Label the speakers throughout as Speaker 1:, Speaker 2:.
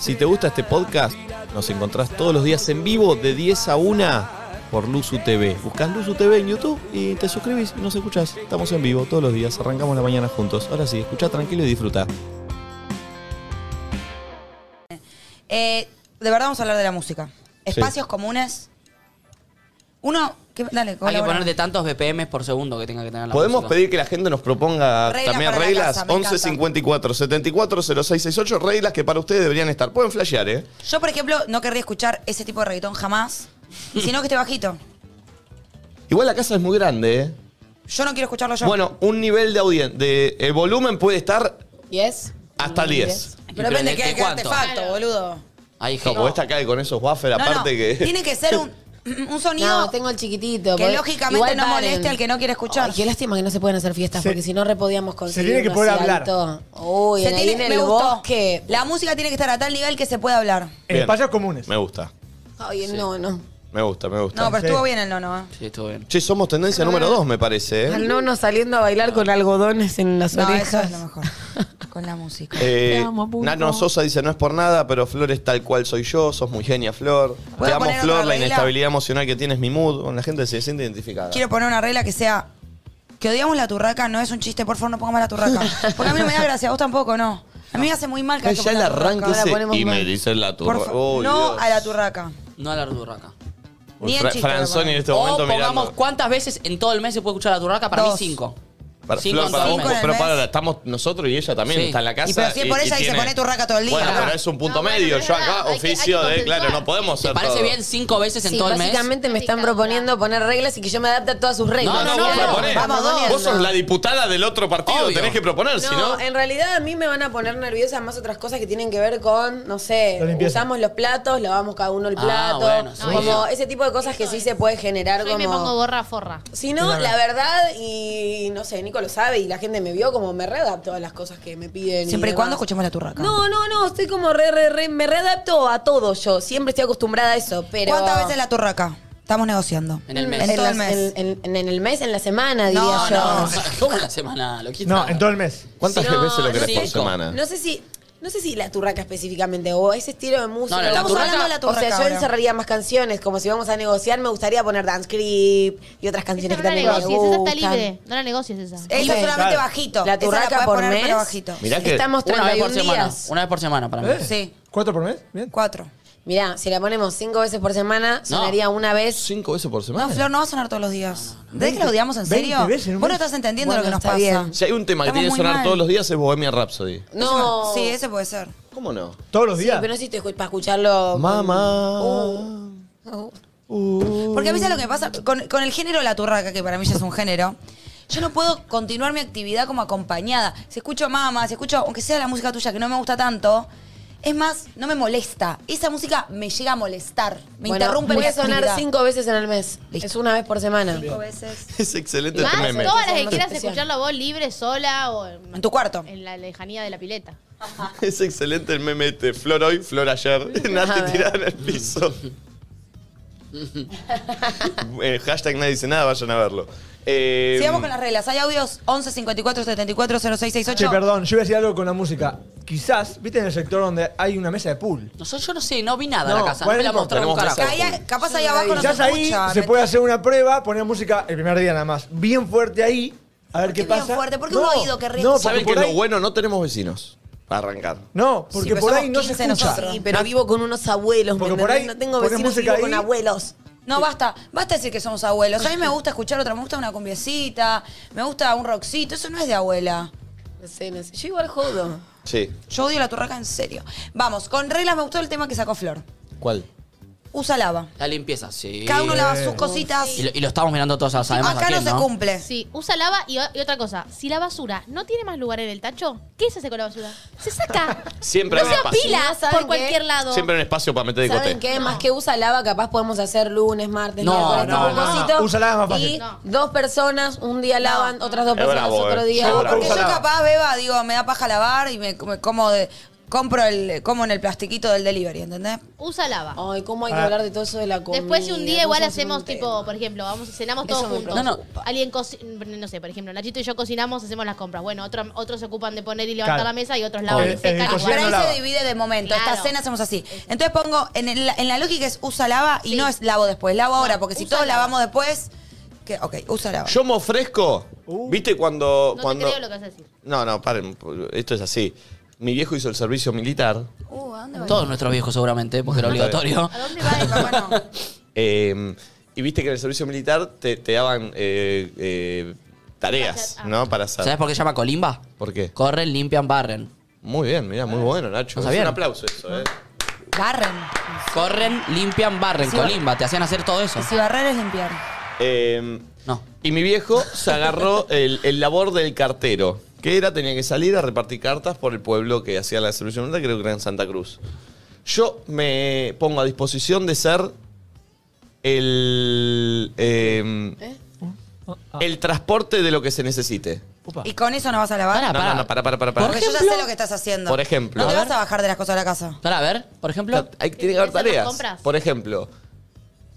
Speaker 1: Si te gusta este podcast, nos encontrás todos los días en vivo de 10 a 1 por Luzu TV. Buscás Luzu TV en YouTube y te suscribís y nos escuchás. Estamos en vivo todos los días, arrancamos la mañana juntos. Ahora sí, escucha tranquilo y disfruta.
Speaker 2: Eh, de verdad vamos a hablar de la música. Espacios comunes. Uno, que, dale,
Speaker 3: Hay que
Speaker 2: colabora.
Speaker 3: ponerte tantos BPM por segundo que tenga que tener la
Speaker 1: Podemos
Speaker 3: música.
Speaker 1: pedir que la gente nos proponga
Speaker 2: Reglas
Speaker 1: también
Speaker 2: para la
Speaker 1: reglas
Speaker 2: casa, me
Speaker 1: 11 54 74 0668, reglas que para ustedes deberían estar. Pueden flashear, ¿eh?
Speaker 2: Yo, por ejemplo, no querría escuchar ese tipo de reggaetón jamás, sino que esté bajito.
Speaker 1: Igual la casa es muy grande, ¿eh?
Speaker 2: Yo no quiero escucharlo yo.
Speaker 1: Bueno, un nivel de audiencia, de eh, volumen puede estar
Speaker 4: ¿10?
Speaker 1: hasta 10.
Speaker 2: pero depende de
Speaker 3: ¿de
Speaker 2: qué
Speaker 3: qué
Speaker 2: qué
Speaker 3: cuánto?
Speaker 2: artefacto, boludo.
Speaker 3: Hay
Speaker 1: No,
Speaker 3: gente.
Speaker 1: porque esta cae con esos waffles,
Speaker 2: No, no,
Speaker 1: aparte que...
Speaker 2: Tiene que ser un, un sonido
Speaker 4: No, tengo el chiquitito.
Speaker 2: que
Speaker 4: porque-
Speaker 2: lógicamente
Speaker 4: Igual
Speaker 2: no
Speaker 4: paren.
Speaker 2: moleste al que no quiere escuchar.
Speaker 4: Ay, qué lástima que no se pueden hacer fiestas,
Speaker 5: Se-
Speaker 4: porque si no re podíamos
Speaker 5: se
Speaker 4: conseguir.
Speaker 5: tiene que
Speaker 4: uno
Speaker 5: poder
Speaker 4: así
Speaker 5: hablar.
Speaker 4: alto. Uy,
Speaker 2: Se
Speaker 4: en, ahí
Speaker 2: tiene-
Speaker 4: en el
Speaker 2: me gustó.
Speaker 4: bosque.
Speaker 2: La música tiene que estar a tal nivel que se pueda hablar.
Speaker 5: En
Speaker 1: Bien.
Speaker 5: espacios comunes.
Speaker 1: Me gusta,
Speaker 4: Ay, no, no.
Speaker 1: me gusta, me gusta.
Speaker 2: No, pero
Speaker 5: Sí.
Speaker 2: estuvo bien el nono, ¿eh?
Speaker 3: Sí, estuvo bien.
Speaker 1: Che, somos tendencia número 2, me parece, ¿eh?
Speaker 4: Al nono saliendo a bailar con algodones en las
Speaker 2: No, eso
Speaker 4: orejas.
Speaker 2: es lo mejor. Con la música.
Speaker 1: Eh,
Speaker 4: Te amo, Pulpo.
Speaker 1: Nano Sosa dice, no es por nada, pero Flor es tal cual soy yo, sos muy genia, Flor. Te
Speaker 2: ¿Puedo
Speaker 1: amo,
Speaker 2: poner
Speaker 1: Flor,
Speaker 2: otra
Speaker 1: la
Speaker 2: regla?
Speaker 1: inestabilidad emocional que tienes mi mood. Bueno, la gente se siente identificada.
Speaker 2: Quiero poner una regla que sea que odiamos la turraca, no es un chiste, por favor, no pongamos la turraca. Porque a mí no me da gracia, a vos tampoco, no. A mí me hace muy mal que
Speaker 1: Ay,
Speaker 2: haya
Speaker 1: ya
Speaker 2: con
Speaker 1: el
Speaker 2: la turraca.
Speaker 1: arranque
Speaker 4: Ahora
Speaker 1: ese-
Speaker 4: ponemos
Speaker 1: Y
Speaker 4: mal.
Speaker 1: me dice la
Speaker 2: Por
Speaker 1: turba.
Speaker 2: fa-
Speaker 1: Uy,
Speaker 2: no
Speaker 1: Dios.
Speaker 2: a la turraca.
Speaker 3: No a la turraca.
Speaker 2: Ni en
Speaker 1: Fra-
Speaker 2: chiste
Speaker 1: Franzoni en
Speaker 2: lo
Speaker 1: este
Speaker 3: o
Speaker 1: momento
Speaker 3: pongamos
Speaker 1: mirando.
Speaker 3: cuántas veces en todo el mes se puede escuchar la turraca. Para
Speaker 2: Dos.
Speaker 3: mí, cinco.
Speaker 1: Para,
Speaker 3: Cinco
Speaker 1: Flor,
Speaker 3: en
Speaker 1: para
Speaker 3: todo
Speaker 1: vos,
Speaker 3: el mes.
Speaker 1: pero para, estamos nosotros y ella también
Speaker 3: Sí.
Speaker 1: está en la casa.
Speaker 2: Y pero si es por ella dice, "Poné turraca todo el día".
Speaker 1: Bueno,
Speaker 2: Claro.
Speaker 1: pero es un punto
Speaker 6: No, bueno,
Speaker 1: medio.
Speaker 6: es
Speaker 1: Yo
Speaker 6: verdad,
Speaker 1: acá,
Speaker 6: hay que-
Speaker 1: oficio
Speaker 6: hay que
Speaker 1: de, claro, no
Speaker 6: consensuar.
Speaker 1: podemos ser
Speaker 3: ¿Te parece
Speaker 1: todo.
Speaker 3: bien cinco veces en
Speaker 4: Sí,
Speaker 3: todo el mes?
Speaker 4: básicamente me están
Speaker 6: Estoy cansada.
Speaker 4: proponiendo poner reglas y que yo me adapte a todas sus reglas.
Speaker 1: No, no, vos
Speaker 2: no,
Speaker 1: proponés.
Speaker 2: vamos, dos.
Speaker 1: Vos sos la diputada del otro partido,
Speaker 3: Obvio.
Speaker 1: tenés que proponer, si no.
Speaker 4: No, eh, en realidad a mí me van a poner nerviosa más otras cosas que tienen que ver con, no sé,
Speaker 5: La limpieza.
Speaker 4: usamos los platos, lavamos cada uno el
Speaker 3: Ah,
Speaker 4: plato,
Speaker 3: bueno, sí.
Speaker 4: como ese tipo de cosas que sí se puede generar
Speaker 6: Yo hoy me pongo
Speaker 4: como...
Speaker 6: borra forra.
Speaker 4: Si no, la verdad, y no sé, Nico lo sabe y la gente me vio como me readapto a las cosas que me piden.
Speaker 2: Siempre y cuando
Speaker 4: demás.
Speaker 2: escuchemos la turraca.
Speaker 4: No, no, no, estoy como re, re, re, me readapto a todo yo, siempre estoy acostumbrada a eso, pero...
Speaker 2: ¿Cuántas veces la turraca? Estamos negociando.
Speaker 3: En el mes.
Speaker 2: En todo
Speaker 4: la-
Speaker 2: el mes.
Speaker 4: En, en- en el mes, en la semana, diría
Speaker 2: No,
Speaker 4: yo.
Speaker 2: no.
Speaker 3: ¿Cómo la semana? Lo
Speaker 5: No, en todo el mes.
Speaker 1: ¿Cuántas
Speaker 4: Si no,
Speaker 1: veces lo querés por
Speaker 3: cinco.
Speaker 1: semana?
Speaker 4: No sé si. No sé si la turraca específicamente o ese estilo de
Speaker 3: No,
Speaker 4: música.
Speaker 3: no, la
Speaker 4: Estamos
Speaker 3: turraca-
Speaker 4: hablando de la turraca. O sea, yo
Speaker 2: ahora.
Speaker 4: encerraría más canciones. Como si vamos a negociar, me gustaría poner Dance Creep y otras
Speaker 6: Esa
Speaker 4: canciones que
Speaker 6: no la
Speaker 4: también me
Speaker 6: negocies, esa está
Speaker 4: gustan.
Speaker 6: libre. No la negocies esa.
Speaker 2: Eso
Speaker 4: Ok.
Speaker 2: solamente
Speaker 5: Claro.
Speaker 2: bajito.
Speaker 4: La
Speaker 2: Esa
Speaker 4: turraca
Speaker 2: podés
Speaker 4: por
Speaker 2: poner,
Speaker 4: mes.
Speaker 2: pero bajito.
Speaker 1: Mirá que
Speaker 4: Estamos
Speaker 3: Una vez por
Speaker 4: 31
Speaker 3: semana.
Speaker 4: días.
Speaker 3: Una vez por semana para mí.
Speaker 5: ¿Eh?
Speaker 2: Sí.
Speaker 5: ¿Cuatro por mes? Bien.
Speaker 2: Cuatro.
Speaker 4: Mirá, si la ponemos cinco veces por semana, sonaría una vez.
Speaker 1: ¿Cinco veces por semana?
Speaker 2: No, Flor, no va a sonar todos los días. ¿De que la odiamos en
Speaker 5: 20
Speaker 2: serio?
Speaker 5: veces en un
Speaker 2: Vos no
Speaker 5: mes.
Speaker 2: estás entendiendo
Speaker 4: Bueno,
Speaker 2: lo que nos
Speaker 4: está
Speaker 2: pasa.
Speaker 4: bien.
Speaker 1: Si hay un tema que
Speaker 2: Estamos
Speaker 1: tiene que
Speaker 2: muy
Speaker 1: sonar
Speaker 2: mal.
Speaker 1: todos los días es Bohemia Rhapsody.
Speaker 4: No.
Speaker 2: Sí, ese puede ser.
Speaker 1: ¿Cómo no?
Speaker 5: Todos los
Speaker 4: Sí,
Speaker 5: días.
Speaker 4: pero no sé si te escu- para escucharlo. con-
Speaker 1: Mamá.
Speaker 2: Oh. Porque a mí
Speaker 4: Mm.
Speaker 2: ¿sabes lo que me pasa con, con el género la turraca, que para mí ya es un género. Yo no puedo continuar mi actividad como acompañada. Si escucho mamá, si escucho, aunque sea la música tuya que no me gusta tanto, es más, no me molesta. Esa música me llega a molestar. Me
Speaker 4: Bueno,
Speaker 2: interrumpe mi
Speaker 4: Voy a sonar
Speaker 2: actividad.
Speaker 4: cinco veces en el mes.
Speaker 2: Listo.
Speaker 4: Es una vez por semana.
Speaker 2: Cinco veces.
Speaker 1: Es excelente
Speaker 6: Más
Speaker 1: este meme.
Speaker 6: todas las que
Speaker 4: Somos
Speaker 6: quieras
Speaker 4: especial.
Speaker 6: escucharlo vos libre, sola o en,
Speaker 2: En tu cuarto.
Speaker 6: en la lejanía de la pileta.
Speaker 1: Es excelente el meme este. Flor hoy, Flor ayer. Nati tirada en el piso. Eh, hashtag nadie dice nada, vayan a verlo. Eh,
Speaker 2: Sigamos
Speaker 5: Em.
Speaker 2: con las reglas. Hay audios 11 54 74
Speaker 5: Che,
Speaker 2: 0668.
Speaker 5: perdón, yo voy a decir algo con la música. Quizás, viste en el sector donde hay una mesa de pool.
Speaker 3: No sé, yo no sé, no vi nada en
Speaker 5: No,
Speaker 3: la casa.
Speaker 5: bueno,
Speaker 3: no me la
Speaker 5: no
Speaker 3: mostraron un
Speaker 1: importa,
Speaker 3: carajo.
Speaker 1: tenemos
Speaker 2: Ahí, capaz ahí
Speaker 4: Sí,
Speaker 2: abajo no se
Speaker 5: Quizás ahí
Speaker 2: escucha.
Speaker 5: se
Speaker 2: me-
Speaker 5: puede hacer una prueba, poner música el primer día nada más. Bien fuerte ahí, a ver qué
Speaker 2: qué bien
Speaker 5: pasa.
Speaker 2: fuerte? ¿Por qué
Speaker 5: no,
Speaker 2: un oído que re-
Speaker 5: No, porque
Speaker 1: ¿Saben que
Speaker 5: por ahí,
Speaker 1: lo bueno no tenemos vecinos? Para arrancar.
Speaker 5: No,
Speaker 2: Sí,
Speaker 5: porque
Speaker 2: pero
Speaker 5: por ahí
Speaker 2: somos
Speaker 5: no se
Speaker 2: 15
Speaker 5: escucha.
Speaker 2: nosotros.
Speaker 4: Sí, pero vivo con unos abuelos.
Speaker 5: Porque
Speaker 4: ¿me
Speaker 5: por ahí
Speaker 4: entendés? no tengo
Speaker 5: pones
Speaker 4: vecinos,
Speaker 5: música
Speaker 4: vivo con
Speaker 5: ahí.
Speaker 4: abuelos.
Speaker 2: No, basta, basta decir que somos abuelos. A mí me gusta escuchar otra, me gusta una cumbiecita, me gusta un rockcito, eso no es de abuela.
Speaker 4: No sé, no sé. Yo igual jodo.
Speaker 1: Sí.
Speaker 2: Yo odio la turraca en serio. Vamos, con reglas me gustó el tema que sacó Flor.
Speaker 1: ¿Cuál?
Speaker 2: Usa lava.
Speaker 3: La limpieza, sí.
Speaker 2: Cada uno lava sus cositas.
Speaker 3: Y lo, y lo estamos mirando todos, sabemos
Speaker 2: Acá
Speaker 3: a quién,
Speaker 2: no se cumple.
Speaker 6: Sí, usa lava y, y otra cosa. Si la basura no tiene más lugar en el tacho, ¿qué se hace con la basura? Se saca.
Speaker 1: Siempre
Speaker 6: no
Speaker 1: hay
Speaker 6: se
Speaker 1: un espacio.
Speaker 6: apila
Speaker 4: No, ¿saben
Speaker 6: por
Speaker 4: qué?
Speaker 6: cualquier lado.
Speaker 1: Siempre hay un espacio para meter de
Speaker 4: ¿Saben qué? Más que usa lava, capaz podemos hacer lunes, martes,
Speaker 3: No,
Speaker 4: miércoles,
Speaker 3: no,
Speaker 4: tipo
Speaker 3: no.
Speaker 4: cosito.
Speaker 5: Usa lava es más fácil.
Speaker 4: Y
Speaker 6: No.
Speaker 4: dos personas, un día lavan, otras dos
Speaker 1: Es
Speaker 4: personas
Speaker 1: bravo,
Speaker 4: otro
Speaker 1: eh.
Speaker 4: día.
Speaker 1: Es bravo.
Speaker 2: Porque yo
Speaker 5: Usa lava.
Speaker 2: capaz beba, digo, me da paja lavar y me, me como de compro el, como en el plastiquito del delivery, ¿entendés?
Speaker 6: Usa lava.
Speaker 4: Ay, cómo hay que
Speaker 5: Ah.
Speaker 4: hablar de todo eso de la comida.
Speaker 6: Después si un
Speaker 4: ¿Cómo
Speaker 6: día igual
Speaker 4: se hace un
Speaker 6: hacemos
Speaker 4: tema?
Speaker 6: tipo, por ejemplo, vamos cenamos todos
Speaker 4: Eso me
Speaker 6: juntos.
Speaker 4: preocupa.
Speaker 3: No,
Speaker 6: Alguien cocina, no sé, por ejemplo, Nachito y yo cocinamos, hacemos las compras. Bueno, otro- otros se ocupan de poner y levantar
Speaker 5: Claro.
Speaker 6: la mesa y otros lavan
Speaker 5: El-
Speaker 6: y secan
Speaker 5: el
Speaker 6: igual.
Speaker 5: cocinero
Speaker 2: Pero ahí
Speaker 5: lava.
Speaker 2: se divide de momento.
Speaker 6: Claro.
Speaker 2: Esta cena hacemos así. Entonces pongo, en, el- en la lógica es usa lava y
Speaker 6: Sí.
Speaker 2: no es lavo después, lavo ahora,
Speaker 6: No,
Speaker 2: porque si
Speaker 6: usa
Speaker 2: todos
Speaker 6: lava.
Speaker 2: lavamos después, que, ok, usa lava.
Speaker 1: Yo me ofrezco.
Speaker 5: Uh.
Speaker 1: ¿Viste cuando.?
Speaker 6: No te
Speaker 1: cuando...
Speaker 6: creo lo que vas a decir.
Speaker 1: No, no, paren. Esto es así. Mi viejo hizo el servicio militar.
Speaker 2: Uh, ¿a dónde vas?
Speaker 3: Todos nuestros viejos seguramente, porque era
Speaker 1: Está bien.
Speaker 3: obligatorio.
Speaker 6: ¿A dónde
Speaker 2: Ay,
Speaker 6: va?
Speaker 2: papá, no.
Speaker 1: Eh, y viste que en el servicio militar te, te daban eh, eh, tareas,
Speaker 6: Ah.
Speaker 1: ¿no? Para hacer.
Speaker 3: ¿Sabes por qué se llama Colimba?
Speaker 1: ¿Por qué?
Speaker 3: Corren, limpian, barren.
Speaker 1: Muy bien, mira, muy bueno, Nacho.
Speaker 3: No
Speaker 1: Es
Speaker 3: sabían.
Speaker 1: un aplauso eso, ¿eh?
Speaker 2: Barren.
Speaker 3: Corren, limpian, barren.
Speaker 2: Sí.
Speaker 3: Colimba, te hacían hacer todo eso.
Speaker 2: Y si barrer es limpiar.
Speaker 1: Eh,
Speaker 3: No.
Speaker 1: y mi viejo se agarró el, el labor del cartero. que era? Tenía que salir a repartir cartas por el pueblo que hacía la servicio militar, creo que era en Santa Cruz. Yo me pongo a disposición de ser el, eh, el transporte de lo que se necesite.
Speaker 5: Upa.
Speaker 2: Y con eso no vas a lavar.
Speaker 3: Pará,
Speaker 1: No,
Speaker 3: pará.
Speaker 1: no, no, para, para, para.
Speaker 2: Porque yo ya sé lo que estás haciendo.
Speaker 1: Por ejemplo.
Speaker 2: No te
Speaker 1: A
Speaker 2: vas a bajar de las cosas de la casa.
Speaker 3: Dale, a ver, por ejemplo.
Speaker 1: Hay, tiene que haber
Speaker 6: Hacer las
Speaker 1: tareas.
Speaker 6: compras.
Speaker 1: Por ejemplo,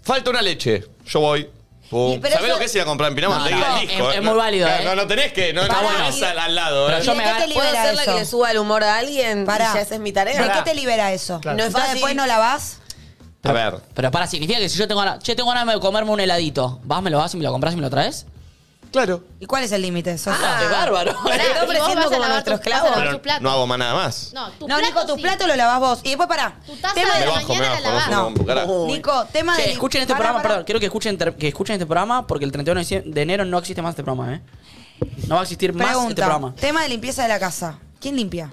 Speaker 1: falta una leche. Yo voy.
Speaker 2: Y
Speaker 1: Pum.
Speaker 2: pero
Speaker 1: ¿Sabés
Speaker 2: eso-
Speaker 1: lo que es ir a comprar en Pinamar?
Speaker 3: No,
Speaker 1: Tenés
Speaker 3: no,
Speaker 1: que ir al disco,
Speaker 3: es-
Speaker 1: eh.
Speaker 3: es muy válido,
Speaker 1: No,
Speaker 3: eh.
Speaker 1: No, no tenés que. No,
Speaker 2: Pará.
Speaker 1: no vas al, al lado.
Speaker 3: Pero
Speaker 1: eh.
Speaker 3: yo
Speaker 4: ¿De
Speaker 3: me
Speaker 4: qué
Speaker 3: agar-
Speaker 4: te
Speaker 2: libera
Speaker 4: libera ¿Puedo hacer la
Speaker 2: eso?
Speaker 4: que le suba el humor a alguien?
Speaker 2: Pará.
Speaker 4: Y ya esa es mi tarea.
Speaker 2: ¿De qué te libera eso?
Speaker 5: Claro.
Speaker 4: No es
Speaker 2: Entonces
Speaker 4: fácil.
Speaker 2: después no lavás.
Speaker 1: A ver.
Speaker 3: Pero para, significa que si yo tengo ganas, che, tengo ganas de comerme un heladito. ¿Vas, me lo vas y me lo compras y me lo traes?
Speaker 1: Claro.
Speaker 2: ¿Y cuál es el límite? Sos-
Speaker 3: Ah, ¡Qué bárbaro!
Speaker 6: Pará,
Speaker 4: Está
Speaker 6: y vos
Speaker 4: ofreciendo
Speaker 6: vas a
Speaker 4: como
Speaker 6: lavar
Speaker 4: nuestros
Speaker 6: tus-
Speaker 4: clavos.
Speaker 6: vas a lavar
Speaker 1: Pero
Speaker 6: tus platos.
Speaker 1: no hago más nada más.
Speaker 6: No, tu
Speaker 2: No, Nico,
Speaker 6: plato
Speaker 2: tu
Speaker 6: sí.
Speaker 2: plato lo lavás vos. Y después pará.
Speaker 6: Tu taza
Speaker 2: Tema
Speaker 6: de
Speaker 1: Me
Speaker 2: de-
Speaker 1: bajo, me
Speaker 6: mañana
Speaker 1: bajo.
Speaker 6: la
Speaker 1: No,
Speaker 6: lavás.
Speaker 1: me bajo, carajo.
Speaker 2: Nico, tema
Speaker 3: Che,
Speaker 2: de.
Speaker 3: escuchen este
Speaker 2: Pará,
Speaker 3: programa,
Speaker 2: pará.
Speaker 3: perdón, quiero que escuchen, ter- que escuchen este programa porque el 31 de diciembre- de enero no existe más este programa, ¿eh? No va a existir más este
Speaker 2: Pregunta.
Speaker 3: programa.
Speaker 2: tema de limpieza de la casa. ¿Quién limpia?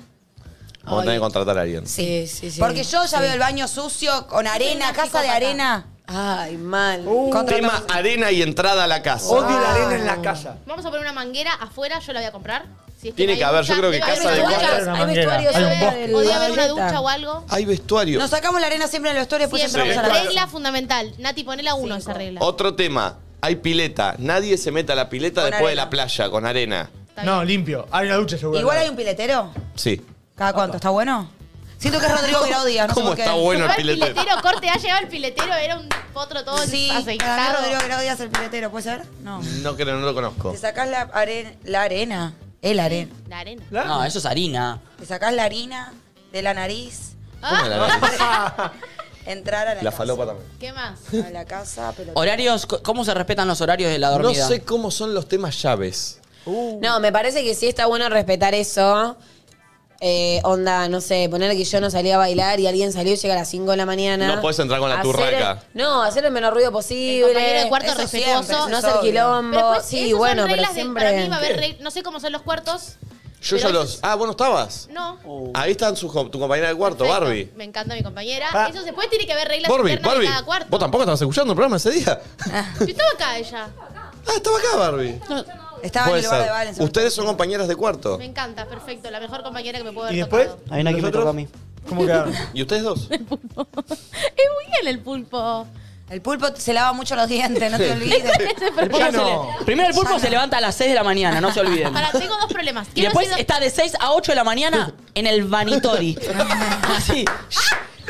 Speaker 1: Vamos a tener que contratar a alguien.
Speaker 4: Sí, sí, sí.
Speaker 2: Porque yo ya veo el baño sucio, con arena,
Speaker 6: una
Speaker 2: casa de
Speaker 6: psicópata.
Speaker 2: arena.
Speaker 4: Ay, mal.
Speaker 2: Contra- Ah.
Speaker 1: Tema arena y entrada a la casa.
Speaker 5: Odio la arena en la casa.
Speaker 6: Vamos a poner una manguera afuera, yo la voy a comprar. Si es
Speaker 1: Tiene
Speaker 6: no hay
Speaker 1: que haber,
Speaker 6: ducha,
Speaker 1: yo creo que
Speaker 6: debe haber
Speaker 1: casa
Speaker 6: una
Speaker 1: de
Speaker 6: ducha.
Speaker 1: cuatro-
Speaker 5: una manguera,
Speaker 4: vestuarios
Speaker 5: hay un
Speaker 4: de-
Speaker 5: bosque.
Speaker 6: Podría haber una
Speaker 4: Ahorita.
Speaker 6: ducha o algo.
Speaker 1: Hay vestuario.
Speaker 2: Nos sacamos la arena siempre en los vestuario y después
Speaker 6: Siempre.
Speaker 2: entramos a la
Speaker 1: Sí.
Speaker 2: casa.
Speaker 6: Regla fundamental. Nati, ponela uno esa regla.
Speaker 1: Otro tema. Hay pileta. Nadie se meta a la pileta
Speaker 2: Con
Speaker 1: después de
Speaker 2: arena.
Speaker 1: la playa con arena.
Speaker 6: Está
Speaker 5: No,
Speaker 6: bien.
Speaker 5: limpio. Hay una ducha seguro.
Speaker 2: Igual hay un piletero.
Speaker 1: Sí.
Speaker 2: ¿Cada cuánto? ¿Está bueno? Siento que es Rodrigo Grau Díaz, no sé
Speaker 1: ¿Cómo
Speaker 2: por qué.
Speaker 1: está bueno el
Speaker 6: Llegó el
Speaker 1: piletero?
Speaker 6: piletero, corte, ha llegado el piletero, era un potro todo
Speaker 2: Sí, para mí
Speaker 6: aceitado.
Speaker 2: Rodrigo Grau Díaz el piletero, ¿puede ser? No.
Speaker 1: No creo, no lo conozco.
Speaker 2: Te sacás la, are- la arena, el arena.
Speaker 6: La arena.
Speaker 5: ¿La?
Speaker 3: No, eso es harina.
Speaker 2: Te sacás la harina de la nariz,
Speaker 1: ¿Cómo la nariz?
Speaker 2: entrar a la,
Speaker 1: La
Speaker 2: casa.
Speaker 1: falopa también.
Speaker 6: Ah, ¿Qué más?
Speaker 2: A la casa, pero...
Speaker 3: Horarios, co- ¿cómo se respetan los horarios de la
Speaker 1: No
Speaker 3: dormida?
Speaker 1: sé cómo son los temas llaves.
Speaker 5: Uh.
Speaker 4: No, me parece que sí está bueno respetar eso. Eh, onda, no sé, poner que yo no salí a bailar y alguien salió y llega a las 5 de la mañana.
Speaker 1: No podés entrar con la
Speaker 4: Hacer
Speaker 1: turraca.
Speaker 4: el- no, hacer el menor ruido
Speaker 6: El compañero
Speaker 4: posible.
Speaker 6: de cuarto
Speaker 2: eso
Speaker 6: respetuoso.
Speaker 2: siempre,
Speaker 4: No
Speaker 2: eso
Speaker 4: hacer
Speaker 2: es obvio.
Speaker 4: quilombo.
Speaker 6: Pero después, esas
Speaker 4: sí,
Speaker 6: son
Speaker 4: bueno, pero
Speaker 6: reglas de-
Speaker 4: siempre.
Speaker 6: para mí va a haber reg- no sé cómo son los cuartos.
Speaker 1: Yo
Speaker 6: pero
Speaker 1: ya
Speaker 6: eso
Speaker 1: los. Ah, vos no estabas.
Speaker 6: No.
Speaker 1: Ahí está su, co- tu compañera de cuarto,
Speaker 6: Perfecto.
Speaker 1: Barbie.
Speaker 6: Me encanta mi compañera.
Speaker 5: Pará.
Speaker 6: Eso después tiene que haber reglas
Speaker 1: Barbie,
Speaker 6: internas
Speaker 1: Barbie.
Speaker 6: de cada cuarto.
Speaker 1: Vos tampoco estabas escuchando el programa ese día.
Speaker 6: Yo estaba acá ella.
Speaker 1: Ah, estaba acá, Barbie.
Speaker 2: Estaba en
Speaker 1: Puede
Speaker 2: el lugar
Speaker 1: ser.
Speaker 2: de Valen.
Speaker 1: Ustedes son compañeras de cuarto.
Speaker 6: Me encanta, perfecto. La mejor compañera que me puedo haber
Speaker 5: Y después.
Speaker 6: tocado.
Speaker 3: Hay una que me
Speaker 5: nosotros,
Speaker 3: toca a mí.
Speaker 5: ¿Cómo quedaron?
Speaker 1: ¿Y ustedes dos?
Speaker 6: Es muy bien el pulpo.
Speaker 2: El pulpo se lava mucho los dientes, no te olvides.
Speaker 3: El pulpo
Speaker 5: Ya
Speaker 3: se
Speaker 5: no.
Speaker 3: le- primero el pulpo
Speaker 2: Ya
Speaker 3: se
Speaker 2: no.
Speaker 3: levanta a las 6 de la mañana, no se olviden.
Speaker 6: Ahora, tengo dos problemas.
Speaker 3: Y
Speaker 6: Quiero
Speaker 3: después
Speaker 6: hacer-
Speaker 3: está de 6 a 8 de la mañana en el vanitori. Así.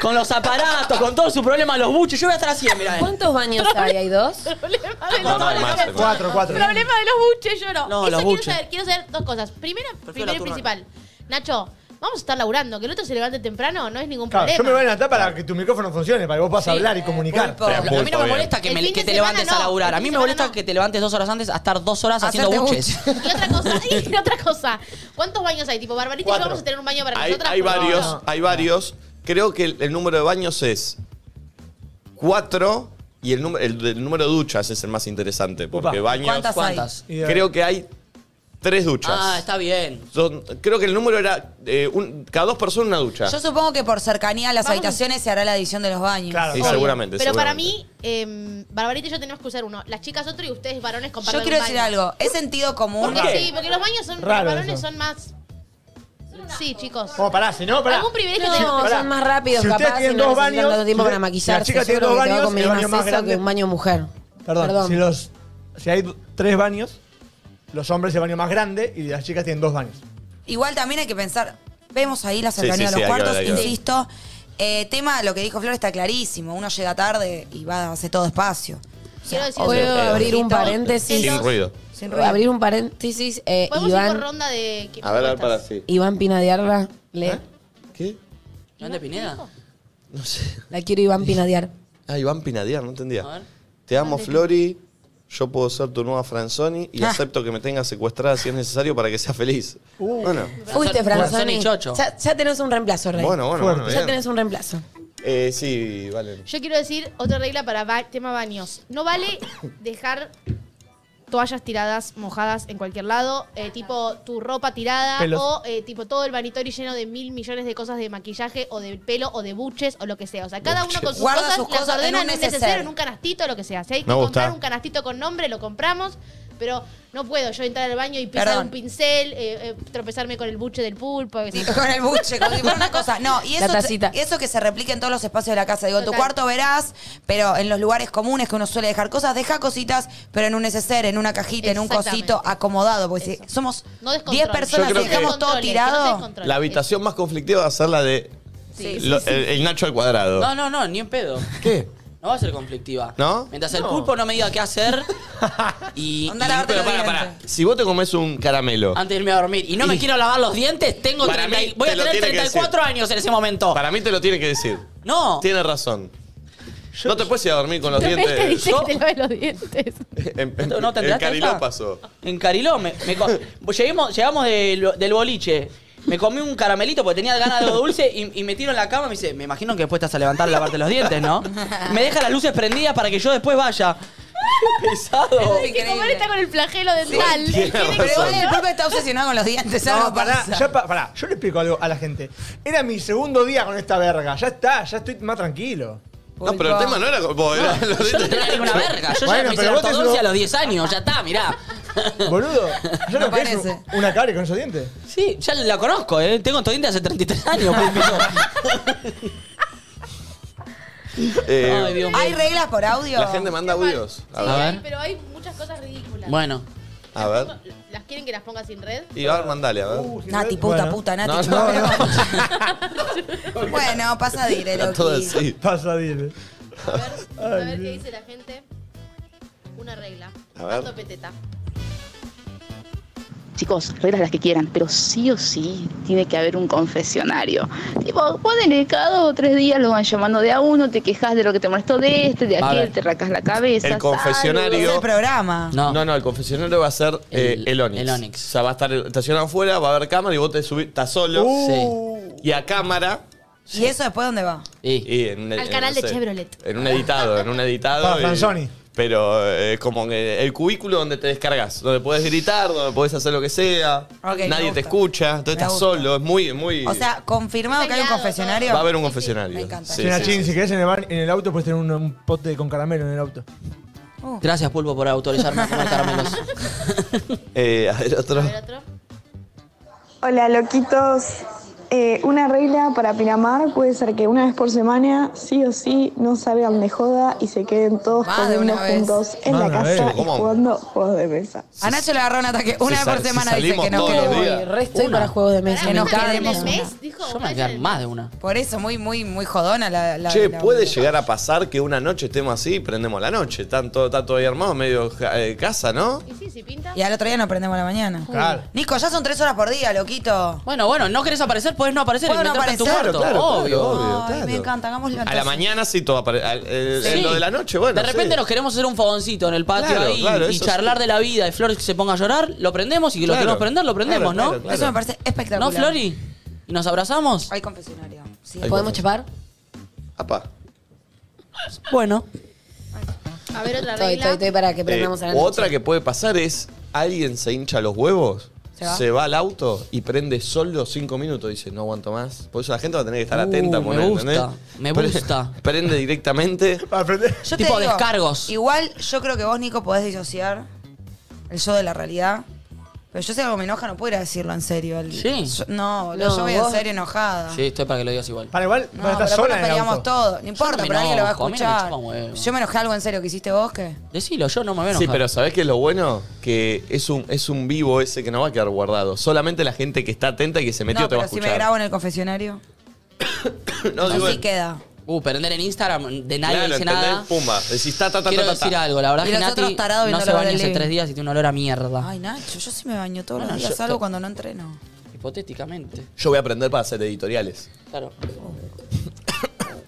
Speaker 3: Con los aparatos, con todo su problema, los buches. Yo voy a estar así, mirá. eh.
Speaker 4: ¿Cuántos baños hay? ¿Hay dos?
Speaker 6: problema de
Speaker 1: No, no, hay
Speaker 6: los
Speaker 1: más, hay más.
Speaker 5: Cuatro, cuatro.
Speaker 6: problema de los buches, yo no.
Speaker 3: No,
Speaker 6: Eso
Speaker 3: los
Speaker 6: quiero
Speaker 3: buches.
Speaker 6: saber, quiero saber dos cosas. Primera, primero
Speaker 3: la
Speaker 6: y
Speaker 3: turra.
Speaker 6: principal. Nacho, vamos a estar laburando, que el otro se levante temprano, no es ningún
Speaker 5: Claro,
Speaker 6: problema.
Speaker 5: yo me voy a Natal para que tu micrófono funcione, para que vos puedas
Speaker 6: Sí.
Speaker 5: hablar y comunicar.
Speaker 2: Pulpo.
Speaker 1: Pero-
Speaker 3: A mí no me
Speaker 1: Bien.
Speaker 3: molesta que,
Speaker 6: El
Speaker 3: me-
Speaker 6: fin
Speaker 3: que
Speaker 6: de
Speaker 3: te
Speaker 6: semana
Speaker 3: levantes
Speaker 6: no,
Speaker 3: a laburar. A
Speaker 6: el
Speaker 3: mí
Speaker 6: fin
Speaker 3: me
Speaker 6: de
Speaker 3: molesta
Speaker 6: semana no.
Speaker 3: que te levantes dos horas antes a estar dos horas
Speaker 2: Hacerte
Speaker 3: haciendo buches. Ah,
Speaker 6: Y otra cosa, y otra cosa. ¿Cuántos baños hay? Tipo, Barbarita y yo
Speaker 5: Cuatro.
Speaker 6: vamos a tener un baño para
Speaker 1: Hay,
Speaker 6: nosotras.
Speaker 1: hay
Speaker 6: por
Speaker 1: varios,
Speaker 6: favor.
Speaker 1: hay varios. Creo que el, el número de baños es cuatro y el, número- el, el número de duchas es el más interesante. Porque
Speaker 5: Upa.
Speaker 1: baños.
Speaker 2: ¿Cuántas hay?
Speaker 3: ¿Cuántas?
Speaker 5: Y, eh,
Speaker 1: Creo que hay tres duchas.
Speaker 3: Ah, está bien.
Speaker 1: Son- creo que el número era eh, un- cada dos personas una ducha.
Speaker 2: Yo supongo que por cercanía a las
Speaker 6: Vamos.
Speaker 2: habitaciones se hará la edición de los baños.
Speaker 5: Claro.
Speaker 1: Sí,
Speaker 6: Obvio.
Speaker 1: seguramente.
Speaker 6: Pero para
Speaker 1: seguramente.
Speaker 6: mí, eh, Barbarita y yo tenemos que usar uno. Las chicas otro y ustedes varones comparten
Speaker 2: Yo quiero
Speaker 6: un
Speaker 2: decir
Speaker 6: baño.
Speaker 2: algo. Es sentido común.
Speaker 6: Porque sí, porque los baños son.
Speaker 5: Raro
Speaker 6: los varones
Speaker 5: eso.
Speaker 6: son más. Sí, chicos.
Speaker 5: Oh, pará, si no, pará.
Speaker 6: Algún privilegio
Speaker 4: No,
Speaker 6: tenemos.
Speaker 5: pará.
Speaker 4: son más rápidos,
Speaker 5: Si ustedes
Speaker 4: capaz.
Speaker 5: tienen
Speaker 4: y no
Speaker 5: dos
Speaker 4: necesitan
Speaker 5: baños,
Speaker 4: tanto tiempo
Speaker 5: si-
Speaker 4: para
Speaker 5: si la
Speaker 4: maquillarse.
Speaker 5: chica tiene
Speaker 4: Yo creo que te
Speaker 5: dos
Speaker 4: va a
Speaker 5: baños,
Speaker 4: convenir
Speaker 5: el baño más
Speaker 4: eso
Speaker 5: grande-
Speaker 4: que un baño mujer.
Speaker 5: Perdón, Si, los, si hay tres baños, los hombres el baño más grande y las chicas tienen dos baños.
Speaker 2: Igual también hay que pensar. Vemos ahí la
Speaker 1: Sí,
Speaker 2: cercanía
Speaker 1: sí,
Speaker 2: de
Speaker 1: sí,
Speaker 2: los
Speaker 1: hay que
Speaker 2: cuartos,
Speaker 1: ver, hay que ver.
Speaker 2: insisto. Eh, tema, lo que dijo Flor está clarísimo. Uno llega tarde y va a hacer todo espacio.
Speaker 6: Quiero decir-
Speaker 4: ¿Puedo
Speaker 1: eh,
Speaker 4: abrir un
Speaker 1: Entonces-
Speaker 4: paréntesis?
Speaker 1: Sin ruido.
Speaker 2: Sin ruido.
Speaker 4: Abrir un paréntesis. eh,
Speaker 6: Podemos ir por
Speaker 4: Iván,
Speaker 6: ronda de.
Speaker 1: A ver, a ver, para
Speaker 6: propuestas.
Speaker 1: sí.
Speaker 4: Iván Pinadiarla. Le,
Speaker 1: ¿Eh? ¿Qué?
Speaker 3: ¿No de Pineda?
Speaker 1: No sé.
Speaker 4: La quiero Iván Pinadiar.
Speaker 1: Ah, Iván Pinadiar, no entendía.
Speaker 3: A ver.
Speaker 1: Te amo, Flori. Yo puedo ser tu nueva Franzoni y
Speaker 2: Ah.
Speaker 1: acepto que me tengas secuestrada si es necesario para que seas feliz. Bueno,
Speaker 4: Fuiste, Franzoni.
Speaker 3: Franzoni Chocho.
Speaker 4: Ya, ya tenés un reemplazo, Rey.
Speaker 1: bueno, bueno.
Speaker 5: Fuerte.
Speaker 1: bien.
Speaker 4: ya tenés un reemplazo.
Speaker 1: Eh, sí, vale.
Speaker 6: Yo quiero decir otra regla para ba- tema baños. No vale dejar toallas tiradas, mojadas en cualquier lado, eh, tipo tu ropa tirada
Speaker 5: Pelos.
Speaker 6: o eh, tipo todo el vanitorio lleno de mil millones de cosas de maquillaje o de pelo o de buches o lo que sea. O sea, cada uno con sus
Speaker 2: Guarda
Speaker 6: cosas,
Speaker 2: sus
Speaker 6: las
Speaker 2: cosas en
Speaker 6: ordena
Speaker 2: un
Speaker 6: en un
Speaker 2: neceser.
Speaker 6: neceser, en un canastito, lo que sea. Si hay que
Speaker 1: Me gusta.
Speaker 6: comprar un canastito con nombre, lo compramos, pero no puedo yo entrar al baño y pisar
Speaker 2: Perdón.
Speaker 6: un pincel, eh, eh, tropezarme con el buche del pulpo. que sé yo.
Speaker 2: con el buche, como si fuera una cosa. No, y
Speaker 4: La
Speaker 2: eso,
Speaker 4: tacita.
Speaker 2: y eso que se replique en todos los espacios de la casa. Digo, en tu
Speaker 6: Total.
Speaker 2: cuarto verás, pero en los lugares comunes que uno suele dejar cosas, deja cositas, pero en un neceser, en una cajita, en un
Speaker 6: Exactamente.
Speaker 2: cosito acomodado. Porque si somos
Speaker 6: No
Speaker 2: 10
Speaker 6: descontroles.
Speaker 2: personas
Speaker 1: Yo creo
Speaker 2: y dejamos
Speaker 6: que-
Speaker 2: todo
Speaker 6: Descontroles, que no
Speaker 2: tirado.
Speaker 6: descontroles.
Speaker 1: La habitación más conflictiva va a ser la de lo- El, el Nacho al cuadrado.
Speaker 3: No, no, no, ni en pedo.
Speaker 1: ¿Qué?
Speaker 3: No va a ser conflictiva.
Speaker 1: ¿No?
Speaker 3: Mientras el pulpo no me diga qué hacer. Y.
Speaker 2: Andá a
Speaker 3: y-
Speaker 2: lavarte
Speaker 3: pero
Speaker 2: los
Speaker 3: para,
Speaker 2: dientes.
Speaker 3: para.
Speaker 1: Si vos te comes un caramelo,
Speaker 3: Antes de irme a dormir. Y no me
Speaker 1: Y-
Speaker 3: quiero lavar los dientes, tengo
Speaker 1: Para
Speaker 3: 30 y-
Speaker 1: mí,
Speaker 3: Voy a
Speaker 1: te lo
Speaker 3: tener
Speaker 1: tiene que
Speaker 3: 34 años en ese momento.
Speaker 1: para mí te lo tiene que decir.
Speaker 3: No.
Speaker 1: Tiene razón. no te puedes ir a dormir con los
Speaker 6: Te
Speaker 1: dientes.
Speaker 6: dice que te laves los dientes.
Speaker 1: En,
Speaker 3: ¿No te- no te
Speaker 1: en
Speaker 3: enteraste
Speaker 1: Cariló
Speaker 3: esta?
Speaker 1: pasó.
Speaker 3: En Cariló. Me, me co- pues Lleguemos- llegamos del, del boliche. Me comí un caramelito porque tenía ganas de algo dulce y, y me tiro en la cama y me dice, me imagino que después te vas a levantar a lavarte los dientes, ¿no? Me deja las luces prendidas para que yo después vaya. Qué pesado.
Speaker 2: Es
Speaker 6: Que comer
Speaker 2: increíble.
Speaker 6: está con el flagelo dental.
Speaker 1: tiene
Speaker 2: Pero
Speaker 1: razón.
Speaker 2: igual el pulpo está obsesionado con los dientes, algo
Speaker 5: No, pará,
Speaker 2: pasa.
Speaker 5: ya pa- pará, yo le explico algo a la gente. Era mi segundo día con esta verga, ya está, ya estoy más tranquilo.
Speaker 1: No, pero el tema no era con vos, era los
Speaker 3: Yo no
Speaker 1: dientes.
Speaker 3: tenía ninguna verga. Yo
Speaker 5: Bueno,
Speaker 3: ya me hice
Speaker 5: pero
Speaker 3: la
Speaker 5: vos te
Speaker 3: ortodoncia
Speaker 5: lo-
Speaker 3: a los 10 años. Ya está, mirá.
Speaker 5: Boludo, yo
Speaker 2: No
Speaker 5: no querés
Speaker 2: parece.
Speaker 5: un- una cabre con esos dientes.
Speaker 3: Sí, ya la conozco. eh. Tengo estos dientes hace 33 años. pues,
Speaker 1: Eh,
Speaker 3: Ay, Dios mío.
Speaker 2: ¿Hay reglas por audio?
Speaker 1: la gente manda audios. A
Speaker 6: Sí,
Speaker 1: ver.
Speaker 3: ver.
Speaker 6: hay- pero hay muchas cosas ridículas.
Speaker 3: Bueno.
Speaker 1: A ver.
Speaker 6: Las pongo- ¿Las quieren que las ponga sin red?
Speaker 1: Y a ver, mandale, a ver.
Speaker 2: Uh, Nati, puta,
Speaker 5: Bueno.
Speaker 2: puta, Nati.
Speaker 1: No,
Speaker 2: chau.
Speaker 1: no,
Speaker 2: Bueno, pasa de ir,
Speaker 1: Está todo
Speaker 2: Eloqui.
Speaker 1: así.
Speaker 5: Pasa, dile.
Speaker 6: A ver, a
Speaker 5: Ay,
Speaker 6: ver qué
Speaker 5: Dios.
Speaker 6: dice la gente. Una regla.
Speaker 1: A ver.
Speaker 6: Tanto peteta.
Speaker 7: chicos, reglas las que quieran, pero sí o sí tiene que haber un confesionario. Tipo, ponele cada o tres días lo van llamando de a uno, te quejas de lo que te molestó de este, de
Speaker 3: A
Speaker 7: aquel,
Speaker 3: ver.
Speaker 7: te racas la cabeza.
Speaker 1: El
Speaker 7: sal-
Speaker 1: confesionario.
Speaker 2: Es el Este programa.
Speaker 3: No.
Speaker 1: No, no, el confesionario va a ser eh, el,
Speaker 3: El-
Speaker 1: Onix.
Speaker 3: el Onix.
Speaker 1: O sea, va a estar estacionado afuera, va a haber cámara y vos te subís, estás solo.
Speaker 5: Uh,
Speaker 1: Y a cámara.
Speaker 2: ¿Y eso después dónde va?
Speaker 3: Sí.
Speaker 1: Y en,
Speaker 6: Al
Speaker 1: en,
Speaker 6: canal
Speaker 1: no
Speaker 6: de Chevrolet.
Speaker 1: En un editado, en un editado.
Speaker 5: Para
Speaker 1: y-
Speaker 5: Franzoni.
Speaker 1: Pero eh, es como que el cubículo donde te descargas, donde podés gritar, donde podés hacer lo que sea.
Speaker 2: Ok, me
Speaker 1: nadie
Speaker 2: gusta.
Speaker 1: te escucha, entonces
Speaker 2: Me
Speaker 1: estás
Speaker 2: gusta.
Speaker 1: solo, es muy, muy.
Speaker 2: O sea, confirmado que hay un
Speaker 6: Peleado,
Speaker 2: confesionario.
Speaker 1: va a haber un confesionario.
Speaker 2: me encanta.
Speaker 1: Sí,
Speaker 5: China
Speaker 1: sí,
Speaker 5: Chin,
Speaker 1: sí.
Speaker 5: si querés en el, ban- en el auto puedes tener un, un pote con caramelo en el auto.
Speaker 3: Gracias, Pulpo, por autorizarme a comer caramelos.
Speaker 1: Eh, a ver, otro.
Speaker 6: A ver, otro.
Speaker 8: Hola, loquitos. Eh, una regla para Pinamar puede ser que una vez por semana, sí o sí, no salgan de joda y se queden todos
Speaker 2: Más de una
Speaker 8: comiendo
Speaker 2: vez.
Speaker 8: juntos en
Speaker 5: Más
Speaker 8: la
Speaker 5: de una
Speaker 8: casa
Speaker 1: vez.
Speaker 8: y
Speaker 1: ¿Cómo?
Speaker 8: jugando juegos de mesa.
Speaker 2: A Nacho le agarró un ataque. Una
Speaker 1: Si
Speaker 2: vez
Speaker 1: sal-
Speaker 2: por semana
Speaker 1: si
Speaker 2: dice que
Speaker 1: salimos
Speaker 2: no
Speaker 1: todos los
Speaker 2: queremos.
Speaker 1: días.
Speaker 4: Uy, re estoy para juegos de mesa.
Speaker 6: Pará,
Speaker 2: Que nos
Speaker 6: ¿me
Speaker 2: queden
Speaker 6: en el
Speaker 2: una.
Speaker 6: mes? Dijo,
Speaker 3: Yo
Speaker 6: una
Speaker 3: me
Speaker 6: vez en
Speaker 3: quedan
Speaker 6: el
Speaker 3: más
Speaker 6: mes.
Speaker 3: de una.
Speaker 2: Por eso, muy, muy, muy jodona la. la
Speaker 1: Che,
Speaker 2: la-
Speaker 1: puede llegar a pasar que una noche estemos así y prendemos la noche. Tanto, tanto ahí armado, medio ja- eh, casa, ¿no?
Speaker 6: Y sí, si pinta.
Speaker 2: Y al otro día no prendemos la mañana.
Speaker 5: Claro.
Speaker 2: Nico, ya son tres horas por día, loquito.
Speaker 3: Bueno, bueno, no querés aparecer, podés no aparecer.
Speaker 2: Puedo
Speaker 3: y
Speaker 2: no
Speaker 3: meterte en tu
Speaker 2: aparecer.
Speaker 3: cuarto.
Speaker 1: Claro, claro,
Speaker 3: obvio.
Speaker 1: claro. Obvio,
Speaker 2: Ay, me encanta, hagámoslo
Speaker 1: A la
Speaker 2: entonces.
Speaker 1: mañana sí todo apare- al- el- en
Speaker 3: Sí.
Speaker 1: lo de la noche, bueno.
Speaker 3: De repente
Speaker 1: sí.
Speaker 3: nos queremos hacer un fogoncito en el patio
Speaker 1: Claro,
Speaker 3: ahí
Speaker 1: claro,
Speaker 3: y
Speaker 1: eso
Speaker 3: charlar
Speaker 1: sí.
Speaker 3: de la vida. Y Flor que se ponga a llorar, lo prendemos y que
Speaker 1: Claro.
Speaker 3: lo queremos prender, lo prendemos,
Speaker 1: Claro,
Speaker 3: ¿no?
Speaker 1: claro,
Speaker 2: Eso me parece espectacular.
Speaker 3: ¿No, Flori? ¿Y nos abrazamos?
Speaker 2: Hay confesionario. Sí.
Speaker 1: Ay,
Speaker 4: ¿Podemos
Speaker 1: por
Speaker 4: chapar?
Speaker 1: Apa.
Speaker 3: Bueno.
Speaker 6: A ver, otra
Speaker 4: Estoy, estoy,
Speaker 6: regla.
Speaker 4: estoy para que prendamos
Speaker 1: Eh,
Speaker 4: a la noche.
Speaker 1: otra que puede pasar es alguien se hincha los huevos, se
Speaker 2: Se
Speaker 1: va,
Speaker 2: va.
Speaker 1: al auto y prende solo cinco minutos. Dice, no aguanto más. Por eso la gente va a tener que estar
Speaker 3: Uh,
Speaker 1: atenta.
Speaker 3: me
Speaker 1: ponele,
Speaker 3: gusta,
Speaker 1: ¿entendés?
Speaker 3: me
Speaker 1: Pre-
Speaker 3: gusta.
Speaker 1: Prende directamente.
Speaker 5: Para aprender.
Speaker 2: Yo
Speaker 3: Tipo descargos.
Speaker 2: Igual yo creo que vos, Nico, podés disociar el yo de la realidad. Pero yo si algo me enoja no puedo ir a decirlo en serio. El-
Speaker 3: Sí.
Speaker 2: yo- no, boludo,
Speaker 4: No,
Speaker 2: yo voy
Speaker 4: vos-
Speaker 2: en serio enojada.
Speaker 3: Sí, estoy para que lo digas igual.
Speaker 5: Para igual,
Speaker 2: No,
Speaker 5: para estar
Speaker 2: pero
Speaker 5: sola
Speaker 2: sola
Speaker 5: en el
Speaker 2: peleamos
Speaker 5: auto.
Speaker 2: todo. No importa,
Speaker 3: no me
Speaker 2: pero alguien lo va a
Speaker 3: enojo, a mí no me
Speaker 2: escuchar.
Speaker 3: chupa un huevo.
Speaker 2: Yo me enojé algo en serio que hiciste vos, ¿qué?
Speaker 3: Decilo, yo no me voy a
Speaker 1: Sí,
Speaker 3: enojar.
Speaker 1: pero ¿sabés qué es lo bueno? Que es un, es un vivo ese que no va a quedar guardado. Solamente la gente que está atenta y que se metió
Speaker 2: no,
Speaker 1: te va a
Speaker 2: pero si
Speaker 1: escuchar.
Speaker 2: me grabo en el confesionario,
Speaker 1: no, digo,
Speaker 2: así queda.
Speaker 3: Uh, prender en Instagram, de nadie
Speaker 1: claro,
Speaker 3: dice
Speaker 1: ¿entendés?
Speaker 3: nada.
Speaker 1: Pumba. Decís ta, ta, ta,
Speaker 3: Quiero
Speaker 1: ta, ta, ta.
Speaker 3: decir algo, la verdad
Speaker 2: Y
Speaker 3: que
Speaker 2: los otros
Speaker 3: Nati
Speaker 2: tarados
Speaker 3: no
Speaker 2: viendo
Speaker 3: se
Speaker 2: la
Speaker 3: baña
Speaker 2: del
Speaker 3: hace
Speaker 2: living.
Speaker 3: tres días y tiene un olor a mierda.
Speaker 2: Ay, Nacho, yo sí me baño todos
Speaker 3: Bueno,
Speaker 2: los días,
Speaker 3: yo-
Speaker 2: salvo cuando no entreno.
Speaker 3: Hipotéticamente.
Speaker 1: Yo voy a aprender para hacer editoriales.
Speaker 3: Claro.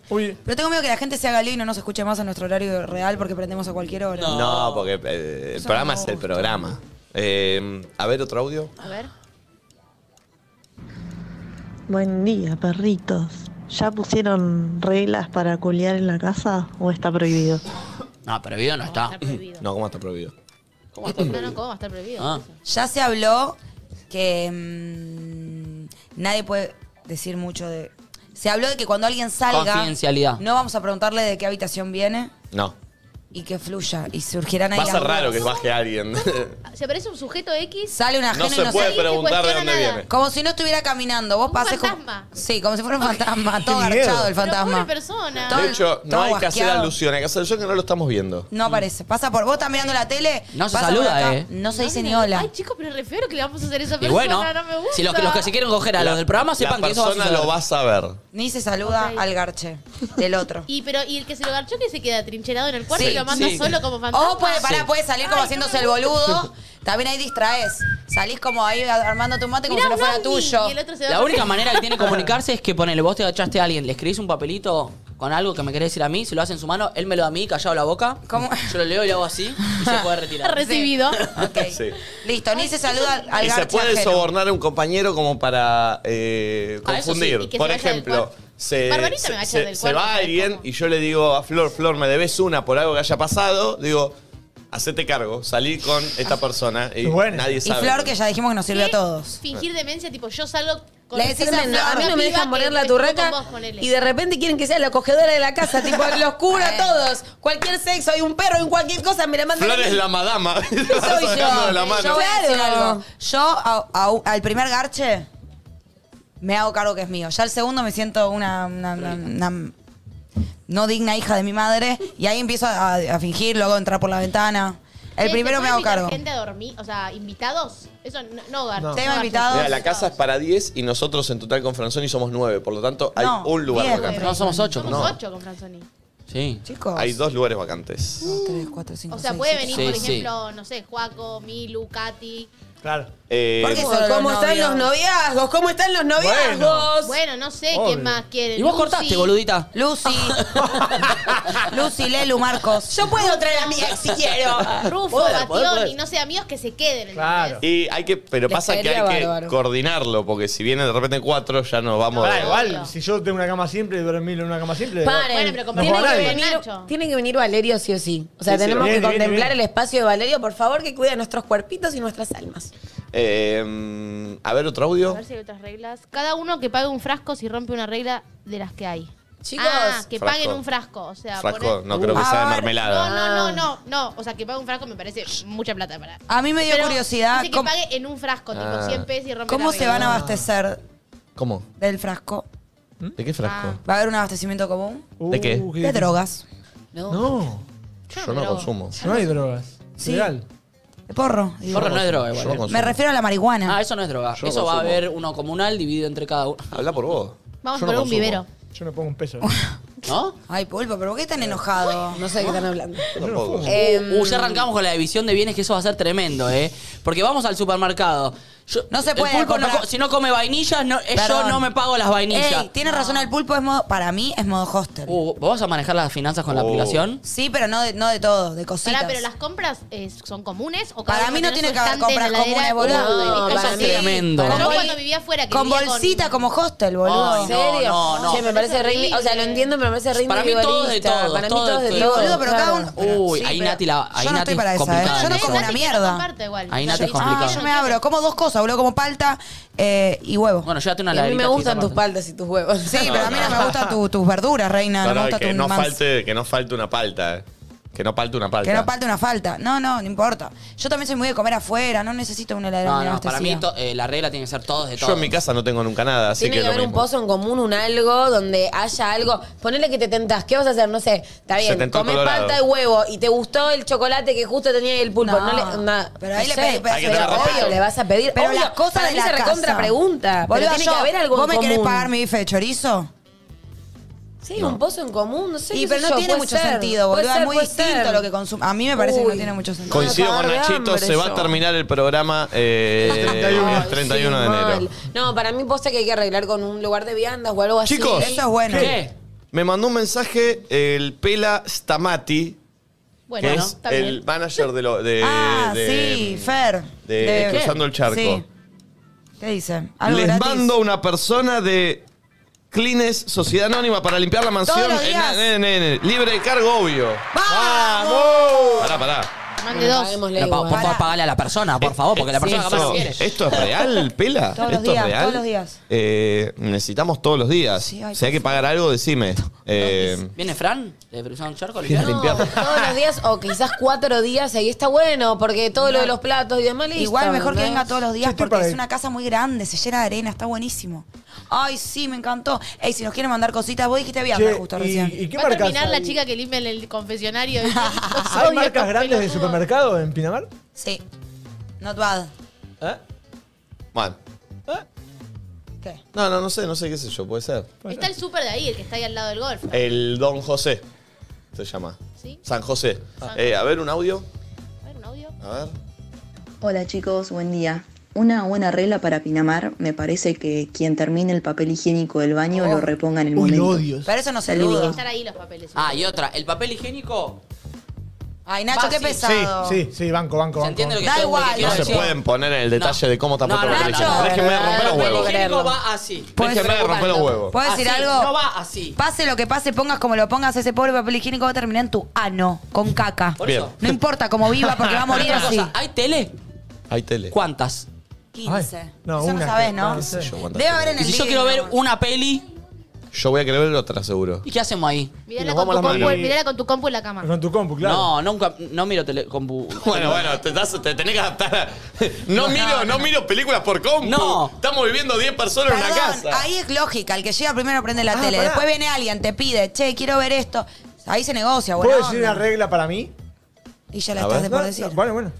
Speaker 5: Uy,
Speaker 2: Pero tengo miedo que la gente se haga lío y no nos escuche más a nuestro horario real porque prendemos a cualquier hora.
Speaker 3: No.
Speaker 1: No, porque eh, el
Speaker 2: Eso
Speaker 1: programa
Speaker 2: no me
Speaker 1: es el
Speaker 2: gusta.
Speaker 1: programa. Eh, a ver, otro audio.
Speaker 6: A ver.
Speaker 9: Buen día, perritos. ¿Ya pusieron reglas para culiar en la casa o está prohibido?
Speaker 3: No, prohibido no
Speaker 6: Va a
Speaker 3: está.
Speaker 6: estar prohibido.
Speaker 1: No, ¿cómo está prohibido?
Speaker 3: ¿Cómo está?
Speaker 6: No, no, ¿cómo va a estar prohibido?
Speaker 3: Ah.
Speaker 2: Ya se habló que mm, nadie puede decir mucho de... Se habló de que cuando alguien salga...
Speaker 3: Confidencialidad.
Speaker 2: No vamos a preguntarle de qué habitación viene
Speaker 1: No.
Speaker 2: y que fluya. Y surgirán ahí
Speaker 1: Va a
Speaker 2: las
Speaker 1: ser raro que
Speaker 2: dudas.
Speaker 1: baje alguien.
Speaker 6: Se aparece un sujeto X.
Speaker 2: Sale un ajeno
Speaker 1: no
Speaker 2: y
Speaker 1: se
Speaker 2: no
Speaker 1: puede
Speaker 2: sale.
Speaker 6: pero-
Speaker 1: preguntar de
Speaker 6: cuestiona
Speaker 1: dónde
Speaker 6: nada.
Speaker 1: viene.
Speaker 2: Como si no estuviera caminando. Vos
Speaker 6: Un
Speaker 2: pasés como-
Speaker 6: fantasma.
Speaker 2: Sí, como si fuera un fantasma. Todo
Speaker 5: Qué miedo.
Speaker 2: agachado el
Speaker 6: Pero
Speaker 2: fantasma.
Speaker 6: pobre persona.
Speaker 2: Todo-
Speaker 1: De hecho, no
Speaker 2: todo
Speaker 1: hay que hacer
Speaker 2: guasqueado.
Speaker 1: alusión, hay que hacer yo que no lo estamos viendo.
Speaker 2: No aparece. Pasa por. Vos estás mirando la tele.
Speaker 3: No se
Speaker 2: pasa por
Speaker 3: saluda,
Speaker 2: acá,
Speaker 3: eh.
Speaker 2: No se
Speaker 6: No,
Speaker 2: dice
Speaker 6: no,
Speaker 2: ni
Speaker 6: no.
Speaker 2: hola.
Speaker 6: Ay, chicos, pero re feo que le vamos a hacer a esa
Speaker 3: Y
Speaker 6: persona.
Speaker 3: bueno,
Speaker 6: no me gusta.
Speaker 3: si los, los que se quieren coger a los del programa sepan
Speaker 1: la
Speaker 3: que eso va a
Speaker 1: persona lo
Speaker 3: suceder.
Speaker 1: va a saber.
Speaker 2: Ni se saluda
Speaker 6: Ok.
Speaker 2: al garche del otro.
Speaker 6: Y, pero, y el que se lo garchó que se queda trincherado en el cuarto
Speaker 1: Sí,
Speaker 6: y lo manda
Speaker 3: sí.
Speaker 6: solo como fantasma.
Speaker 2: O Oh, puede, pará,
Speaker 3: Sí.
Speaker 2: puede salir como
Speaker 6: Ay,
Speaker 2: haciéndose
Speaker 6: no.
Speaker 2: el boludo. También ahí distraes. Salís como ahí armando tu mate como
Speaker 6: Mirá,
Speaker 2: si no
Speaker 6: un
Speaker 2: fuera
Speaker 6: ovni.
Speaker 2: tuyo.
Speaker 6: Y el otro se va
Speaker 3: La
Speaker 6: por-
Speaker 3: única manera que tiene de comunicarse es que ponele, vos te agachaste a alguien, le escribís un papelito con algo que me querés decir a mí, se lo hace en su mano, él me lo da a mí, callado la boca.
Speaker 2: ¿Cómo?
Speaker 3: Yo lo leo y lo hago así y se puede retirar.
Speaker 6: Recibido.
Speaker 2: Ok.
Speaker 1: Sí.
Speaker 2: Listo, ni se saluda al garche.
Speaker 1: Y se puede
Speaker 2: ajeno.
Speaker 1: sobornar a un compañero como para eh,
Speaker 3: Ah, eso sí,
Speaker 1: confundir.
Speaker 6: y que se
Speaker 1: por
Speaker 6: vaya del
Speaker 1: ejemplo,
Speaker 6: cuarto.
Speaker 1: se,
Speaker 6: Barbarita
Speaker 1: se-
Speaker 6: me va a echar
Speaker 1: se-
Speaker 6: del
Speaker 1: se
Speaker 6: cuarto,
Speaker 1: va
Speaker 6: ¿sabes
Speaker 1: alguien
Speaker 6: cómo?
Speaker 1: y yo le digo a Flor, Flor, me debes una por algo que haya pasado. Digo, hacete cargo, salí con esta persona y
Speaker 5: Es buena.
Speaker 1: nadie
Speaker 2: Y
Speaker 1: sabe.
Speaker 2: Flor, que ya dijimos que nos sirve a
Speaker 6: ¿Qué?
Speaker 2: todos.
Speaker 6: Fingir demencia, tipo, yo salgo con
Speaker 2: Le decís a
Speaker 4: Tremendo.
Speaker 2: Flor,
Speaker 4: A mí no me
Speaker 6: piba
Speaker 4: dejan
Speaker 6: que
Speaker 4: poner la
Speaker 6: estuvo con
Speaker 4: turraca
Speaker 6: vos, ponele.
Speaker 4: y de repente quieren que sea la acogedora de la casa. Tipo, los cubro a todos. Cualquier sexo, hay un perro, hay un cualquier cosa, me la mandan.
Speaker 1: Flor
Speaker 4: a mí.
Speaker 1: es la madama. Soy
Speaker 4: yo.
Speaker 1: De la
Speaker 4: Yo
Speaker 1: mano.
Speaker 2: Yo voy a decir
Speaker 4: Claro.
Speaker 2: algo. Yo a- a- al primer garche me hago cargo que es mío. Ya al segundo me siento una, una- una- una no digna hija de mi madre y ahí empiezo a, a fingir, luego entrar por la ventana. El
Speaker 6: Che,
Speaker 2: primero
Speaker 6: ¿se
Speaker 2: me
Speaker 6: puede
Speaker 2: hago
Speaker 6: invitar
Speaker 2: cargo.
Speaker 6: gente a dormir? O sea, invitados. Eso no, no gar-
Speaker 2: Tema
Speaker 6: garchas.
Speaker 2: invitados.
Speaker 1: Mira, la casa es para 10 y nosotros en total con Franzoni somos 9. Por lo tanto, hay
Speaker 2: No,
Speaker 1: un lugar
Speaker 2: diez,
Speaker 1: vacante.
Speaker 3: No, somos ocho.
Speaker 6: Somos
Speaker 1: No.
Speaker 6: ocho con Franzoni.
Speaker 3: Sí.
Speaker 2: Chicos.
Speaker 1: Hay dos lugares vacantes.
Speaker 2: Uno, tres, cuatro, cinco,
Speaker 6: O sea,
Speaker 2: seis,
Speaker 6: puede
Speaker 2: siete.
Speaker 6: venir,
Speaker 3: Sí,
Speaker 6: por
Speaker 3: sí.
Speaker 6: ejemplo, no sé, Juaco, Milu, Katy.
Speaker 5: claro.
Speaker 1: Eh,
Speaker 2: ¿Por qué
Speaker 4: ¿Cómo,
Speaker 2: Solo los
Speaker 4: están
Speaker 2: novios.
Speaker 4: los noviazgos? ¿Cómo están los noviazgos?
Speaker 6: Bueno, no sé
Speaker 5: Obvio.
Speaker 6: quién más
Speaker 2: Eh,
Speaker 6: quiere.
Speaker 3: Y vos
Speaker 6: Lucy.
Speaker 3: cortaste, boludita.
Speaker 2: Lucy. Lucy, Lelu, Marcos.
Speaker 4: Yo puedo traer a mi ex si quiero.
Speaker 6: Rufo,
Speaker 3: Poder, poder,
Speaker 6: Batión,
Speaker 3: poder.
Speaker 6: y no sé, amigos que se queden.
Speaker 5: Claro.
Speaker 6: ¿entendés?
Speaker 1: y hay que, pero
Speaker 4: Les
Speaker 1: pasa que hay
Speaker 4: caería
Speaker 1: que
Speaker 4: bárbaro.
Speaker 1: coordinarlo, porque si vienen de repente cuatro, ya nos vamos.
Speaker 5: Pará,
Speaker 6: obvio.
Speaker 5: igual, si yo tengo una cama simple y duermo en una cama simple.
Speaker 6: Bueno,
Speaker 4: Paren,
Speaker 6: pero como
Speaker 4: tiene,
Speaker 5: no
Speaker 4: que
Speaker 5: juega
Speaker 4: venir,
Speaker 6: nadie. Nacho.
Speaker 4: tiene que venir Valerio sí o sí. O sea,
Speaker 1: Sí, sí,
Speaker 4: tenemos
Speaker 5: viene,
Speaker 4: que
Speaker 5: viene,
Speaker 4: contemplar
Speaker 5: viene.
Speaker 4: el espacio de Valerio, por favor, que cuida nuestros cuerpitos y nuestras almas.
Speaker 1: Eh, a ver, otro
Speaker 6: A
Speaker 1: audio.
Speaker 6: ver si hay otras reglas. Cada uno que pague un frasco si rompe una regla de las que hay.
Speaker 4: Chicos.
Speaker 6: Ah, que
Speaker 1: Frasco.
Speaker 6: paguen un frasco. O sea,
Speaker 1: Frasco,
Speaker 6: poner-
Speaker 1: no creo que
Speaker 4: Uh,
Speaker 2: Ah,
Speaker 1: sea de
Speaker 2: bueno.
Speaker 1: mermelada.
Speaker 6: No, no, no, no, no. O sea, que pague un frasco me parece mucha plata para.
Speaker 2: A mí me dio
Speaker 6: Pero
Speaker 2: curiosidad.
Speaker 6: Dice que
Speaker 2: ¿cómo,
Speaker 6: pague en un frasco,
Speaker 1: Ah.
Speaker 6: tipo 100 pesos y rompe
Speaker 2: cómo
Speaker 6: la
Speaker 2: se
Speaker 6: regla.
Speaker 2: van a abastecer
Speaker 1: ¿Cómo?
Speaker 2: del frasco?
Speaker 1: ¿De qué frasco?
Speaker 2: ¿Va a haber un abastecimiento común?
Speaker 5: "Uh,
Speaker 1: ¿De qué?
Speaker 2: De drogas.
Speaker 5: No,
Speaker 1: Yo no
Speaker 6: drogo.
Speaker 1: consumo.
Speaker 5: no hay drogas.
Speaker 2: Sí.
Speaker 5: Legal.
Speaker 2: De porro. digo.
Speaker 3: Porro no es droga, igual.
Speaker 1: Yo no
Speaker 3: eh.
Speaker 1: consumo.
Speaker 2: Me refiero a la marihuana.
Speaker 3: Ah, eso no es droga.
Speaker 1: Yo
Speaker 3: eso va a
Speaker 1: consumo.
Speaker 3: haber uno comunal dividido entre cada uno.
Speaker 1: Habla por vos.
Speaker 6: Vamos
Speaker 1: Yo no
Speaker 6: a poner un
Speaker 1: consumo.
Speaker 6: vivero.
Speaker 5: Yo no pongo un peso.
Speaker 3: ¿No?
Speaker 2: Ay, Pulpo, ¿pero por qué tan
Speaker 3: Eh,
Speaker 2: enojado?
Speaker 4: No sé de qué están hablando. Em,
Speaker 1: Yo tampoco.
Speaker 3: Uh, ya arrancamos con la división de bienes, que eso va a ser tremendo, ¿eh? Porque vamos al supermercado. Yo-
Speaker 2: No se
Speaker 3: el
Speaker 2: puede
Speaker 3: pulpo no
Speaker 2: comprar-
Speaker 3: co- si no come vainillas, no, eh, yo
Speaker 2: Perdón.
Speaker 3: no me pago las vainillas.
Speaker 2: Ey, tienes razón, el Pulpo es modo, para mí es modo hostel.
Speaker 3: Uh, ¿vos ¿Vas a manejar las finanzas con la
Speaker 1: Oh.
Speaker 3: aplicación?
Speaker 2: Sí, pero no de, no de todo, de cositas.
Speaker 6: Pará, pero las compras eh, son comunes o
Speaker 2: Para
Speaker 6: cada uno
Speaker 2: mí no tiene
Speaker 6: tiene su
Speaker 2: que haber
Speaker 6: estante en la
Speaker 2: compras comunes,
Speaker 6: heladera?
Speaker 2: boludo.
Speaker 6: No,
Speaker 4: No,
Speaker 6: eso
Speaker 4: para
Speaker 6: sí.
Speaker 4: mí-
Speaker 3: tremendo.
Speaker 6: Yo
Speaker 2: Para mí-
Speaker 6: cuando vivía afuera que
Speaker 2: Con
Speaker 6: vivía
Speaker 2: bolsita como hostel, boludo.
Speaker 3: Ay,
Speaker 4: ¿En
Speaker 3: no,
Speaker 4: serio?
Speaker 3: no, no.
Speaker 4: Che, me parece re
Speaker 6: Horrible.
Speaker 4: O sea, lo entiendo, pero me parece re
Speaker 3: Para mí todo de
Speaker 4: individualista.
Speaker 3: todos,
Speaker 4: Para mí
Speaker 3: todo
Speaker 4: todo
Speaker 3: de
Speaker 4: de
Speaker 3: todos.
Speaker 4: todos.
Speaker 2: Boludo, pero cada
Speaker 4: claro.
Speaker 2: uno-
Speaker 3: Uy,
Speaker 2: Sí,
Speaker 3: ahí
Speaker 2: pero
Speaker 3: Nati la. Ahí
Speaker 2: yo no
Speaker 3: Nati
Speaker 2: estoy para
Speaker 3: es
Speaker 2: esa, ¿eh?
Speaker 3: complicada
Speaker 2: Yo
Speaker 3: en
Speaker 2: no
Speaker 3: eso.
Speaker 2: como una
Speaker 6: Nati, yo no
Speaker 2: mierda.
Speaker 6: comparto igual.
Speaker 3: Ahí Nati
Speaker 6: Yo
Speaker 3: es
Speaker 6: no-
Speaker 2: Ah,
Speaker 3: complicado.
Speaker 2: yo me abro, como dos cosas, boludo, como palta eh, y huevo.
Speaker 3: Bueno, llévate una
Speaker 4: Y a mí
Speaker 3: laderita.
Speaker 4: me gustan tus
Speaker 3: palos.
Speaker 4: paltas y tus huevos.
Speaker 2: sí, pero a mí no me gustan tu- tus verduras, reina, no me
Speaker 1: Pará,
Speaker 2: gusta
Speaker 1: que,
Speaker 2: tu
Speaker 1: no
Speaker 2: mans-
Speaker 1: falte, que no falte una palta. eh.
Speaker 10: Que no palte una palta.
Speaker 2: Que no falte una falta. No, no, no importa. Yo también soy muy de comer afuera, no necesito una heladera
Speaker 3: No,
Speaker 2: muy
Speaker 3: no, para mí
Speaker 2: abastecida.
Speaker 3: to- eh, la regla tiene que ser todos de todos.
Speaker 10: Yo en mi casa no tengo nunca nada, así
Speaker 4: Tiene que
Speaker 10: que
Speaker 4: haber
Speaker 10: lo
Speaker 4: un
Speaker 10: mismo.
Speaker 4: pozo en común, un algo donde haya algo. Ponele que te tentás. ¿Qué vas a hacer? No sé. Está
Speaker 10: Se
Speaker 4: bien.
Speaker 10: tentó
Speaker 4: Comés
Speaker 10: Colorado.
Speaker 4: palta de huevo y te gustó el chocolate que justo tenía ahí el pulpo. No, le, nada.
Speaker 2: pero ahí
Speaker 4: No
Speaker 2: le
Speaker 4: sé.
Speaker 2: pedí
Speaker 10: Hay que tener
Speaker 4: Pero obvio,
Speaker 10: respeto.
Speaker 4: le vas a pedir.
Speaker 2: Pero
Speaker 4: obvio,
Speaker 2: las cosas
Speaker 4: para
Speaker 2: de
Speaker 4: mí
Speaker 2: la
Speaker 4: se
Speaker 2: casa.
Speaker 4: recontra pregunta. Pero
Speaker 2: Boluda,
Speaker 4: tiene
Speaker 2: yo-
Speaker 4: que haber algo
Speaker 2: ¿Vos
Speaker 4: en
Speaker 2: me
Speaker 4: común.
Speaker 2: querés pagar mi bife de chorizo?
Speaker 4: Sí, un pozo en común. No sé.
Speaker 2: Y
Speaker 4: qué
Speaker 2: pero
Speaker 4: sé
Speaker 2: no
Speaker 4: yo,
Speaker 2: tiene
Speaker 4: puede
Speaker 2: mucho
Speaker 4: ser.
Speaker 2: sentido, boludo.
Speaker 4: Puede
Speaker 2: Es
Speaker 4: ser,
Speaker 2: muy
Speaker 4: puede
Speaker 2: distinto
Speaker 4: ser.
Speaker 2: lo que consume. A mí me parece que no
Speaker 4: Uy.
Speaker 2: tiene mucho sentido.
Speaker 10: Coincido
Speaker 4: Me
Speaker 10: con
Speaker 4: acabo de
Speaker 10: Nachito,
Speaker 4: hambre
Speaker 10: se va
Speaker 4: yo.
Speaker 10: a terminar el programa eh, el 31 de
Speaker 4: Ay, sí,
Speaker 10: enero.
Speaker 4: mal. No, para mí posta que hay que arreglar con un lugar de viandas o algo así.
Speaker 10: Chicos.
Speaker 2: Eso es bueno.
Speaker 3: ¿Qué?
Speaker 10: Me mandó un mensaje el Pela Stamati,
Speaker 6: Bueno,
Speaker 10: que
Speaker 6: no,
Speaker 10: es
Speaker 6: está bien.
Speaker 10: el manager de, lo, de,
Speaker 2: Ah,
Speaker 10: de-
Speaker 2: sí, Fer.
Speaker 10: de Cruzando el Charco.
Speaker 2: Sí. ¿Qué dice? ¿Algo
Speaker 10: Les
Speaker 2: gratis?
Speaker 10: mando una persona de Clines Sociedad Anónima para limpiar la mansión.
Speaker 2: Todos los
Speaker 10: en-
Speaker 2: días.
Speaker 10: en- en- en- libre de cargo, obvio.
Speaker 2: ¡Vamos!
Speaker 10: Pará, pará.
Speaker 6: Mande dos.
Speaker 4: Paguémosle
Speaker 3: Pero, pa-
Speaker 4: igual.
Speaker 3: por favor, pagale a la persona, por favor, porque la persona capaz no
Speaker 10: esto,
Speaker 3: quiere.
Speaker 10: ¿Esto es real, Pela?
Speaker 2: Todos los
Speaker 10: ¿Esto es
Speaker 2: días,
Speaker 10: real?
Speaker 2: todos los días.
Speaker 10: Eh, necesitamos todos los días.
Speaker 2: Sí, ay,
Speaker 10: si hay que pagar algo, decime. Eh,
Speaker 3: ¿Viene Fran? ¿De cruzar un charco?
Speaker 10: Viene a
Speaker 3: limpiar?
Speaker 10: limpiar.
Speaker 4: todos los días o quizás cuatro días y ahí está bueno porque todo lo de los platos y demás listo,
Speaker 2: Igual mejor que
Speaker 4: ¿entendés?
Speaker 2: venga todos los
Speaker 5: Yo
Speaker 2: días
Speaker 5: estoy
Speaker 2: porque
Speaker 5: para
Speaker 2: es
Speaker 5: ir.
Speaker 2: una casa muy grande, se llena de arena, está buenísimo. Ay, sí, me encantó. Ey, si nos quieren mandar cositas, vos dijiste
Speaker 5: Che,
Speaker 2: vianda justo recién.
Speaker 5: ¿y, y qué
Speaker 6: Va a
Speaker 5: marcas
Speaker 6: terminar la
Speaker 5: hay?
Speaker 6: chica que limpia el confesionario.
Speaker 5: ¿Hay marcas grandes de supermercado en Pinamar?
Speaker 2: Sí. Not bad.
Speaker 5: ¿Eh?
Speaker 10: bueno.
Speaker 2: ¿Qué?
Speaker 10: No, no, no sé, no sé qué sé yo, puede ser.
Speaker 6: Está el súper de ahí, el que está ahí al lado del golf.
Speaker 10: El Don José se llama.
Speaker 6: ¿Sí?
Speaker 10: San José. Eh, a ver, un audio.
Speaker 6: A ver, un audio.
Speaker 10: A ver.
Speaker 7: Hola chicos, buen día. Una buena regla para Pinamar me parece que quien termine el papel higiénico del baño lo reponga en el
Speaker 5: Oh, Uy, lo
Speaker 7: momento.
Speaker 5: odio.
Speaker 2: Pero eso no se
Speaker 7: Saludos.
Speaker 2: duda.
Speaker 6: Estar ahí los papeles.
Speaker 3: Ah, y otra. El papel higiénico.
Speaker 2: Ay, Nacho,
Speaker 3: Va,
Speaker 2: qué
Speaker 3: sí,
Speaker 5: Sí,
Speaker 2: pesado.
Speaker 5: sí, sí, banco,
Speaker 3: ¿Se
Speaker 5: banco, banco.
Speaker 3: entiende lo que
Speaker 2: Da
Speaker 3: estoy- lo que
Speaker 2: igual.
Speaker 10: No
Speaker 3: quiero
Speaker 10: se
Speaker 3: decir?
Speaker 10: pueden poner en el detalle
Speaker 3: No.
Speaker 10: de cómo tapó
Speaker 3: No, no,
Speaker 10: papel
Speaker 3: no,
Speaker 10: higiénico.
Speaker 2: Nacho.
Speaker 10: Déjenme
Speaker 4: No,
Speaker 10: romper los
Speaker 4: no,
Speaker 3: El
Speaker 10: huevos.
Speaker 3: papel higiénico
Speaker 4: Quererlo.
Speaker 3: va así.
Speaker 2: Puede
Speaker 10: Déjenme
Speaker 2: ser
Speaker 10: romper los huevos.
Speaker 4: Ah,
Speaker 2: ¿Puedo decir
Speaker 3: Así,
Speaker 2: algo?
Speaker 3: No va así.
Speaker 2: Pase lo que pase, pongas como lo pongas, ese pobre papel higiénico va a terminar en tu ano, con caca.
Speaker 3: Por
Speaker 10: Bien.
Speaker 3: eso.
Speaker 2: No importa cómo viva, porque va a morir
Speaker 3: Otra
Speaker 2: así.
Speaker 3: cosa, ¿Hay tele?
Speaker 10: Hay tele.
Speaker 3: ¿Cuántas?
Speaker 2: 15.
Speaker 5: Ay, no,
Speaker 2: Eso
Speaker 5: una,
Speaker 2: no sabés, ¿no?
Speaker 5: qué sé yo,
Speaker 10: cuántas
Speaker 2: Debe haber en
Speaker 3: Y
Speaker 2: el
Speaker 3: si yo
Speaker 2: living,
Speaker 3: quiero ver
Speaker 2: amor.
Speaker 3: una peli,
Speaker 10: Yo voy a querer verlo atrás, seguro.
Speaker 3: ¿y qué hacemos ahí?
Speaker 5: Y
Speaker 6: Mirala
Speaker 5: nos
Speaker 6: con,
Speaker 5: vamos
Speaker 6: tu
Speaker 5: a la
Speaker 6: compu,
Speaker 5: mano.
Speaker 6: mirala con tu compu en la cama.
Speaker 5: Con tu compu, claro.
Speaker 3: No, nunca, no miro tele, compu.
Speaker 10: Bueno, bueno, te, das- te tenés que adaptar. a- No, miro, no miro películas por compu.
Speaker 3: No.
Speaker 10: Estamos viviendo 10 personas en una
Speaker 2: Perdón,
Speaker 10: casa.
Speaker 2: ahí es lógica. El que llega primero prende la
Speaker 5: Ah,
Speaker 2: tele.
Speaker 5: pará.
Speaker 2: Después viene alguien, te pide, che, quiero ver esto. Ahí se negocia,
Speaker 5: ¿Puedo
Speaker 2: bueno.
Speaker 5: decir una regla para mí?
Speaker 2: Y ya la
Speaker 10: A
Speaker 2: estás
Speaker 10: ver.
Speaker 2: de
Speaker 5: No,
Speaker 2: por
Speaker 5: no,
Speaker 2: decir.
Speaker 5: bueno, bueno.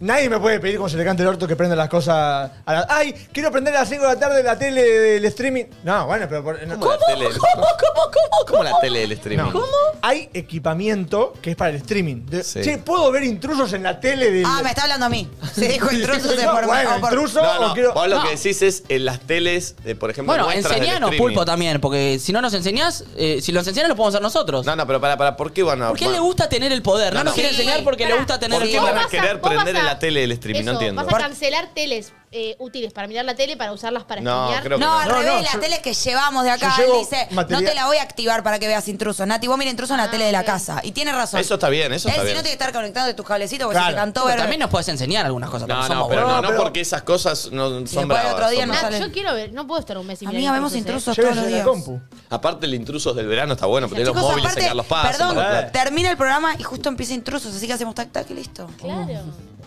Speaker 5: Nadie me puede pedir con se le cante el orto que prenda las cosas a las... ¡Ay! Quiero prender a las 5 de la tarde la tele del streaming. No, bueno, pero... por- no.
Speaker 10: ¿Cómo, la tele del-
Speaker 3: cómo, cómo?
Speaker 10: ¿Cómo la tele del streaming?
Speaker 5: No. Hay equipamiento que es para el streaming. De-
Speaker 10: Sí.
Speaker 5: Che, ¿puedo ver intrusos en la tele del...?
Speaker 2: Ah, me está hablando a mí. Se dijo intruso de
Speaker 5: No,
Speaker 2: por
Speaker 5: bueno,
Speaker 2: o por-
Speaker 5: intruso
Speaker 10: No, no,
Speaker 5: o quiero...
Speaker 10: vos lo
Speaker 3: No.
Speaker 10: que decís es en las teles, de, por ejemplo,
Speaker 3: Bueno,
Speaker 10: nuestras del
Speaker 3: enseñanos,
Speaker 10: streaming.
Speaker 3: Pulpo, también, porque si no nos enseñás, eh, si los enseñás lo podemos hacer nosotros.
Speaker 10: No, no, pero para, para, ¿por qué van a...?
Speaker 3: Porque a él le gusta tener el poder, no,
Speaker 10: No,
Speaker 3: nos
Speaker 10: no.
Speaker 3: quiere
Speaker 10: Sí,
Speaker 3: enseñar porque le
Speaker 2: pará.
Speaker 3: gusta tener
Speaker 10: ¿Por
Speaker 3: el
Speaker 10: qué
Speaker 6: Vos
Speaker 10: van
Speaker 3: poder.
Speaker 10: a
Speaker 6: vas a-
Speaker 10: querer
Speaker 6: vos vas
Speaker 10: prender en
Speaker 6: a-
Speaker 10: la tele del streaming? no
Speaker 6: Eso,
Speaker 10: entiendo.
Speaker 6: Vas a cancelar teles eh, útiles para mirar la tele para usarlas para
Speaker 10: No,
Speaker 6: streamear.
Speaker 10: creo que
Speaker 2: No, al
Speaker 5: No, no,
Speaker 2: revés, la
Speaker 5: yo-
Speaker 2: tele que llevamos de acá.
Speaker 5: yo
Speaker 2: Él
Speaker 5: llevo
Speaker 2: dice, no
Speaker 5: material-
Speaker 2: te la voy a activar para que veas intrusos. Nati, vos mira intrusos en la
Speaker 6: Ah,
Speaker 2: tele de la
Speaker 6: ok.
Speaker 2: casa. Y tiene razón.
Speaker 10: Eso está bien, eso
Speaker 2: Él,
Speaker 10: está
Speaker 2: si
Speaker 10: bien.
Speaker 2: no, tiene que estar conectado de tus cablecitos, porque
Speaker 5: Claro.
Speaker 2: se te cantó
Speaker 3: Pero
Speaker 2: ver.
Speaker 3: también nos podés enseñar algunas cosas.
Speaker 10: No,
Speaker 3: tampoco
Speaker 10: no,
Speaker 3: somos
Speaker 10: pero no,
Speaker 5: No,
Speaker 10: no
Speaker 5: pero-
Speaker 10: porque esas cosas no son
Speaker 2: después el
Speaker 10: bravas.
Speaker 2: otro día
Speaker 10: son
Speaker 2: no
Speaker 6: Nah,
Speaker 10: bravas.
Speaker 2: salen.
Speaker 6: yo quiero ver, no puedo estar un mes sin
Speaker 2: Amiga,
Speaker 6: mirar
Speaker 2: vemos intrusos todos
Speaker 5: Llévese
Speaker 2: los
Speaker 5: la
Speaker 2: días.
Speaker 5: compu.
Speaker 10: Aparte, el intrusos del verano está bueno, porque los
Speaker 2: Chicos,
Speaker 10: móviles,
Speaker 2: aparte,
Speaker 10: sacar los pasos.
Speaker 2: perdón,
Speaker 10: para-
Speaker 5: claro.
Speaker 2: termina el programa y justo empieza intrusos, así que hacemos tac tac y listo.
Speaker 6: Claro.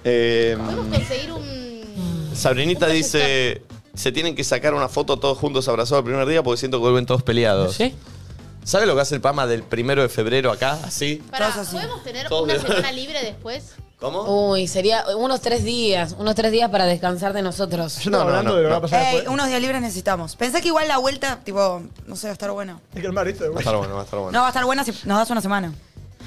Speaker 10: Eh,
Speaker 6: Podemos conseguir un.
Speaker 10: Sabrinita
Speaker 6: Un
Speaker 10: dice: Se tienen que sacar una foto todos juntos abrazados el primer día porque siento que vuelven todos peleados.
Speaker 3: ¿Sí?
Speaker 10: ¿Sabe lo que hace el PAMA del primero de febrero acá? Así.
Speaker 6: Para,
Speaker 2: Todos así.
Speaker 6: ¿Podemos tener
Speaker 10: Todos
Speaker 6: una
Speaker 10: de-
Speaker 6: semana libre después?
Speaker 10: ¿Cómo?
Speaker 4: Uy, sería unos tres días, unos tres días para descansar de nosotros.
Speaker 5: Yo estaba
Speaker 10: No, no,
Speaker 5: hablando
Speaker 10: no,
Speaker 5: de lo que va a
Speaker 10: no.
Speaker 5: pasar
Speaker 2: Ey,
Speaker 5: después.
Speaker 2: unos días libres necesitamos. Pensé que igual la vuelta, tipo, no sé, va a estar buena.
Speaker 5: Hay que armar esto de
Speaker 10: Va a
Speaker 5: vuelta.
Speaker 10: estar bueno, va a estar bueno.
Speaker 2: No, va a estar buena si nos das una semana.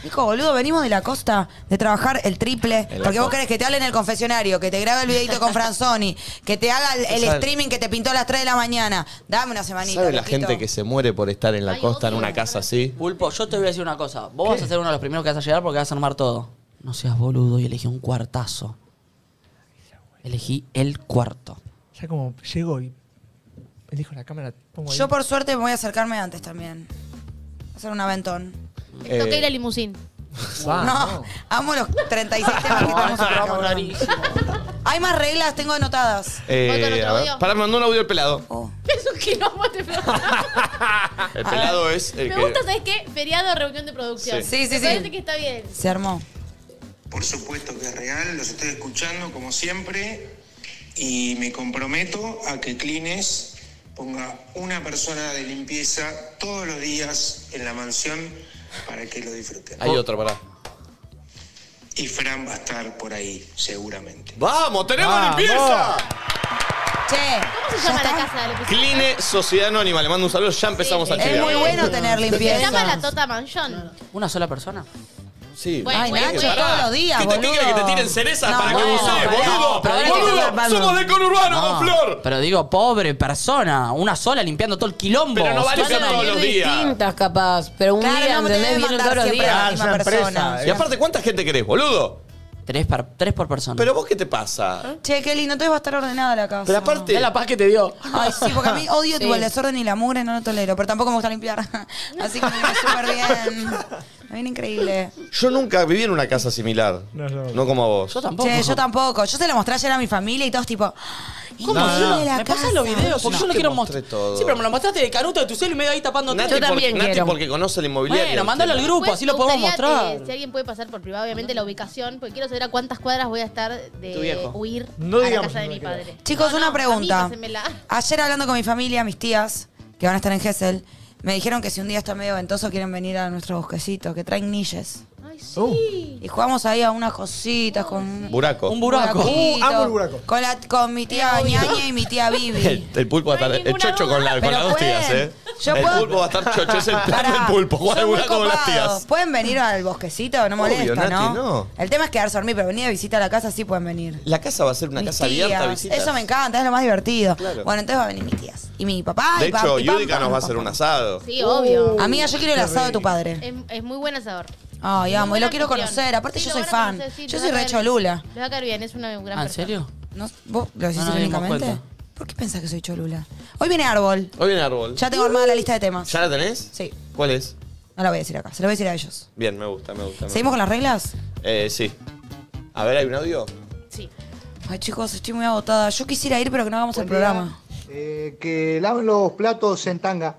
Speaker 2: Hijo, boludo, venimos de la costa de trabajar el triple.
Speaker 10: En la
Speaker 2: Porque vos
Speaker 10: costa.
Speaker 2: querés que te hable en el confesionario, que te grabe el videito con Franzoni, que te haga el, el
Speaker 10: ¿Sabe?
Speaker 2: streaming que te pintó a las 3 de la mañana. Dame una semanita.
Speaker 10: ¿Sabe la
Speaker 2: loquito.
Speaker 10: gente que se muere por estar en la
Speaker 6: Ay,
Speaker 10: costa, en
Speaker 6: odio.
Speaker 10: una casa así?
Speaker 3: Pulpo, yo te voy a decir una cosa. Vos vas a ser uno de los primeros que vas a llegar porque vas a armar todo. No seas boludo y elegí un cuartazo. Elegí el cuarto.
Speaker 5: Ya como llego y elijo la cámara, pongo ahí.
Speaker 2: Yo, por suerte, me voy a acercarme antes también. Hacer un aventón.
Speaker 6: Es
Speaker 10: Eh,
Speaker 6: toque ir a limusín.
Speaker 5: Ah,
Speaker 2: no, amo los 36 temas que estamos acá, boludo. Hay más reglas, tengo anotadas.
Speaker 10: Eh,
Speaker 6: ¿Voy con otro
Speaker 10: a ver,
Speaker 6: audio?
Speaker 10: Para, mandó un audio el pelado.
Speaker 2: Oh.
Speaker 6: Eso que no vos te preguntás.
Speaker 10: El pelado es el
Speaker 6: Me
Speaker 10: que.
Speaker 6: gusta, ¿sabes qué? Feriado, reunión de producción.
Speaker 2: Sí, sí,
Speaker 6: Me
Speaker 2: sí.
Speaker 6: Parece que está bien.
Speaker 2: Se armó.
Speaker 7: Por supuesto que es real, los estoy escuchando como siempre y me comprometo a que Clines ponga una persona de limpieza todos los días en la mansión para que lo disfruten.
Speaker 10: Hay otra, pará.
Speaker 7: Y Fran va a estar por ahí, seguramente.
Speaker 10: ¡Vamos! ¡Tenemos
Speaker 5: Vamos.
Speaker 10: limpieza!
Speaker 2: Che.
Speaker 6: ¿Cómo se llama la casa? ¿Le pusiste?
Speaker 10: Cline Sociedad Anónima, le mando un saludo, ya empezamos
Speaker 6: Sí,
Speaker 10: a
Speaker 6: sí.
Speaker 2: Es
Speaker 10: llegar.
Speaker 2: muy bueno tener
Speaker 6: Se
Speaker 2: limpieza.
Speaker 6: llama la Tota Mansión.
Speaker 3: ¿Una sola persona?
Speaker 10: Sí.
Speaker 6: Bueno,
Speaker 2: Ay,
Speaker 6: Güey,
Speaker 2: Nacho,
Speaker 6: güey.
Speaker 2: todos los días,
Speaker 10: ¿Qué te
Speaker 2: boludo.
Speaker 10: quiere que te tiren cerezas
Speaker 2: No,
Speaker 10: para que
Speaker 2: bueno,
Speaker 10: bucees,
Speaker 2: pará.
Speaker 10: boludo?
Speaker 2: Ahora hay que
Speaker 10: ¡Boludo!
Speaker 2: tomar mano.
Speaker 10: ¡Somos de conurbano,
Speaker 3: No,
Speaker 10: don Flor!
Speaker 3: Pero digo, pobre persona. Una sola limpiando todo el quilombo.
Speaker 10: Pero no va a
Speaker 3: Claro,
Speaker 10: limpiar todos los días.
Speaker 4: distintas, capaz. Pero un
Speaker 2: Claro,
Speaker 4: día,
Speaker 2: no me
Speaker 4: ¿entendés?
Speaker 2: tenés que
Speaker 4: Vienen
Speaker 2: mandar
Speaker 4: todos los
Speaker 2: siempre
Speaker 4: días.
Speaker 2: a
Speaker 5: Ah,
Speaker 2: la misma
Speaker 5: ya empresa,
Speaker 2: persona.
Speaker 5: eh.
Speaker 10: Y aparte, ¿cuánta gente querés, boludo?
Speaker 3: Tres, par- tres por persona.
Speaker 10: ¿Pero vos qué te pasa?
Speaker 2: Che, Kelly, no te va a estar ordenada la casa.
Speaker 10: Pero aparte...
Speaker 3: Es la paz que te dio.
Speaker 2: Ay, sí, porque a mí odio
Speaker 4: Sí.
Speaker 2: tipo, el desorden y la mugre, no lo tolero, pero tampoco me gusta limpiar. Así que me viene súper bien. Me viene increíble.
Speaker 10: Yo nunca viví en una casa similar. No,
Speaker 5: No, yo no.
Speaker 10: como vos.
Speaker 3: Yo tampoco.
Speaker 2: Che, yo tampoco. Yo se lo mostré ayer a mi familia y todos tipo.
Speaker 3: ¿Cómo?
Speaker 2: "Increíble
Speaker 3: Yo-
Speaker 2: la
Speaker 3: me
Speaker 2: casa".
Speaker 3: pasás los videos porque
Speaker 10: No,
Speaker 3: yo no
Speaker 10: te
Speaker 3: quiero
Speaker 10: mostré
Speaker 3: mostrar.
Speaker 10: todo.
Speaker 3: Sí, pero me lo mostraste de canuto de tu celu y me dio ahí tapando
Speaker 10: Nati
Speaker 3: todo.
Speaker 4: Yo también
Speaker 10: Nati
Speaker 4: quiero.
Speaker 10: porque conoce la inmobiliaria.
Speaker 3: Bueno, mandalo al grupo,
Speaker 6: Pues,
Speaker 3: así lo
Speaker 6: me
Speaker 3: podemos
Speaker 6: gustaría,
Speaker 3: mostrar.
Speaker 6: eh, si alguien puede pasar por privado, obviamente la ubicación, porque quiero saber a cuántas cuadras voy a estar
Speaker 3: Tu viejo.
Speaker 6: de huir
Speaker 5: No
Speaker 6: a la
Speaker 5: digamos
Speaker 6: casa de
Speaker 5: no
Speaker 6: mi
Speaker 5: quiero.
Speaker 6: padre.
Speaker 2: Chicos,
Speaker 6: No,
Speaker 2: una
Speaker 6: no,
Speaker 2: pregunta.
Speaker 6: a mí pásenmela.
Speaker 2: Ayer hablando con mi familia, mis tías, que van a estar en Gessel, me dijeron que si un día está medio ventoso quieren venir a nuestro bosquecito, que traen nilles.
Speaker 6: Ay,
Speaker 5: Uh.
Speaker 6: sí.
Speaker 2: Y jugamos ahí a unas cositas con.
Speaker 10: Buraco.
Speaker 3: Un buraco.
Speaker 2: buraquito,
Speaker 5: Uh, amo el buraco.
Speaker 2: Con, la- con mi tía Ñaña y mi tía Vivi.
Speaker 10: El, el pulpo va a
Speaker 6: No hay
Speaker 10: estar. El
Speaker 6: ninguna
Speaker 10: chocho con, la, con
Speaker 2: Pero
Speaker 10: las dos tías,
Speaker 2: pueden.
Speaker 10: ¿eh?
Speaker 2: Yo
Speaker 10: el
Speaker 2: puedo-
Speaker 10: pulpo va a estar chocho. Es el plan
Speaker 2: Pará,
Speaker 10: del pulpo. Jugar al
Speaker 2: son muy
Speaker 10: buraco con las
Speaker 2: copados.
Speaker 10: tías.
Speaker 2: Pueden venir al bosquecito, no
Speaker 10: Obvio,
Speaker 2: molesta,
Speaker 10: Nati,
Speaker 2: ¿no?
Speaker 10: no.
Speaker 2: El tema es quedarse a dormir, pero venir de visita a la casa sí pueden venir.
Speaker 10: La casa va a ser una
Speaker 2: Mis
Speaker 10: casa
Speaker 2: tías.
Speaker 10: abierta a visitas.
Speaker 2: Eso me encanta, es lo más divertido.
Speaker 10: Claro.
Speaker 2: Bueno, entonces va a venir mis tías. Y mi papá
Speaker 10: De
Speaker 2: y pa-
Speaker 10: hecho,
Speaker 2: y pam,
Speaker 10: Yudica
Speaker 2: pam,
Speaker 10: nos va a
Speaker 2: pam,
Speaker 10: hacer un
Speaker 2: pam.
Speaker 10: asado.
Speaker 2: Uh.
Speaker 6: Sí, obvio.
Speaker 2: Amiga, yo quiero el
Speaker 5: Qué
Speaker 2: asado de tu
Speaker 5: rico.
Speaker 2: padre.
Speaker 6: Es, es muy buen asador.
Speaker 2: Ay, amo,
Speaker 6: Muy
Speaker 2: y lo
Speaker 6: buena
Speaker 2: quiero
Speaker 6: anfitrión.
Speaker 2: conocer. Aparte,
Speaker 6: Sí,
Speaker 2: yo
Speaker 6: lo
Speaker 2: soy
Speaker 6: van a
Speaker 2: fan.
Speaker 6: conocer, sí,
Speaker 2: yo
Speaker 6: les
Speaker 2: soy
Speaker 6: va a
Speaker 2: re
Speaker 6: caer-
Speaker 2: cholula.
Speaker 6: Les va a caer bien, es una gran
Speaker 3: Ah, ¿En
Speaker 6: persona.
Speaker 3: serio?
Speaker 2: ¿No? ¿Vos lo decís
Speaker 3: No nos dimos
Speaker 2: irónicamente?
Speaker 3: cuenta.
Speaker 2: ¿Por qué pensás que soy cholula? Hoy viene árbol.
Speaker 10: Hoy viene árbol.
Speaker 2: Ya tengo armada la lista de temas.
Speaker 10: ¿Ya la tenés?
Speaker 2: Sí,
Speaker 10: ¿Cuál es?
Speaker 2: no la voy a decir acá, se la voy a decir a ellos.
Speaker 10: Bien, me gusta, me gusta. me
Speaker 2: ¿Seguimos con
Speaker 10: gusta.
Speaker 2: las reglas?
Speaker 10: Eh, sí. A ver, ¿hay un audio?
Speaker 6: Sí.
Speaker 2: Ay, chicos, estoy muy agotada. Yo quisiera ir, pero que no hagamos el programa.
Speaker 7: Eh, que laven los platos en tanga.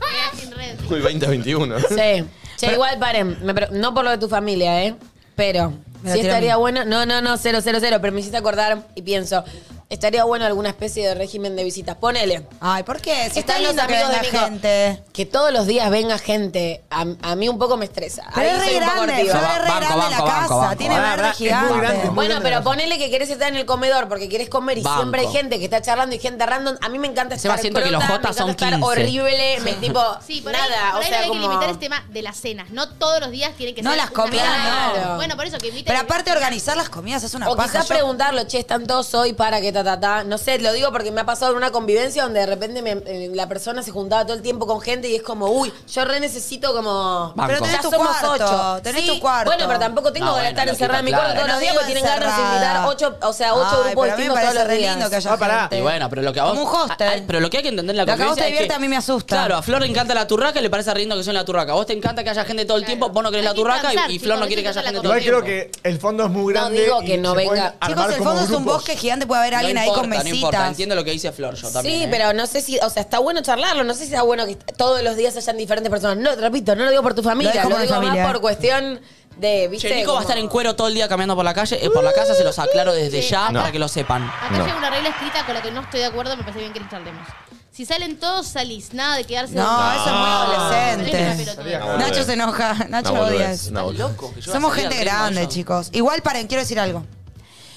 Speaker 6: Queda sin red.
Speaker 10: Uy, 2021.
Speaker 4: Sí. Che, igual, paren. me pre- no por lo de tu familia, ¿eh? Pero
Speaker 2: Me la
Speaker 4: sí
Speaker 2: tiraron.
Speaker 4: estaría bueno. No, no, no, cero, cero, cero. Pero me hiciste acordar y pienso, estaría bueno alguna especie de régimen de visitas. Ponele.
Speaker 2: Ay, ¿por qué? Si
Speaker 4: Están
Speaker 2: está
Speaker 4: los
Speaker 2: lindo que
Speaker 4: amigos de
Speaker 2: venga
Speaker 4: Nico.
Speaker 2: gente.
Speaker 4: Que todos los días venga gente, a, a mí un poco me estresa.
Speaker 2: Pero
Speaker 4: Ahí
Speaker 2: es re
Speaker 4: soy un poco
Speaker 2: grande,
Speaker 4: hortiva.
Speaker 2: Flor es re
Speaker 3: Banco,
Speaker 2: grande la
Speaker 3: banco,
Speaker 2: casa.
Speaker 3: banco, banco.
Speaker 2: Tiene
Speaker 5: La
Speaker 2: verde
Speaker 5: verdad, es muy
Speaker 2: gigante.
Speaker 5: grande, muy
Speaker 4: Bueno,
Speaker 5: grande la
Speaker 4: pero
Speaker 5: casa.
Speaker 4: ponele que querés estar en el comedor porque querés comer y
Speaker 3: Banco.
Speaker 4: siempre hay gente que está charlando y gente random. A mí me encanta
Speaker 3: Encima
Speaker 4: estar
Speaker 3: siento que los
Speaker 4: crota,
Speaker 3: Jotas
Speaker 4: me
Speaker 3: son
Speaker 4: encanta estar
Speaker 3: 15.
Speaker 4: horrible, me tipo
Speaker 6: Sí, por
Speaker 4: nada,
Speaker 6: ahí, por
Speaker 4: o
Speaker 6: ahí
Speaker 4: sea,
Speaker 6: hay
Speaker 4: como
Speaker 6: que limitar este el tema de las cenas. No todos los días tienen que
Speaker 2: No
Speaker 6: ser
Speaker 2: las
Speaker 6: una
Speaker 2: comidas,
Speaker 6: cena.
Speaker 4: no.
Speaker 6: Bueno, por eso que inviten.
Speaker 2: Pero aparte organizar las comidas es una
Speaker 4: o
Speaker 2: paja.
Speaker 4: quizás
Speaker 2: Yo-
Speaker 4: preguntarlo, che, están todos hoy para que ta ta ta. No sé, lo digo porque me ha pasado en una convivencia donde de repente me- eh, la persona se juntaba todo el tiempo con gente y es como, uy, yo re necesito como.
Speaker 3: Banco. Pero tenés
Speaker 4: ya
Speaker 2: tu
Speaker 4: somos
Speaker 2: cuarto,
Speaker 4: ocho.
Speaker 2: tenés tu cuarto.
Speaker 4: Bueno, pero tampoco tengo
Speaker 3: Ah,
Speaker 4: que
Speaker 3: bueno,
Speaker 4: estar
Speaker 3: la
Speaker 4: encerrada en mi
Speaker 3: quita,
Speaker 4: cuarto todos
Speaker 3: claro.
Speaker 4: los días porque tienen ganas de invitar
Speaker 2: encerrada.
Speaker 4: ocho, o sea, ocho
Speaker 2: Ay, pero
Speaker 4: grupos
Speaker 2: a mí me
Speaker 4: distintos
Speaker 2: parece
Speaker 4: todos los
Speaker 2: re
Speaker 4: días.
Speaker 2: lindo que haya
Speaker 5: Ah, pará.
Speaker 2: gente.
Speaker 3: Y bueno, pero lo que a vos.
Speaker 2: Como un hostel.
Speaker 3: a- a- pero lo que hay que entender en la
Speaker 2: Lo que a vos
Speaker 3: convivencia
Speaker 2: te
Speaker 3: es
Speaker 2: divierte, a mí me asusta.
Speaker 3: Claro, a Flor le encanta la turraca y le parece riendo que yo en la turraca. A vos te encanta que haya gente todo el tiempo, vos no querés
Speaker 6: Hay
Speaker 3: la
Speaker 6: que
Speaker 3: turraca y-
Speaker 6: transar,
Speaker 3: y, Flor no
Speaker 6: chicos,
Speaker 3: quiere que haya
Speaker 6: eso es
Speaker 3: gente
Speaker 6: la
Speaker 3: todo el
Speaker 5: Igual
Speaker 3: tiempo.
Speaker 5: creo que el fondo es muy
Speaker 4: No
Speaker 5: grande.
Speaker 4: digo que
Speaker 5: y
Speaker 4: no
Speaker 5: se
Speaker 4: venga.
Speaker 5: pueden
Speaker 4: Chicos,
Speaker 5: armar
Speaker 2: Chicos, el
Speaker 5: como
Speaker 2: fondo es un
Speaker 5: grupos.
Speaker 2: bosque gigante, puede haber
Speaker 3: No
Speaker 2: alguien ahí con
Speaker 3: importa, No importa,
Speaker 2: mesitas.
Speaker 3: entiendo lo que dice Flor yo también.
Speaker 4: Sí,
Speaker 3: ¿eh?
Speaker 4: pero no sé si, o sea, está bueno charlarlo, no sé si está bueno que todos los días hayan diferentes personas. No, te repito, no lo digo por tu
Speaker 2: Lo
Speaker 4: familia,
Speaker 2: dejo
Speaker 4: lo,
Speaker 2: por mi
Speaker 4: digo
Speaker 2: familia.
Speaker 4: más por cuestión de,
Speaker 3: Che,
Speaker 4: ¿viste?
Speaker 3: Nico va a
Speaker 4: Como-
Speaker 3: estar en cuero todo el día caminando por la calle, eh, por la casa, se los aclaro desde
Speaker 6: Sí.
Speaker 3: ya
Speaker 6: No.
Speaker 3: para que lo sepan.
Speaker 6: Acá
Speaker 10: No.
Speaker 6: llega una regla escrita con la que no estoy de acuerdo, me parece bien que le charlemos. Si salen todos, salís. Nada de quedarse.
Speaker 2: No,
Speaker 6: Ah,
Speaker 2: eso es muy
Speaker 6: Tenés una
Speaker 2: adolescente.
Speaker 6: pelotudez.
Speaker 10: No,
Speaker 2: Nacho
Speaker 10: boludez.
Speaker 2: se enoja, Nacho
Speaker 10: No,
Speaker 2: lo odia
Speaker 10: boludez,
Speaker 2: eso.
Speaker 10: no, boludez.
Speaker 3: Loco, que yo
Speaker 2: Somos
Speaker 3: voy a salir
Speaker 2: gente
Speaker 3: al ritmo de
Speaker 2: grande,
Speaker 3: ellos.
Speaker 2: chicos. Igual, paren, quiero decir algo.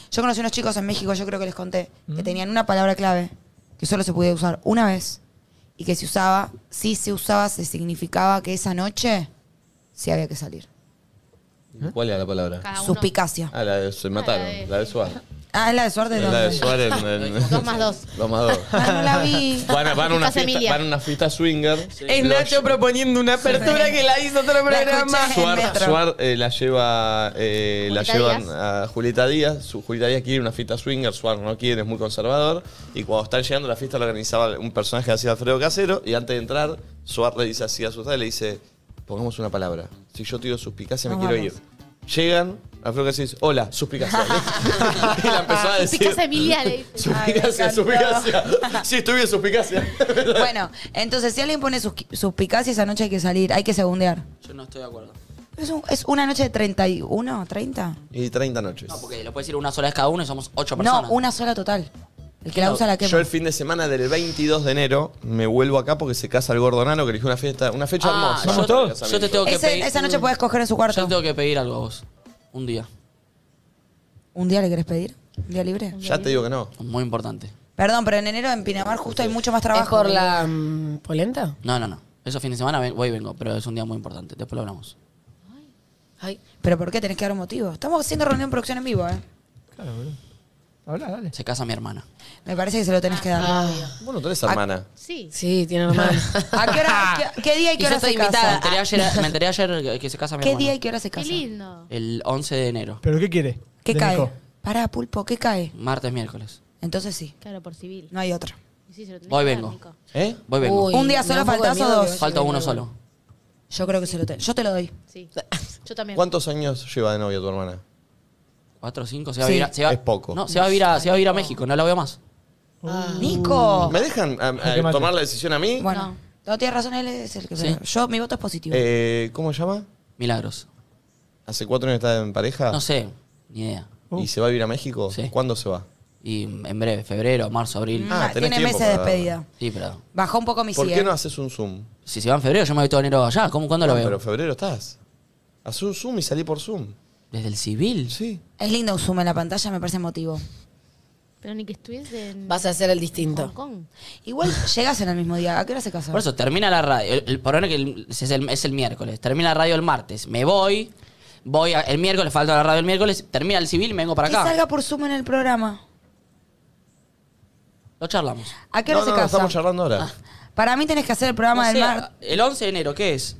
Speaker 2: Yo conocí unos chicos en México, yo creo que les conté,
Speaker 10: Mm.
Speaker 2: que tenían una palabra clave que solo se podía usar una vez y que si usaba, si se usaba, se significaba que esa noche sí había que salir.
Speaker 10: ¿Cuál era la palabra?
Speaker 6: Cada uno.
Speaker 2: Suspicacia.
Speaker 10: Ah, la de se mataron.
Speaker 6: Ah, la de-
Speaker 10: La de Suárez.
Speaker 2: Ah, es la de suerte de
Speaker 10: La de
Speaker 2: dónde?
Speaker 10: Suárez en. en-
Speaker 6: Dos más dos.
Speaker 10: Dos más dos.
Speaker 2: Ah, no la vi.
Speaker 10: Van a, van a una,
Speaker 6: Casa
Speaker 10: fiesta,
Speaker 6: Emilia.
Speaker 10: van a una fiesta swinger.
Speaker 4: Es
Speaker 10: Los-
Speaker 4: Nacho proponiendo una apertura que la hizo otro
Speaker 2: La
Speaker 4: programa.
Speaker 2: escuché.
Speaker 10: Suar,
Speaker 2: En metro.
Speaker 10: Suar, eh, la lleva, eh, la
Speaker 6: Julieta
Speaker 10: llevan
Speaker 6: Díaz.
Speaker 10: a Julieta Díaz. Su, Julieta Díaz quiere una fiesta swinger, Suar no quiere, es muy conservador. Y cuando están llegando a la fiesta la organizaba un personaje que hacía Alfredo Casero. Y antes de entrar, Suar le dice así asustada, le dice, pongamos una palabra. Si yo te digo suspicacia, me
Speaker 2: Nos
Speaker 10: quiero
Speaker 2: vamos.
Speaker 10: ir. Llegan, Afro que decís, hola, suspicacia. y la empezó a decir.
Speaker 6: Picas a Emilia le dice.
Speaker 10: Suspicacia, suspicacia. Sí, estoy bien, suspicacia.
Speaker 2: Bueno, entonces si alguien pone sus, suspicacia esa noche hay que salir, hay que segundear.
Speaker 3: Yo no estoy de acuerdo.
Speaker 2: Es, un- es una noche de 31, 30.
Speaker 10: Y 30 noches.
Speaker 3: No, porque lo puedes ir una sola vez cada uno y somos ocho personas.
Speaker 2: No, una sola total. El que la
Speaker 10: No,
Speaker 2: usa la quema.
Speaker 10: Yo el fin de semana del 22 de enero me vuelvo acá porque se casa el gordo nano que eligió una fiesta, una fecha
Speaker 3: Ah, yo-
Speaker 10: hermosa. Para el
Speaker 3: yo
Speaker 10: casamiento.
Speaker 3: te tengo que
Speaker 2: Ese-
Speaker 3: pedir-
Speaker 2: esa noche puedes coger en su
Speaker 3: Yo
Speaker 2: cuarto.
Speaker 3: tengo que pedir algo a vos. Un día.
Speaker 2: ¿Un día le querés pedir? ¿Un día libre?
Speaker 10: Ya te digo que no.
Speaker 3: Muy importante.
Speaker 2: Perdón, pero en enero en Pinamar justo hay mucho más trabajo.
Speaker 4: ¿Es por la mm, polenta?
Speaker 3: No, no, no. Esos fines de semana ven- voy y vengo, pero es un día muy importante. Después lo hablamos.
Speaker 4: Ay.
Speaker 2: ¿Pero por qué tenés que dar un motivo? Estamos haciendo reunión producción en vivo, ¿eh?
Speaker 5: Claro, boludo. Habla, dale.
Speaker 3: Se casa mi hermana.
Speaker 2: Me parece que se lo tenés que dar.
Speaker 10: Vos no tenés hermana.
Speaker 6: Sí.
Speaker 4: Sí, tiene hermano.
Speaker 2: ¿A qué hora, qué, qué día y qué
Speaker 4: Y yo
Speaker 2: hora
Speaker 4: estoy
Speaker 2: se
Speaker 3: Me
Speaker 2: casa?
Speaker 4: invitada.
Speaker 2: Ah.
Speaker 3: enteré ayer, me enteré ayer que- que se casa mi
Speaker 2: ¿Qué
Speaker 3: hermana.
Speaker 2: día y qué hora se
Speaker 6: Qué
Speaker 2: casa?
Speaker 6: lindo.
Speaker 3: El 11 de enero.
Speaker 5: ¿Pero qué quiere?
Speaker 2: ¿Qué
Speaker 5: de
Speaker 2: cae?
Speaker 5: Nico?
Speaker 2: Pará, pulpo, ¿qué cae?
Speaker 3: Martes, miércoles.
Speaker 2: Entonces sí,
Speaker 6: Claro, por civil.
Speaker 2: no hay otra.
Speaker 6: Y sí, se lo tenés
Speaker 3: Voy
Speaker 6: que
Speaker 3: y
Speaker 6: dar,
Speaker 3: vengo.
Speaker 6: Nico.
Speaker 10: ¿Eh?
Speaker 3: Voy y vengo.
Speaker 4: Uy,
Speaker 2: ¿Un día
Speaker 4: me da
Speaker 2: solo
Speaker 4: un poco de
Speaker 2: faltás o
Speaker 4: miedo que
Speaker 2: dos?
Speaker 3: Falta
Speaker 4: vaya
Speaker 3: uno
Speaker 4: bien
Speaker 3: solo.
Speaker 2: Yo creo que se lo tengo. Yo te lo doy.
Speaker 6: Sí. Yo también.
Speaker 10: ¿Cuántos años lleva de novia tu hermana?
Speaker 3: ¿Cuatro, cinco? Se va
Speaker 2: Sí.
Speaker 3: a ir a, se va-
Speaker 10: Es poco.
Speaker 3: No, se va a ir a, se va a, ir a México. No la veo más.
Speaker 5: Ah.
Speaker 2: ¡Nico!
Speaker 10: ¿Me dejan a- a
Speaker 5: Qué mate.
Speaker 10: tomar la decisión a mí?
Speaker 2: Bueno, no. tienes razón, él es el que...
Speaker 3: Sí.
Speaker 2: Yo, mi voto es positivo.
Speaker 10: Eh, ¿Cómo se llama?
Speaker 3: Milagros.
Speaker 10: ¿Hace cuatro años que está en pareja?
Speaker 3: No sé. Ni idea.
Speaker 10: ¿Y se va a vivir a México?
Speaker 3: Sí.
Speaker 10: ¿Cuándo se va?
Speaker 3: Y en breve, febrero, marzo, abril.
Speaker 2: Mm,
Speaker 10: ah, tenés
Speaker 2: tiene
Speaker 10: tiempo
Speaker 2: meses de
Speaker 10: para-
Speaker 2: despedida.
Speaker 3: Sí, pero.
Speaker 2: Bajó un poco mi
Speaker 10: ¿Por
Speaker 2: sí,
Speaker 10: qué
Speaker 2: eh.
Speaker 10: no haces un Zoom?
Speaker 3: Si se va en febrero, yo me voy todo enero allá. ¿Cómo, ¿Cuándo lo
Speaker 10: Ah,
Speaker 3: veo?
Speaker 10: Pero en febrero estás. Haz un Zoom y salí por Zoom.
Speaker 3: ¿Desde el civil?
Speaker 10: Sí.
Speaker 2: Es lindo un zoom en la pantalla, me parece emotivo.
Speaker 6: Pero ni que estuviese en
Speaker 4: Vas a hacer el
Speaker 6: Hong
Speaker 4: distinto.
Speaker 6: Kong.
Speaker 2: Igual llegas en el mismo día. ¿A qué hora se casa?
Speaker 3: Por eso, termina la radio. El- el- por ahora que el- es el, es el miércoles. Termina la radio el martes. Me voy. Voy a- el miércoles, falta la radio el miércoles. Termina el civil y me vengo para
Speaker 2: que
Speaker 3: acá.
Speaker 2: salga por zoom en el programa.
Speaker 3: Lo charlamos.
Speaker 2: ¿A qué hora
Speaker 10: no,
Speaker 2: se
Speaker 10: no,
Speaker 2: casa?
Speaker 10: estamos charlando ahora.
Speaker 2: Para mí tenés que hacer el programa
Speaker 3: No
Speaker 2: del
Speaker 3: sé,
Speaker 2: mar.
Speaker 3: El 11 de enero, ¿qué es?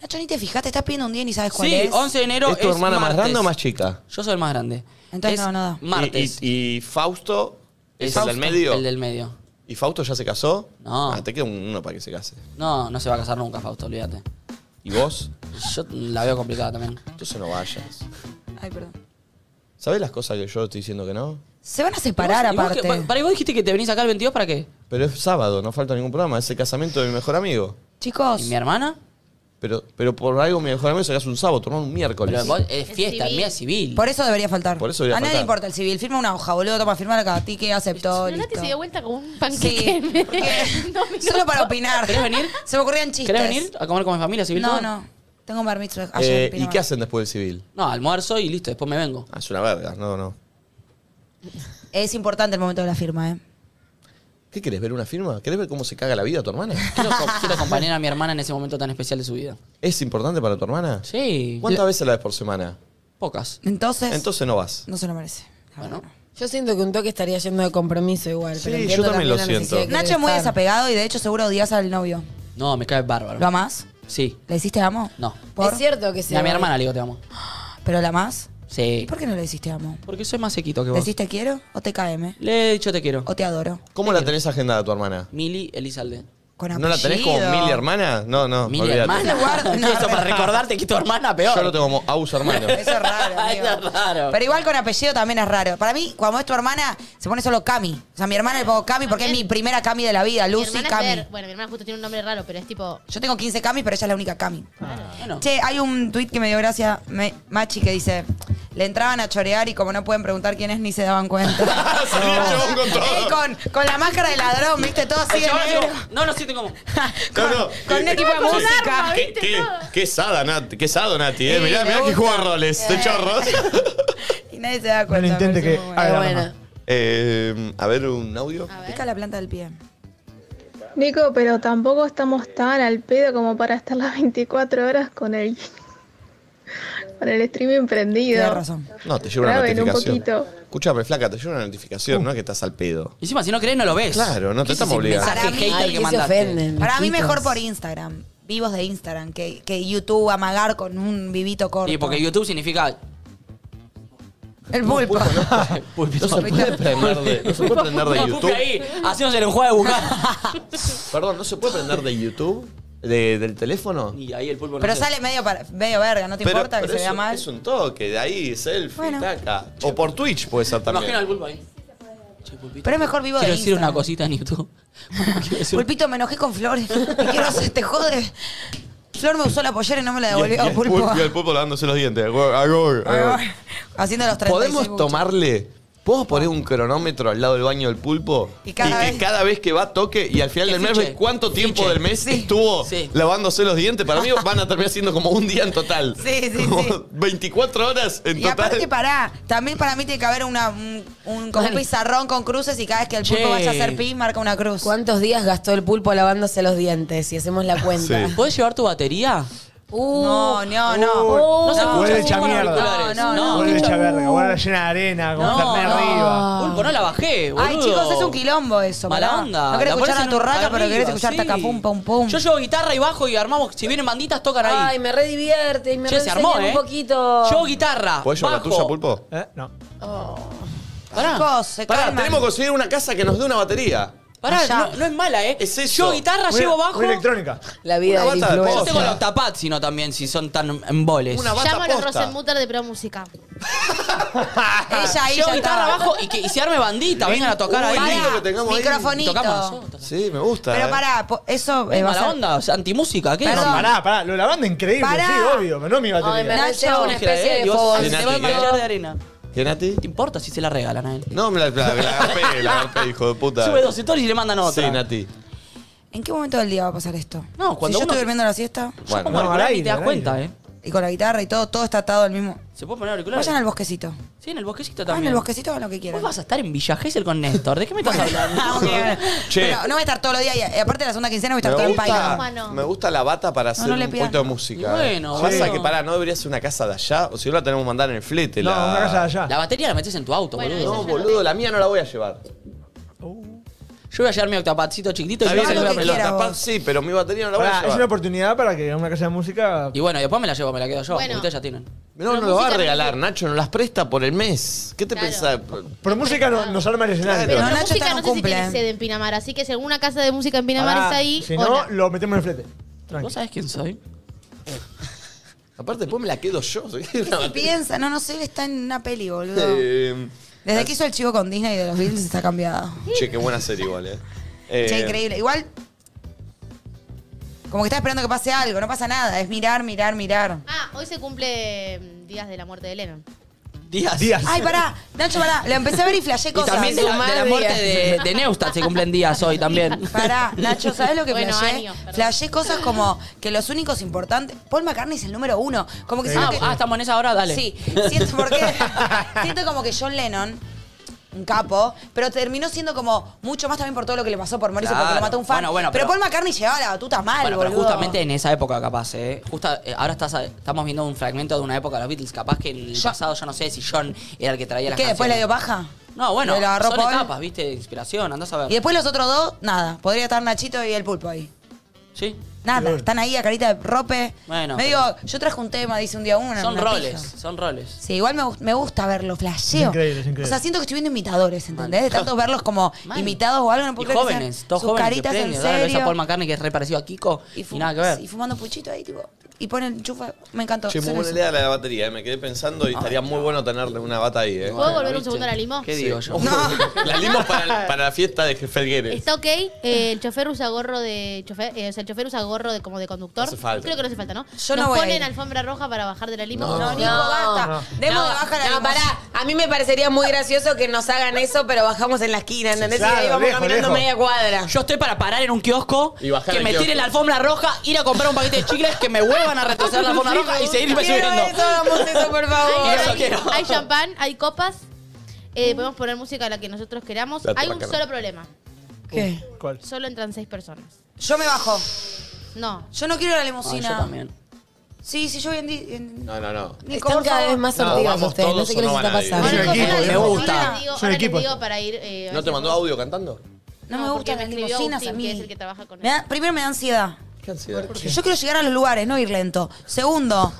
Speaker 2: Nacho, ni te fijaste, estás pidiendo un día y ni sabes cuál
Speaker 3: sí,
Speaker 2: es.
Speaker 3: 11 de enero.
Speaker 10: ¿Es tu hermana
Speaker 3: martes.
Speaker 10: más grande o más chica?
Speaker 3: Yo soy el más grande.
Speaker 2: Entonces
Speaker 3: Es
Speaker 2: no, no da.
Speaker 3: Martes.
Speaker 10: ¿Y, y- y Fausto es,
Speaker 3: Fausto,
Speaker 10: el del medio?
Speaker 3: El del medio.
Speaker 10: ¿Y Fausto ya se casó?
Speaker 3: No.
Speaker 10: Ah, te queda un- uno para que se case.
Speaker 3: No, no se va a casar nunca, Fausto, olvídate.
Speaker 10: ¿Y vos?
Speaker 3: Yo la veo complicada también.
Speaker 10: Entonces no vayas.
Speaker 2: Ay, perdón.
Speaker 10: ¿Sabés las cosas que yo estoy diciendo que no?
Speaker 2: Se van a separar
Speaker 3: ¿Y vos- y vos
Speaker 2: aparte.
Speaker 3: qué- pa- para, ¿y vos dijiste que te venís acá el 22 para qué?
Speaker 10: Pero es sábado, no falta ningún programa. Es el casamiento de mi mejor amigo.
Speaker 2: Chicos,
Speaker 3: ¿Y mi hermana?
Speaker 10: Pero, pero por algo mi mejor amigo se casa un sábado, tomó un miércoles.
Speaker 3: Pero vos, es
Speaker 6: Es
Speaker 3: fiesta,
Speaker 6: civil.
Speaker 3: mía es civil.
Speaker 2: por eso debería faltar.
Speaker 10: Por eso debería
Speaker 2: a nadie
Speaker 10: faltar.
Speaker 2: le importa el civil. Firma una hoja, boludo. Toma, firmar acá. Tique, aceptó.
Speaker 6: Pero Nati
Speaker 2: listo.
Speaker 6: se dio vuelta como un panqueque.
Speaker 2: Sí, porque- solo para opinar.
Speaker 3: ¿Querés venir?
Speaker 2: Se me ocurrían chistes.
Speaker 3: ¿Querés venir a comer con mi familia civil?
Speaker 2: No,
Speaker 3: todo?
Speaker 2: no. Tengo un bar mitzvah ayer
Speaker 10: Eh,
Speaker 2: en
Speaker 10: ¿Y
Speaker 2: Pinamar.
Speaker 10: qué hacen después del civil?
Speaker 3: No, almuerzo y listo, después me vengo.
Speaker 10: Ah, es una verga, no, no.
Speaker 2: Es importante el momento de la firma, ¿eh?
Speaker 10: ¿Qué querés ver una firma? ¿Querés ver cómo se caga la vida a tu hermana?
Speaker 3: Quiero, co- quiero acompañar a mi hermana en ese momento tan especial de su vida.
Speaker 10: ¿Es importante para tu hermana?
Speaker 3: Sí.
Speaker 10: ¿Cuántas veces la ves por semana?
Speaker 3: Pocas.
Speaker 2: Entonces,
Speaker 10: Entonces no vas.
Speaker 2: no se lo merece.
Speaker 3: Bueno,
Speaker 4: Yo siento que un toque estaría yendo de compromiso igual.
Speaker 10: Sí,
Speaker 4: pero
Speaker 10: yo
Speaker 4: entiendo
Speaker 10: también lo
Speaker 4: la necesidad
Speaker 10: siento.
Speaker 4: de querer
Speaker 2: Nacho es muy
Speaker 4: estar.
Speaker 2: desapegado y de hecho seguro odias al novio.
Speaker 3: no, me cae bárbaro.
Speaker 2: ¿Lo amás?
Speaker 3: Sí.
Speaker 2: ¿Le hiciste amo?
Speaker 3: No.
Speaker 2: ¿Por?
Speaker 4: Es cierto que
Speaker 3: Y
Speaker 4: se
Speaker 3: a mi
Speaker 4: va.
Speaker 3: hermana le digo te amo.
Speaker 2: ¿Pero la amás? ¿Y
Speaker 3: Sí.
Speaker 2: por qué no le hiciste amo?
Speaker 3: Porque soy más sequito que
Speaker 2: ¿Le
Speaker 3: vos.
Speaker 2: hiciste quiero o te KM?
Speaker 3: Le he dicho te quiero.
Speaker 2: ¿O te adoro?
Speaker 10: ¿Cómo la tenés agendada tu hermana?
Speaker 3: Mili Elizalde.
Speaker 2: Con
Speaker 10: ¿No la tenés como
Speaker 2: apellido.
Speaker 10: mil hermana? No, no.
Speaker 3: Mili
Speaker 10: olvídate.
Speaker 3: hermana.
Speaker 2: No guardo- no,
Speaker 3: Eso para
Speaker 2: re-
Speaker 3: recordarte que tu hermana peor.
Speaker 10: Yo lo tengo como aus hermano.
Speaker 2: Eso es raro. amigo.
Speaker 3: Eso es raro.
Speaker 2: Pero igual con apellido también es raro. Para mí, cuando es tu hermana, se pone solo Cami. O sea, mi hermana le pongo Cami porque es mi
Speaker 6: También.
Speaker 2: primera Cami de la vida.
Speaker 6: Mi
Speaker 2: Lucy
Speaker 6: hermana es
Speaker 2: Cami.
Speaker 6: Ver- Bueno, mi hermana justo tiene un nombre raro, pero es tipo.
Speaker 2: Yo tengo 15 Cami, pero ella es la única Cami.
Speaker 3: Bueno,
Speaker 2: Che, hay un tuit que me dio gracia, me- Machi, que dice, le entraban a chorear y como no pueden preguntar quién es, ni se daban cuenta.
Speaker 10: Salió el chabón con todo.
Speaker 2: Ey, con, con la máscara de ladrón, viste, todo así
Speaker 3: el
Speaker 2: de
Speaker 3: chabón hace
Speaker 2: negro.
Speaker 3: como, no, no siento como.
Speaker 2: con,
Speaker 10: No, no.
Speaker 2: Ah, con un equipo de
Speaker 10: Sí.
Speaker 2: música.
Speaker 10: ¿Qué, qué, qué sada, Nati, qué sado, Nati, eh.
Speaker 2: Sí,
Speaker 10: Mirá,
Speaker 2: me
Speaker 10: mirá que
Speaker 2: gusta.
Speaker 10: juega roles de
Speaker 2: Eh.
Speaker 10: chorros.
Speaker 2: Y nadie se da
Speaker 5: No
Speaker 2: cuenta.
Speaker 5: le
Speaker 2: me
Speaker 5: intente que
Speaker 2: parece muy bueno.
Speaker 5: haga la
Speaker 4: Bueno.
Speaker 5: mamá.
Speaker 10: Eh, a ver, un audio.
Speaker 6: A
Speaker 2: Pica
Speaker 6: ver.
Speaker 2: la planta del pie.
Speaker 1: Nico, pero tampoco estamos tan al pedo como para estar las 24 horas con el, con el streaming
Speaker 2: Tienes
Speaker 1: prendido.
Speaker 2: razón.
Speaker 10: No, te llega una
Speaker 1: Graben un
Speaker 10: notificación.
Speaker 1: poquito.
Speaker 10: Escúchame, flaca, te llega una notificación, no es que estás al pedo.
Speaker 3: Encima, si no crees, no lo ves.
Speaker 10: Claro, no te
Speaker 3: ¿Qué es
Speaker 10: estamos
Speaker 3: ese
Speaker 10: obligando.
Speaker 3: mensaje
Speaker 2: Para mí-
Speaker 3: hater
Speaker 4: Ay,
Speaker 3: que
Speaker 4: que se
Speaker 3: mandaste?
Speaker 4: ofenden.
Speaker 2: Para mí
Speaker 4: mijitos.
Speaker 2: mejor por Instagram. Vivos de Instagram, que, que YouTube amagar con un vivito corto.
Speaker 3: Y porque YouTube significa.
Speaker 2: El pulpo.
Speaker 10: No se puede prender de, no se puede prender
Speaker 3: No,
Speaker 10: de
Speaker 3: pupe
Speaker 10: YouTube.
Speaker 3: ahí, haciéndose el enjuague bucal.
Speaker 10: Perdón, no se puede prender de YouTube.
Speaker 1: de- del teléfono.
Speaker 3: Y ahí el pulpo no
Speaker 2: Pero
Speaker 3: sé.
Speaker 2: sale medio, para- medio verga, ¿no te
Speaker 1: Pero-
Speaker 2: importa que
Speaker 1: pero
Speaker 2: se
Speaker 1: es
Speaker 2: vea
Speaker 1: un-
Speaker 2: mal?
Speaker 1: Es un toque, de ahí, selfie,
Speaker 2: Bueno.
Speaker 1: taca. O por Twitch puede ser también.
Speaker 3: Imagino al pulpo ahí.
Speaker 2: Pero es mejor vivo
Speaker 3: Quiero
Speaker 2: de
Speaker 3: decir
Speaker 2: Instagram.
Speaker 3: una cosita en YouTube. Quiero decir-
Speaker 2: Pulpito, me enojé con Flor. Te quiero hacer, te jode. Flor me usó la pollera y no me la
Speaker 1: Y el- y
Speaker 2: devolvió,
Speaker 1: el
Speaker 2: Pulpo.
Speaker 1: pulpo- y el pulpo lavándose los dientes. Ahí voy, ahí voy.
Speaker 2: Haciendo los 36
Speaker 1: ¿Podemos
Speaker 2: buchos.
Speaker 1: tomarle? ¿Podemos poner un cronómetro al lado del baño del pulpo?
Speaker 2: Y cada
Speaker 1: que
Speaker 2: vez-
Speaker 1: cada vez que va toque y al final
Speaker 3: Que
Speaker 1: del mes
Speaker 3: fiche.
Speaker 1: ves cuánto tiempo
Speaker 3: Fiche.
Speaker 1: del mes estuvo
Speaker 3: Sí.
Speaker 1: lavándose los dientes. Para mí van a terminar siendo como un día en total.
Speaker 2: Sí, sí,
Speaker 1: Como
Speaker 2: sí.
Speaker 1: 24 horas en
Speaker 2: Y
Speaker 1: total.
Speaker 2: aparte, pará, también para mí tiene que haber una, un, un- como un
Speaker 4: Bueno.
Speaker 2: pizarrón con cruces y cada vez que el
Speaker 3: Che.
Speaker 2: pulpo vaya a hacer pi, marca una cruz.
Speaker 4: ¿Cuántos días gastó el pulpo lavándose los dientes? Si hacemos la cuenta.
Speaker 1: Sí.
Speaker 3: ¿Podés llevar tu batería?
Speaker 4: Uh,
Speaker 2: No, no, no.
Speaker 5: Uy,
Speaker 3: No se escucha
Speaker 5: Huele
Speaker 3: ningún
Speaker 5: hecha mierda.
Speaker 3: auriculares.
Speaker 2: No, no,
Speaker 5: Huele
Speaker 3: no.
Speaker 5: hecha verga. Huele llena de arena, con
Speaker 3: No,
Speaker 5: carne
Speaker 3: no.
Speaker 5: arriba.
Speaker 3: Pulpo, no la bajé, boludo.
Speaker 2: Ah. Ay, chicos, es un quilombo eso.
Speaker 3: Mala
Speaker 2: pará.
Speaker 3: onda.
Speaker 2: No querés
Speaker 3: La ponés
Speaker 2: escuchar
Speaker 3: en
Speaker 2: a
Speaker 3: un-
Speaker 2: tu raca, pero
Speaker 3: arriba,
Speaker 2: querés escuchar
Speaker 3: sí.
Speaker 2: tacapum, pum, pum.
Speaker 3: Yo llevo guitarra y bajo y armamos. Si vienen banditas, tocan ahí.
Speaker 4: Ay, me redivierte y me
Speaker 3: Che, se armó,
Speaker 4: reenseñan
Speaker 3: ¿eh?
Speaker 4: un poquito.
Speaker 3: Llevo guitarra.
Speaker 1: ¿Puedes llevar la
Speaker 3: bajo.
Speaker 1: tuya, pulpo?
Speaker 5: ¿Eh? No.
Speaker 3: Pará.
Speaker 2: Chicos, se
Speaker 1: Pará,
Speaker 2: calman.
Speaker 1: tenemos que conseguir una casa que nos dé una batería.
Speaker 3: Pará,
Speaker 2: Allá.
Speaker 3: no, no es mala, ¿eh?
Speaker 1: Es eso.
Speaker 3: Llevo guitarra,
Speaker 5: Una-
Speaker 3: llevo bajo.
Speaker 5: Una electrónica.
Speaker 4: La vida
Speaker 1: Una
Speaker 4: del
Speaker 1: bata de
Speaker 3: Yo
Speaker 1: posta.
Speaker 4: influencer.
Speaker 3: tengo los tapats, sino también, si son tan emboles.
Speaker 1: Una bata
Speaker 6: Llamo a los
Speaker 1: posta.
Speaker 6: Rosenmutter de Pro Música.
Speaker 2: Ella ahí
Speaker 3: Llevo
Speaker 2: ya
Speaker 3: guitarra
Speaker 2: estaba.
Speaker 3: abajo y que y se arme
Speaker 2: Ah,
Speaker 3: bandita, vengan a tocar
Speaker 1: Uy,
Speaker 3: ahí.
Speaker 1: lindo
Speaker 2: Pará,
Speaker 1: que tengamos ahí.
Speaker 2: microfonito.
Speaker 3: Y tocamos nosotros.
Speaker 1: Sí, me gusta.
Speaker 2: Pero
Speaker 1: eh.
Speaker 2: pará, po- eso eh,
Speaker 3: Es
Speaker 2: va a
Speaker 3: mala
Speaker 2: ser-
Speaker 3: onda, o sea, antimúsica, ¿qué?
Speaker 2: Perdón.
Speaker 3: No,
Speaker 5: Pará, pará. Lo de la banda increíble,
Speaker 2: Pará.
Speaker 5: sí, obvio. Pero no mi
Speaker 4: Ay, me
Speaker 5: batería.
Speaker 4: rellena una
Speaker 3: Dije la
Speaker 4: especie
Speaker 3: idea,
Speaker 4: de
Speaker 3: digo,
Speaker 4: fogón.
Speaker 1: de
Speaker 3: se
Speaker 1: Nati,
Speaker 3: va a
Speaker 1: ¿eh?
Speaker 3: manchar de arena.
Speaker 1: ¿Y Nati?
Speaker 3: ¿Te importa si se la regalan a él?
Speaker 1: No, me la, la, la agarré, la agarré, hijo de puta.
Speaker 3: Sube dos stories y le mandan otra.
Speaker 1: Sí, Nati.
Speaker 2: ¿En qué momento del día va a pasar esto?
Speaker 3: No, cuando
Speaker 2: si yo
Speaker 3: uno-
Speaker 2: estoy durmiendo la siesta
Speaker 1: Bueno,
Speaker 3: Pongo
Speaker 5: No, al
Speaker 3: auricular y
Speaker 5: aire,
Speaker 3: te das
Speaker 5: al
Speaker 3: cuenta,
Speaker 5: aire.
Speaker 3: ¿eh?
Speaker 2: y con la guitarra y todo, todo está atado al mismo.
Speaker 3: ¿Se puede poner auriculares?
Speaker 2: Vayan al bosquecito.
Speaker 3: Sí, en el bosquecito
Speaker 2: Vayan
Speaker 3: también.
Speaker 2: al bosquecito hagan lo que quieran.
Speaker 3: Vos vas a estar en Villa Gesell con Néstor. ¿De qué me estás hablando?
Speaker 2: Ah, ok, bueno.
Speaker 1: Che.
Speaker 2: Pero no voy a estar todos los días y y aparte de la segunda quincena voy a estar todo
Speaker 1: me
Speaker 2: en paila.
Speaker 1: gusta,
Speaker 6: Humano.
Speaker 1: me gusta la bata para hacer
Speaker 2: no le
Speaker 1: un
Speaker 2: pidan.
Speaker 1: poquito de música.
Speaker 3: Y bueno,
Speaker 1: Pasa
Speaker 3: bueno.
Speaker 1: que pará, no debería ser una casa de allá, o si no la tenemos que mandar en el flete.
Speaker 5: No,
Speaker 1: la...
Speaker 5: una casa de allá.
Speaker 3: La batería la metes en tu auto,
Speaker 6: Bueno,
Speaker 3: boludo.
Speaker 6: eso
Speaker 1: No, boludo, la mía no la voy a llevar.
Speaker 3: Yo voy a llevar mi octapatcito chiquitito y
Speaker 1: Está
Speaker 3: voy a
Speaker 1: bien,
Speaker 3: hacer
Speaker 2: lo
Speaker 3: una
Speaker 2: que
Speaker 1: pero
Speaker 3: pelota.
Speaker 2: quiera
Speaker 1: tapá-
Speaker 2: vos.
Speaker 1: sí, pero mi batería no la voy
Speaker 5: Pará,
Speaker 1: a
Speaker 5: es una
Speaker 1: llevar.
Speaker 5: oportunidad para que una casa de música.
Speaker 3: Y bueno, después me la llevo, me la quedo yo.
Speaker 6: Bueno.
Speaker 3: Ustedes ya tienen.
Speaker 1: No, no
Speaker 6: Pero
Speaker 1: lo va a
Speaker 6: música
Speaker 1: regalar,
Speaker 6: no-
Speaker 1: Nacho, nos las presta por el mes. ¿Qué te
Speaker 6: Claro.
Speaker 1: pensás?
Speaker 5: Pero música no- nos arma el escenario.
Speaker 6: Pero
Speaker 2: No,
Speaker 6: la
Speaker 2: Nacho
Speaker 6: música
Speaker 2: está con
Speaker 6: no sé si
Speaker 2: cumple.
Speaker 6: tiene sede en Pinamar, así que si alguna casa de música en Pinamar
Speaker 5: Pará,
Speaker 6: está ahí,
Speaker 5: Ah, Si
Speaker 6: hola.
Speaker 5: no, lo metemos en el flete.
Speaker 3: ¿Vos
Speaker 5: Tranqui.
Speaker 3: sabés quién soy?
Speaker 1: Aparte, después me la quedo yo. soy una
Speaker 2: ¿Qué
Speaker 1: batería.
Speaker 2: piensa? No, no sé, él está en una peli, boludo.
Speaker 1: Eh,
Speaker 2: Desde que hizo el chivo con Disney y de los Bills está cambiado.
Speaker 1: Che, qué buena serie igual, eh. Eh,
Speaker 2: Che, increíble. Igual, como que está esperando que pase algo, no pasa nada. Es mirar, mirar, mirar.
Speaker 6: Ah, hoy se cumple mm, días de la muerte de Lennon.
Speaker 3: Días.
Speaker 5: Días.
Speaker 2: Ay, pará, Nacho, pará. La empecé a ver y flashé
Speaker 3: Y
Speaker 2: cosas.
Speaker 3: también de la, de la muerte de, de Neustadt se cumplen días hoy también.
Speaker 2: Pará, Nacho, ¿sabes lo que
Speaker 6: Bueno,
Speaker 2: flashé?
Speaker 6: años, perdón.
Speaker 2: flashé cosas como que los únicos importantes. Paul McCartney es el número uno. Como que siento
Speaker 3: Ah,
Speaker 2: que.
Speaker 3: ah, estamos en esa hora, dale.
Speaker 2: Sí, siento porque siento como que John Lennon un capo, pero terminó siendo como mucho más también por todo lo que le pasó por morirse porque
Speaker 3: Claro.
Speaker 2: lo mató un fan.
Speaker 3: Bueno, bueno,
Speaker 2: pero,
Speaker 3: pero-
Speaker 2: Paul McCartney llevaba la batuta mal,
Speaker 3: Bueno, pero
Speaker 2: boludo.
Speaker 3: justamente en esa época capaz, ¿eh? Justa, eh, ahora estás, estamos viendo un fragmento de una época de los Beatles. Capaz que en el
Speaker 2: Yo-
Speaker 3: pasado yo no sé si John era el que traía las
Speaker 2: ¿Qué? ¿Después le dio
Speaker 3: canciones.
Speaker 2: paja?
Speaker 3: No, bueno,
Speaker 2: ¿Le la agarró
Speaker 3: son
Speaker 2: Paul?
Speaker 3: etapas, ¿viste? Inspiración, andás a ver.
Speaker 2: Y después los otros dos, nada. Podría estar Nachito y el pulpo ahí.
Speaker 3: Sí.
Speaker 2: Nada,
Speaker 5: Bueno.
Speaker 2: están ahí a carita de rope.
Speaker 3: Bueno,
Speaker 2: Me digo, yo traje un tema, dice un día uno.
Speaker 3: Son
Speaker 2: una
Speaker 3: roles,
Speaker 2: pija.
Speaker 3: son roles.
Speaker 2: Sí, igual me, gust- me gusta verlo, flasheo.
Speaker 5: Es increíble, es increíble.
Speaker 2: O sea, siento que estoy viendo imitadores, ¿entendés? De tanto verlos como
Speaker 3: Mal.
Speaker 2: imitados o algo, no
Speaker 3: Y
Speaker 2: puedo creer que sean
Speaker 3: jóvenes, todos
Speaker 2: sus
Speaker 3: jóvenes.
Speaker 2: caritas
Speaker 3: que
Speaker 2: en
Speaker 3: prenden, ahora lo ves
Speaker 2: serio.
Speaker 3: a Paul McCartney que es re parecido a Kiko y,
Speaker 2: fu-
Speaker 3: nada que ver.
Speaker 2: y fumando puchito ahí, tipo. Y pone el chufa. Me encantó.
Speaker 1: Che, muy
Speaker 2: solo
Speaker 1: buena
Speaker 2: eso.
Speaker 1: idea la de la batería, eh. me quedé pensando y
Speaker 2: Ah,
Speaker 1: estaría muy bueno tenerle una bata ahí. Eh.
Speaker 6: ¿Puedo volver un
Speaker 3: ¿viste?
Speaker 6: segundo a la limo?
Speaker 3: ¿Qué digo yo?
Speaker 1: La limos para, para la fiesta de Felgueres.
Speaker 6: Está ok, eh, el chofer usa gorro de chofer, eh, o sea, el chofer usa gorro de como de conductor.
Speaker 1: No hace falta.
Speaker 6: Creo que no hace falta, ¿no?
Speaker 2: Yo no
Speaker 6: Nos
Speaker 2: voy a
Speaker 6: ponen
Speaker 2: ir.
Speaker 6: alfombra roja para bajar de la limo.
Speaker 2: No, Nico,
Speaker 4: No,
Speaker 2: basta.
Speaker 5: no.
Speaker 2: Demos
Speaker 4: no,
Speaker 2: de baja la
Speaker 4: no,
Speaker 2: limo.
Speaker 4: pará. A mí me parecería muy gracioso que nos hagan eso, pero bajamos en la esquina, ¿entendés?
Speaker 5: Claro,
Speaker 4: y ahí vamos
Speaker 5: lejos,
Speaker 4: caminando
Speaker 5: lejos.
Speaker 4: media cuadra.
Speaker 3: Yo estoy para parar en un kiosco,
Speaker 1: Y bajar
Speaker 3: que
Speaker 1: el
Speaker 3: me
Speaker 1: kiosco.
Speaker 3: tiren la alfombra roja, ir a comprar un paquete de chicles, que me vuelvan a retroceder la alfombra roja y seguirme
Speaker 4: Quiero
Speaker 3: subiendo.
Speaker 4: eso, hagamos eso, por favor.
Speaker 3: Ay, eso
Speaker 6: hay,
Speaker 3: quiero.
Speaker 6: hay champán, hay copas. eh, podemos poner música a la que nosotros queramos.
Speaker 1: La
Speaker 6: hay un
Speaker 1: turraca, no.
Speaker 6: solo problema.
Speaker 2: ¿Qué?
Speaker 5: ¿Cuál?
Speaker 6: Solo entran seis personas.
Speaker 2: Yo me bajo.
Speaker 6: No.
Speaker 2: Yo no quiero la
Speaker 3: Ay,
Speaker 2: limusina.
Speaker 3: yo también.
Speaker 2: Sí, sí, yo voy en. di- en-
Speaker 1: No, no, no.
Speaker 2: Nico,
Speaker 4: Están
Speaker 2: por
Speaker 4: cada vez
Speaker 2: favor.
Speaker 4: más
Speaker 1: No,
Speaker 4: sortidos
Speaker 1: vamos
Speaker 4: ustedes. No
Speaker 1: todos
Speaker 4: sé
Speaker 1: o
Speaker 4: qué les
Speaker 1: no
Speaker 4: está
Speaker 1: van a ir.
Speaker 4: pasando.
Speaker 5: Ah, Es un
Speaker 6: Ahora
Speaker 5: equipo,
Speaker 6: les
Speaker 5: me
Speaker 6: digo-
Speaker 3: gusta.
Speaker 6: ahora les
Speaker 5: Es
Speaker 6: digo-
Speaker 5: un
Speaker 6: ahora les
Speaker 5: equipo.
Speaker 6: digo para ir. eh,
Speaker 1: ¿No te mandó audio cantando?
Speaker 2: No me
Speaker 6: No, porque
Speaker 2: gustan las
Speaker 6: me escribió
Speaker 2: limusinas a
Speaker 6: Agustín, que
Speaker 2: mí.
Speaker 6: es el que trabaja con
Speaker 2: Me da- primero me da ansiedad.
Speaker 1: ¿Qué ansiedad?
Speaker 2: Yo quiero llegar a los lugares, no ir lento. Segundo,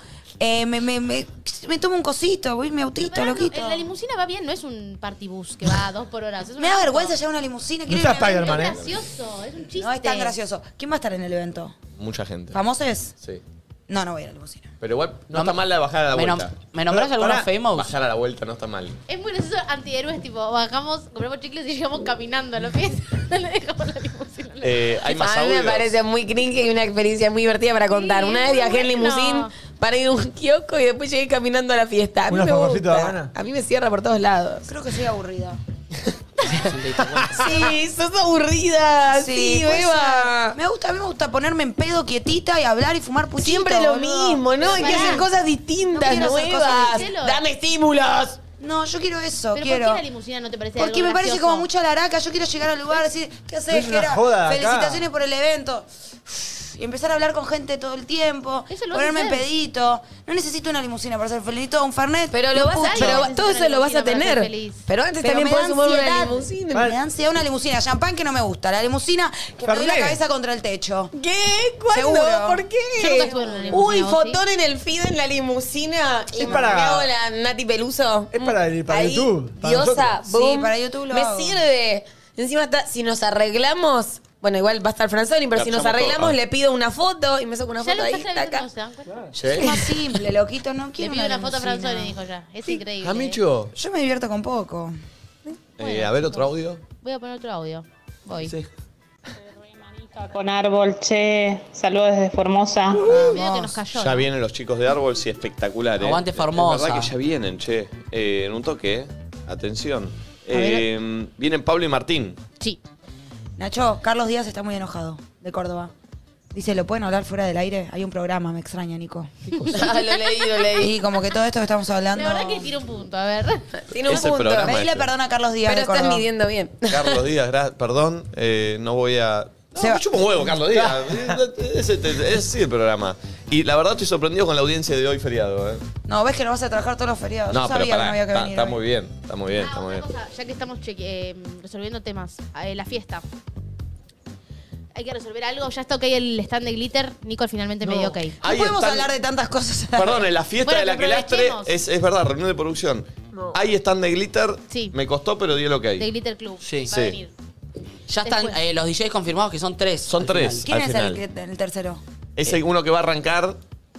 Speaker 2: eh, me, me, me, me tomo un cosito, voy en mi autito,
Speaker 6: Pero no,
Speaker 2: loquito.
Speaker 6: La limusina va bien, no es un partibus que va a dos por hora. Es un
Speaker 2: Me da
Speaker 6: auto.
Speaker 2: vergüenza llevar una limusina.
Speaker 5: No
Speaker 2: quiero
Speaker 5: seas
Speaker 2: irme a-
Speaker 5: Spider-Man,
Speaker 6: Es
Speaker 5: ¿eh?
Speaker 6: gracioso, es un chiste.
Speaker 2: No es tan gracioso. ¿Quién va a estar en el evento?
Speaker 1: mucha gente.
Speaker 2: Ah. ¿Famosos?
Speaker 1: Sí.
Speaker 2: No, no voy a ir al buceo.
Speaker 1: Pero igual no está mal la bajada a la
Speaker 3: ¿Me nom-
Speaker 1: vuelta.
Speaker 3: me nombrás
Speaker 1: Pero,
Speaker 3: algunos
Speaker 1: pará,
Speaker 3: famous?
Speaker 1: Bajar a la vuelta no está mal.
Speaker 6: Es muy gracioso antihéroes, tipo, bajamos, compramos chicles y llegamos caminando a los pies. Le dejamos la limusina.
Speaker 1: Eh, hay más
Speaker 4: a mí
Speaker 1: audios.
Speaker 4: me parece muy cringe y una experiencia muy divertida para contar.
Speaker 6: Sí,
Speaker 4: una vez
Speaker 6: muy
Speaker 4: viajé en
Speaker 6: bueno.
Speaker 4: limusín para ir a un kiosco y después llegué caminando a la fiesta. A mí
Speaker 5: ¿Unos
Speaker 4: me
Speaker 5: famosos de
Speaker 4: gusta.
Speaker 5: Habana?
Speaker 4: A mí me cierra por todos lados.
Speaker 2: Creo que soy aburrida.
Speaker 4: Sí, sos aburrida. Sí, pues
Speaker 2: puede
Speaker 4: beba.
Speaker 2: ser. Me gusta, a mí me gusta ponerme en pedo quietita y hablar y fumar puchito.
Speaker 4: Siempre lo
Speaker 2: boludo.
Speaker 4: mismo, ¿no? Hay
Speaker 6: Pero
Speaker 4: que
Speaker 6: pará.
Speaker 4: hacer cosas distintas,
Speaker 2: No quiero hacer cosas
Speaker 4: nuevas.
Speaker 6: distintas.
Speaker 4: Dame estímulos.
Speaker 2: No, yo quiero eso,
Speaker 6: Pero
Speaker 2: quiero.
Speaker 6: ¿por qué la limusina no te parece
Speaker 2: Porque
Speaker 6: algo
Speaker 2: me parece
Speaker 6: gracioso?
Speaker 2: como mucha laraca. Yo quiero llegar al lugar, decir, ¿qué
Speaker 5: No
Speaker 2: haces,
Speaker 5: es una
Speaker 2: Jera?
Speaker 5: joda acá.
Speaker 2: Felicitaciones por el evento. Y empezar a hablar con gente todo el tiempo.
Speaker 6: Eso lo vas a
Speaker 2: ponerme en
Speaker 6: hacer.
Speaker 2: pedito. No necesito una limusina para ser feliz. Necesito un fernet.
Speaker 4: Pero lo vas a,
Speaker 6: Ay,
Speaker 4: pero
Speaker 6: necesito
Speaker 4: todo
Speaker 6: una
Speaker 4: eso lo vas a
Speaker 6: limusina para ser
Speaker 4: tener.
Speaker 6: feliz.
Speaker 4: Pero antes
Speaker 2: Pero
Speaker 4: también
Speaker 2: me da
Speaker 4: podés sumar una
Speaker 2: ansiedad.
Speaker 4: limusina.
Speaker 2: Me da ansiedad una limusina. Champán que no me gusta. La limusina que me doy la
Speaker 5: Fernet.
Speaker 2: cabeza contra el techo.
Speaker 4: ¿Qué? ¿Cuándo?
Speaker 2: Seguro.
Speaker 4: ¿Por qué?
Speaker 6: Yo nunca estuve en una limusina,
Speaker 4: Uy,
Speaker 6: ¿vos
Speaker 4: fotón en el feed en la limusina.
Speaker 5: Es
Speaker 4: Y
Speaker 5: para-
Speaker 4: Me hago la Nati Peluso.
Speaker 5: Es para el- para
Speaker 4: Ahí,
Speaker 5: YouTube, para
Speaker 4: diosa,
Speaker 5: nosotros.
Speaker 2: Sí,
Speaker 4: boom.
Speaker 2: para YouTube lo
Speaker 4: Me
Speaker 2: hago.
Speaker 4: sirve. Encima está, si nos arreglamos, bueno, igual va a estar Franzoni, pero si nos
Speaker 1: Garchamos
Speaker 4: arreglamos
Speaker 1: todo.
Speaker 4: le pido una foto y me saco una
Speaker 6: Ya
Speaker 4: foto
Speaker 6: lo
Speaker 4: ahí,
Speaker 6: estás
Speaker 4: está acá.
Speaker 6: sabiendo, ¿se dan cuenta?
Speaker 5: ¿Eh?
Speaker 2: Es más simple, loquito. No
Speaker 6: Le
Speaker 2: quiero
Speaker 6: pido una foto a
Speaker 2: limusina.
Speaker 6: Franzoni, dijo ya. Es increíble.
Speaker 1: Ah,
Speaker 6: eh.
Speaker 1: Amicho.
Speaker 2: Yo me divierto con poco.
Speaker 1: Eh, a ver otro audio.
Speaker 6: Voy a poner otro audio. Voy.
Speaker 1: Sí.
Speaker 9: Con árbol, che. Saludos desde Formosa.
Speaker 6: Ah, Medio que nos cayó.
Speaker 1: Uh, Ya
Speaker 6: ¿no?
Speaker 1: vienen los chicos de árbol, sí, espectacular. eh.
Speaker 3: Aguante
Speaker 1: Es
Speaker 3: Formosa.
Speaker 1: verdad que ya vienen, che. Eh, en un toque, eh. Atención.
Speaker 6: ver.
Speaker 1: Eh, vienen Pablo y Martín.
Speaker 6: Sí.
Speaker 2: Nacho, Carlos Díaz está muy enojado de Córdoba. Dice, ¿lo pueden hablar fuera del aire? Hay un programa, me extraña, Nico.
Speaker 4: Ah, lo leí, lo leí.
Speaker 2: Y como que todo esto que estamos hablando.
Speaker 6: La verdad que tiene un punto, a ver.
Speaker 4: Tiene un
Speaker 1: Es el
Speaker 4: punto.
Speaker 1: programa.
Speaker 2: Pedile perdón a Carlos Díaz
Speaker 4: Pero
Speaker 2: de
Speaker 4: estás
Speaker 2: Córdoba.
Speaker 4: midiendo bien.
Speaker 1: Carlos Díaz, gra- perdón, eh, no voy a. No,
Speaker 2: Se va.
Speaker 1: me chupa un huevo, Carlos Díaz. es, es- es- sí el programa. Y la verdad estoy sorprendido con la audiencia de hoy feriado. eh.
Speaker 2: No, ves que no vas a trabajar todos los feriados.
Speaker 1: No,
Speaker 2: Yo
Speaker 1: pero
Speaker 2: sabía que
Speaker 1: pará,
Speaker 2: no había que
Speaker 1: está,
Speaker 2: venir.
Speaker 1: está
Speaker 2: hoy.
Speaker 1: muy bien, está muy bien,
Speaker 6: Ah,
Speaker 1: está muy bien.
Speaker 6: una cosa, ya que estamos cheque- eh, resolviendo temas, eh, la fiesta. Hay que resolver algo. Ya está ok el stand de glitter. Nicole finalmente me dio ok.
Speaker 2: No
Speaker 1: Ahí
Speaker 2: podemos
Speaker 1: están-
Speaker 2: hablar de tantas cosas.
Speaker 1: Perdón, en la fiesta
Speaker 6: Bueno,
Speaker 1: de la
Speaker 6: pero
Speaker 1: que lastre
Speaker 6: aprovechemos.
Speaker 1: es, es verdad, reunión de producción. Ahí están de glitter.
Speaker 6: Sí.
Speaker 1: Me costó, pero di lo que
Speaker 6: De
Speaker 1: hay.
Speaker 6: Glitter Club.
Speaker 3: Sí.
Speaker 6: Va
Speaker 1: Sí.
Speaker 6: a venir.
Speaker 3: Ya están
Speaker 6: Después.
Speaker 3: eh, los DJs confirmados que son tres.
Speaker 1: Son
Speaker 3: al
Speaker 1: tres.
Speaker 3: final.
Speaker 2: ¿Quién
Speaker 1: al
Speaker 2: es
Speaker 1: final.
Speaker 2: el, que- el tercero?
Speaker 1: Es el uno que va a arrancar.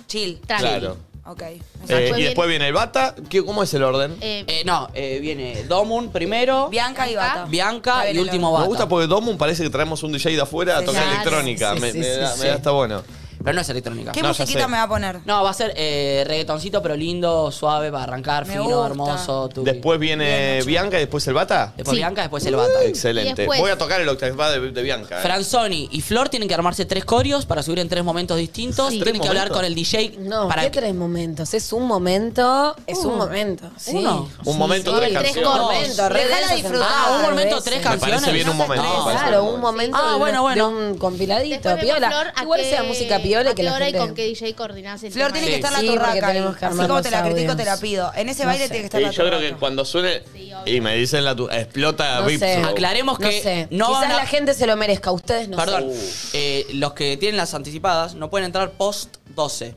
Speaker 2: Chill.
Speaker 6: Tranqui.
Speaker 1: Claro.
Speaker 2: Ok.
Speaker 1: Eh,
Speaker 6: después
Speaker 1: y
Speaker 6: viene-
Speaker 1: después viene el bata. ¿Qué- ¿Cómo es el orden?
Speaker 6: Eh,
Speaker 3: Eh, no, eh, viene Domun primero,
Speaker 2: Bianca y Bata.
Speaker 3: Bianca
Speaker 2: Ahí
Speaker 3: y
Speaker 2: viene el
Speaker 3: último
Speaker 2: otro.
Speaker 3: Bata.
Speaker 1: Me gusta porque Domun parece que traemos un DJ de afuera a
Speaker 2: Ah, Sí,
Speaker 1: tocar
Speaker 2: claro.
Speaker 1: electrónica.
Speaker 4: Sí,
Speaker 1: me,
Speaker 4: sí,
Speaker 1: me
Speaker 4: sí,
Speaker 1: da,
Speaker 4: sí.
Speaker 1: me da- está bueno.
Speaker 3: Pero no es electrónica.
Speaker 2: ¿Qué
Speaker 1: No, ya
Speaker 2: musiquita
Speaker 1: sé.
Speaker 2: me va a poner?
Speaker 3: No, va a ser eh, reggaetoncito, pero lindo, suave, para arrancar,
Speaker 2: Me
Speaker 3: fino,
Speaker 2: gusta.
Speaker 3: hermoso. tuki.
Speaker 1: Después viene Bianca y después el bata.
Speaker 2: Uh,
Speaker 3: Después
Speaker 6: Sí.
Speaker 3: Bianca, después el Bata.
Speaker 1: Excelente.
Speaker 6: Y después-
Speaker 1: Voy a tocar el octava de, de Bianca. eh.
Speaker 3: Franzoni y Flor tienen que armarse tres corios para subir en tres momentos distintos.
Speaker 6: Sí.
Speaker 3: Tienen que
Speaker 1: ¿Tres
Speaker 3: hablar
Speaker 1: momentos?
Speaker 3: con el DJ.
Speaker 4: No,
Speaker 3: para
Speaker 4: ¿qué Uh. tres momentos? Es un momento, es un momento. Sí.
Speaker 3: Uno.
Speaker 1: Un momento,
Speaker 4: sí,
Speaker 1: tres
Speaker 4: tres
Speaker 1: canciones.
Speaker 4: momentos, re
Speaker 2: Dejala
Speaker 4: densos,
Speaker 2: disfrutar.
Speaker 4: hermano,
Speaker 3: Ah, un
Speaker 4: re
Speaker 3: momento,
Speaker 4: densos.
Speaker 3: tres
Speaker 1: Me
Speaker 3: canciones.
Speaker 1: parece bien un momento.
Speaker 3: No,
Speaker 1: me parece
Speaker 4: Claro,
Speaker 1: bien.
Speaker 4: un momento
Speaker 3: Ah,
Speaker 4: de-
Speaker 3: bueno, bueno.
Speaker 4: de un compiladito,
Speaker 6: Después vemos,
Speaker 4: piola.
Speaker 6: Flor, a
Speaker 4: Igual
Speaker 6: qué-
Speaker 4: sea música piola
Speaker 6: a
Speaker 4: que
Speaker 6: qué
Speaker 4: la
Speaker 6: hora
Speaker 4: gente...
Speaker 6: y con qué DJ coordinás el
Speaker 2: Flor
Speaker 6: tema.
Speaker 2: tiene que
Speaker 3: Sí.
Speaker 2: estar la
Speaker 4: Sí, porque
Speaker 2: turraca.
Speaker 4: tenemos
Speaker 2: Así
Speaker 4: que armar
Speaker 2: como
Speaker 4: los
Speaker 2: te la critico,
Speaker 4: audios.
Speaker 2: te la pido. En ese
Speaker 4: No
Speaker 2: baile
Speaker 4: sé.
Speaker 2: tiene que estar
Speaker 1: Y
Speaker 2: la
Speaker 1: yo creo
Speaker 2: turraca.
Speaker 1: que cuando suene
Speaker 6: Sí, obvio.
Speaker 1: y me dicen la tu- explota
Speaker 4: No
Speaker 1: Vips.
Speaker 4: sé.
Speaker 3: Aclaremos
Speaker 4: No
Speaker 3: que
Speaker 4: sé.
Speaker 3: no
Speaker 4: Quizás
Speaker 3: van a-
Speaker 4: la gente se lo merezca, ustedes no.
Speaker 3: Perdón,
Speaker 4: sé.
Speaker 1: Uh.
Speaker 3: eh, los que tienen las anticipadas no pueden entrar post 12.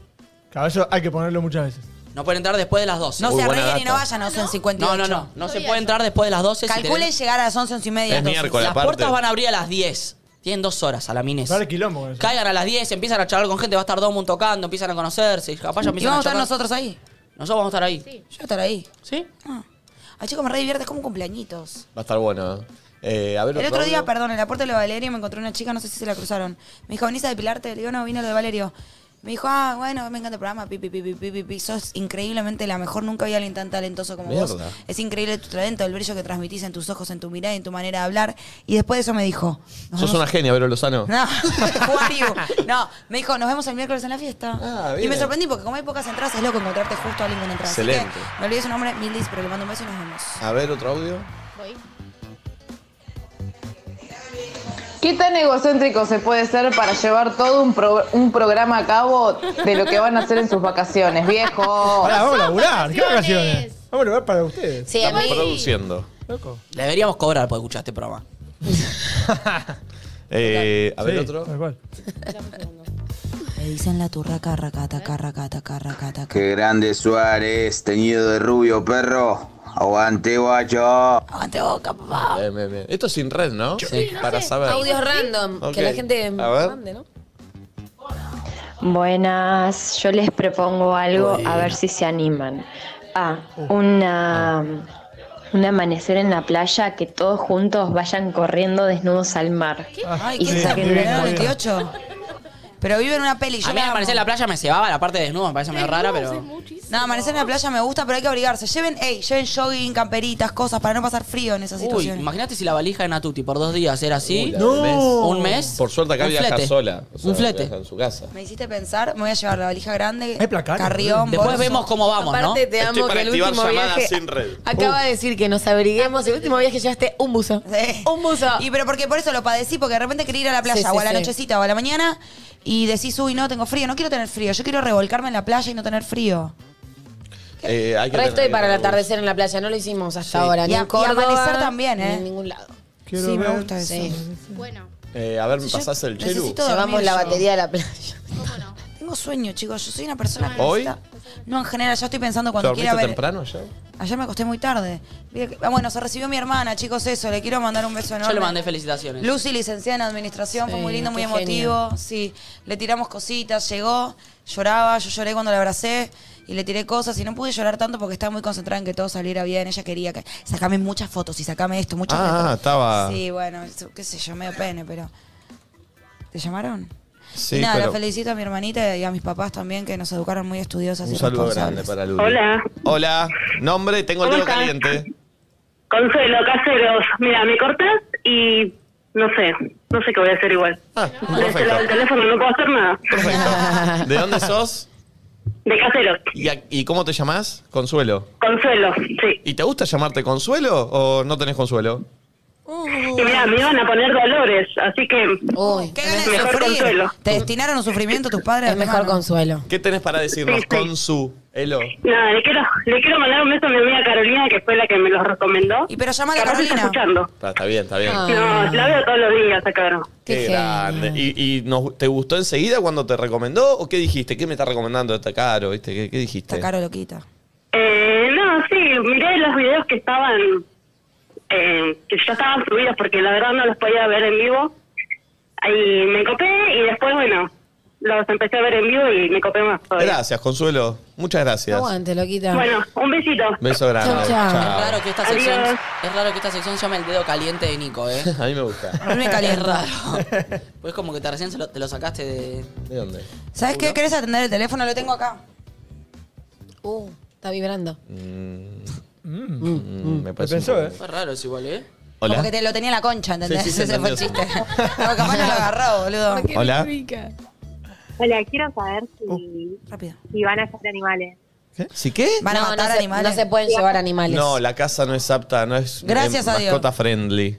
Speaker 5: Claro, eso hay que ponerlo muchas veces.
Speaker 3: No pueden entrar después de las 12.
Speaker 2: No
Speaker 1: Uy,
Speaker 2: se
Speaker 1: buena
Speaker 2: arreglen y
Speaker 1: data.
Speaker 2: no vayan, no son 58.
Speaker 3: no, no, no. No se
Speaker 6: Sabía
Speaker 3: puede
Speaker 6: eso.
Speaker 3: entrar después de las 12. si
Speaker 2: Calculen
Speaker 3: tenés-
Speaker 2: llegar a las 11, 11 y media.
Speaker 1: Es
Speaker 2: entonces.
Speaker 1: miércoles.
Speaker 3: Las
Speaker 1: aparte.
Speaker 3: puertas van a abrir a las 10. Tienen dos horas a la Mines.
Speaker 5: Va a haber quilombo con eso.
Speaker 3: Caigan a las 10, empiezan a charlar con gente, va a estar Domun tocando, empiezan a conocerse, y capaz
Speaker 2: ¿Y
Speaker 3: ya empiezan
Speaker 2: vamos a estar
Speaker 3: a charlar.
Speaker 2: nosotros ahí?
Speaker 3: Nosotros vamos a estar ahí.
Speaker 6: Sí.
Speaker 2: Yo voy a estar ahí.
Speaker 3: ¿Sí?
Speaker 2: Ah. Ay, chicos, me re diviertes como un cumpleañitos.
Speaker 1: Va a estar bueno. ¿eh? Eh, a ver,
Speaker 2: El otro día,
Speaker 1: audio.
Speaker 2: perdón, en la puerta de Valerio me encontré una chica, no sé si se la cruzaron. Me dijo, ¿venís a depilarte? Le digo, no, vine a lo de Valerio. Me dijo, ah, bueno, me encanta el programa, pi, pi, pi, pi, pi, pi, pi. Sos increíblemente la mejor, nunca había alguien tan talentoso como vos.
Speaker 1: Mierda.
Speaker 2: Es increíble tu talento, el brillo que transmitís en tus ojos, en tu mirada, y en tu manera de hablar. Y después de eso me dijo, "Nos
Speaker 1: Sos
Speaker 2: vemos-
Speaker 1: una genia, Vero Lozano.
Speaker 2: No, Juario. No, me dijo, nos vemos el miércoles en la fiesta.
Speaker 1: Ah,
Speaker 2: y
Speaker 1: bien.
Speaker 2: me sorprendí porque como hay pocas entradas, es loco encontrarte justo a alguien con entradas. Así que
Speaker 1: Excelente.
Speaker 2: me olvidé su nombre, Mildis, pero le mando un beso y nos vemos.
Speaker 1: A ver, otro audio.
Speaker 6: Voy.
Speaker 9: ¿Qué tan egocéntrico se puede ser para llevar todo un, pro- un programa a cabo de lo que van a hacer en sus vacaciones, viejo?
Speaker 5: Pará, vamos a
Speaker 6: son
Speaker 5: laburar. ¿Qué
Speaker 6: vacaciones?
Speaker 5: vacaciones? Vamos a laburar para ustedes.
Speaker 4: Sí, a
Speaker 1: Estamos
Speaker 4: mí-
Speaker 1: produciendo.
Speaker 5: Loco.
Speaker 3: Deberíamos cobrar por escuchar este programa.
Speaker 1: Eh, a ver,
Speaker 5: Sí,
Speaker 1: otro.
Speaker 5: tal cual.
Speaker 2: Le dicen la turraca, racata, carracata, carracata,
Speaker 11: Qué grande Suárez, teñido de rubio, perro. Aguante, guacho.
Speaker 2: Aguante boca, papá.
Speaker 1: Bien, bien, bien. Esto es
Speaker 2: Ah,
Speaker 1: sin red, ¿no? Sí. Para saber.
Speaker 4: Audios random,
Speaker 1: Ok.
Speaker 4: que la gente
Speaker 1: A ver.
Speaker 4: mande, ¿no?
Speaker 12: Buenas, yo les propongo algo a ver si se animan. A, una, un amanecer en la playa que todos juntos vayan corriendo desnudos al mar.
Speaker 5: Ah,
Speaker 2: Ay,
Speaker 12: Y
Speaker 2: ¿quién sabe?
Speaker 12: saquen una foto.
Speaker 2: 98. Pero vive en una peli. Yo
Speaker 3: A mí al amanecer en la playa me cebaba la parte de desnudo, me parece medio rara, pero.
Speaker 2: No, amanecer en la playa me gusta, pero hay que abrigarse. Lleven, ey, lleven jogging, camperitas, cosas para no pasar frío en esas
Speaker 3: Uy,
Speaker 2: situaciones.
Speaker 3: imagínate si la valija de Natuti por dos días era así.
Speaker 1: No.
Speaker 3: Un mes.
Speaker 1: Por suerte acá
Speaker 3: un
Speaker 1: viaja
Speaker 3: flete.
Speaker 1: sola. o sea,
Speaker 3: un flete.
Speaker 1: viaja En su casa.
Speaker 2: Me hiciste pensar, me voy a llevar la valija grande,
Speaker 1: placario,
Speaker 2: carrión,
Speaker 3: Después
Speaker 2: bolso.
Speaker 3: vemos cómo vamos, ¿no?
Speaker 4: Aparte, te amo que el último viaje acaba de decir que nos abriguemos. El último viaje llevaste un buzo.
Speaker 2: Un buzo. Y pero porque por eso lo padecí, porque de repente quería ir a la playa
Speaker 4: Sí, sí,
Speaker 2: o a la
Speaker 4: sí.
Speaker 2: nochecita o a la mañana y decís, uy, no, tengo frío, no quiero tener frío, yo quiero revolcarme en la playa y no tener frío.
Speaker 1: Eh, hay que
Speaker 4: Resto y
Speaker 1: tener-
Speaker 4: para el atardecer en la playa. No lo hicimos hasta ahora.
Speaker 2: Y
Speaker 4: ni
Speaker 2: a-
Speaker 4: en
Speaker 2: y
Speaker 4: Córdoba,
Speaker 2: amanecer también,
Speaker 4: ni
Speaker 2: ¿eh?
Speaker 4: en ningún lado.
Speaker 2: Quiero Sí, me ver- gusta eso.
Speaker 6: Bueno.
Speaker 1: Eh, a ver, ¿me pasás el chelu?
Speaker 2: Necesito dormir yo.
Speaker 4: de la playa.
Speaker 2: Tengo sueño, chicos, yo soy una persona que
Speaker 1: ¿Hoy?
Speaker 2: necesita- No, en general, ya estoy pensando cuando
Speaker 1: ¿Dormiste
Speaker 2: quiera ver...
Speaker 1: temprano ayer?
Speaker 2: Ayer me acosté muy tarde. Vi que- ah, Bueno, se recibió mi hermana, chicos, eso. Le quiero mandar un beso enorme.
Speaker 3: Yo le mandé felicitaciones.
Speaker 2: Lucy, licenciada en administración, fue
Speaker 3: Sí,
Speaker 2: muy lindo, muy
Speaker 3: qué
Speaker 2: emotivo.
Speaker 3: genio.
Speaker 2: Sí, le tiramos cositas, llegó, lloraba, yo lloré cuando la abracé y le tiré cosas y no pude llorar tanto porque estaba muy concentrada en que todo saliera bien. Ella quería que sacame muchas fotos y sacame esto, muchas
Speaker 1: Ah,
Speaker 2: letras.
Speaker 1: estaba-
Speaker 2: Sí, bueno, eso, qué sé yo, medio pene, pero. ¿Te llamaron?
Speaker 1: Sí,
Speaker 2: Y nada,
Speaker 1: pero-
Speaker 2: la felicito a mi hermanita y a mis papás también que nos educaron muy estudiosas y
Speaker 1: Un saludo grande
Speaker 2: responsables.
Speaker 1: para Luli.
Speaker 13: Hola.
Speaker 1: Hola. Nombre, tengo el
Speaker 13: ¿Cómo
Speaker 1: dedo
Speaker 13: estás?
Speaker 1: caliente.
Speaker 13: Consuelo, caseros. Mira, me cortás y no sé, no sé qué voy a hacer igual. Desde
Speaker 1: Ah, perfecto.
Speaker 13: el Este, teléfono no puedo hacer nada.
Speaker 1: ¿De dónde sos?
Speaker 13: De caseros.
Speaker 1: ¿Y, a- y cómo te llamás? Consuelo.
Speaker 13: Consuelo, sí.
Speaker 1: ¿Y te gusta llamarte Consuelo o no tenés consuelo?
Speaker 13: Y mira, me iban a poner dolores, así que
Speaker 2: ¿Qué ganas de
Speaker 13: mejor
Speaker 2: sufrir?
Speaker 13: consuelo.
Speaker 2: ¿Te destinaron un sufrimiento tus padres? Es mejor
Speaker 4: consuelo.
Speaker 1: ¿Qué tenés para decirnos, Consu, Elo?
Speaker 13: Nada, le quiero, le quiero mandar un beso a mi amiga Carolina, que fue la que me los recomendó.
Speaker 2: Y pero llamala
Speaker 13: Capaz está
Speaker 2: Carolina.
Speaker 13: escuchando.
Speaker 1: Está, está bien, está bien.
Speaker 4: Ah,
Speaker 2: Ah.
Speaker 13: No, la veo todos los días acá, cabrón.
Speaker 1: Qué grande. ¿Y, y nos- te gustó enseguida cuando te recomendó o qué dijiste? ¿Qué me está recomendando esta caro? ¿Viste? ¿Qué, qué dijiste?
Speaker 2: Está caro loquita.
Speaker 13: Eh, no, sí, miré los videos que estaban, eh, que ya estaban subidos porque la verdad no los podía ver en vivo. Ahí me copé y después, bueno, los empecé a ver en vivo y me copé más. todavía.
Speaker 1: Gracias, Consuelo. Muchas gracias.
Speaker 4: Aguante,
Speaker 2: Ah.
Speaker 4: loquita.
Speaker 13: Bueno, un besito.
Speaker 1: Beso grande.
Speaker 4: Chau,
Speaker 1: Chao.
Speaker 4: chau.
Speaker 3: Es raro que esta sección.
Speaker 13: Adiós.
Speaker 3: Es raro que esta sección se llame el dedo caliente de Nico, eh.
Speaker 1: A mí me gusta.
Speaker 2: A mí me calienta.
Speaker 3: Es raro. Pues como que te recién se lo- te lo sacaste de.
Speaker 1: ¿De dónde?
Speaker 2: ¿Sabes qué? ¿Querés atender el teléfono? Lo tengo acá.
Speaker 4: Uh, está vibrando.
Speaker 1: Mm, me parece un poco-
Speaker 3: Fue raro es igual, eh.
Speaker 1: Hola.
Speaker 2: Porque te lo tenía en la concha, ¿entendés?
Speaker 1: Sí, sí, se
Speaker 2: Ese fue el
Speaker 1: entendió,
Speaker 2: chiste. No, capaz no lo agarró, boludo.
Speaker 1: qué no Hola. me
Speaker 14: Hola, quiero saber si, si van a ser animales.
Speaker 1: ¿Qué? ¿Sí qué?
Speaker 2: ¿Van a
Speaker 4: No, no
Speaker 2: matar
Speaker 4: se-
Speaker 2: animales?
Speaker 4: no se pueden llevar animales.
Speaker 1: No, la casa no es apta, no es
Speaker 2: Gracias
Speaker 1: eh,
Speaker 2: a Dios.
Speaker 1: mascota friendly.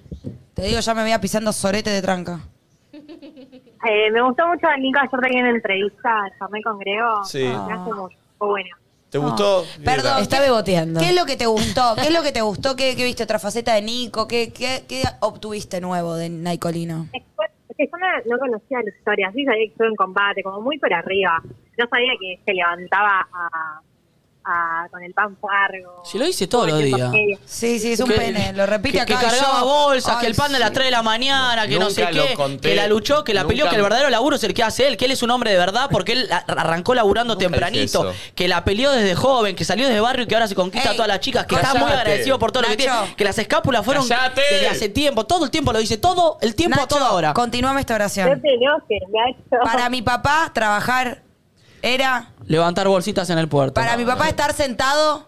Speaker 2: Te digo, ya me veía pisando sorete de tranca.
Speaker 14: Eh, me gustó mucho Nico ayer tenía una entrevista, llamé con Grego.
Speaker 1: Sí.
Speaker 6: Ah.
Speaker 14: Me hace mucho. Fue bueno.
Speaker 1: ¿Te gustó?
Speaker 2: Ah. Perdón.
Speaker 4: Está
Speaker 2: ¿qué-
Speaker 4: beboteando.
Speaker 2: ¿Qué es lo que te gustó? ¿Qué es lo que te gustó? ¿Qué, qué viste otra faceta de Nico? ¿Qué, qué, qué obtuviste nuevo de Nicolino?
Speaker 14: Es que yo no, no conocía la historia, sí sabía que estuvo en combate, como muy por arriba. No sabía que se levantaba a, a- con el pan largo.
Speaker 3: Si lo hice todos los días.
Speaker 2: Sí, sí, es un
Speaker 3: Que-
Speaker 2: pene. Lo repite
Speaker 3: que,
Speaker 2: acá.
Speaker 3: Que
Speaker 2: y
Speaker 3: cargaba
Speaker 2: yo-
Speaker 3: bolsas,
Speaker 2: Ay,
Speaker 3: que el pan de las 3 de la mañana, que no sé
Speaker 1: Nunca lo
Speaker 3: qué.
Speaker 1: conté.
Speaker 3: Que la luchó, que la
Speaker 1: Nunca-
Speaker 3: peleó, que el verdadero laburo es el que hace él, que él es un hombre de verdad porque él a- arrancó laburando tempranito.
Speaker 1: dije eso.
Speaker 3: Que la peleó desde joven, que salió desde barrio y que ahora se conquista a todas las chicas. Que está
Speaker 1: callate.
Speaker 3: muy agradecido por todo lo que
Speaker 2: Nacho.
Speaker 3: tiene. Que las escápulas fueron
Speaker 1: Callate.
Speaker 3: desde hace tiempo. Todo el tiempo lo dice, todo el tiempo a
Speaker 2: Nacho,
Speaker 3: toda hora.
Speaker 2: Continuame esta
Speaker 14: No
Speaker 2: oración.
Speaker 14: te enojes, Nacho.
Speaker 2: Para mi papá, trabajar era.
Speaker 3: Levantar bolsitas en el puerto.
Speaker 2: Para mi papá, estar sentado.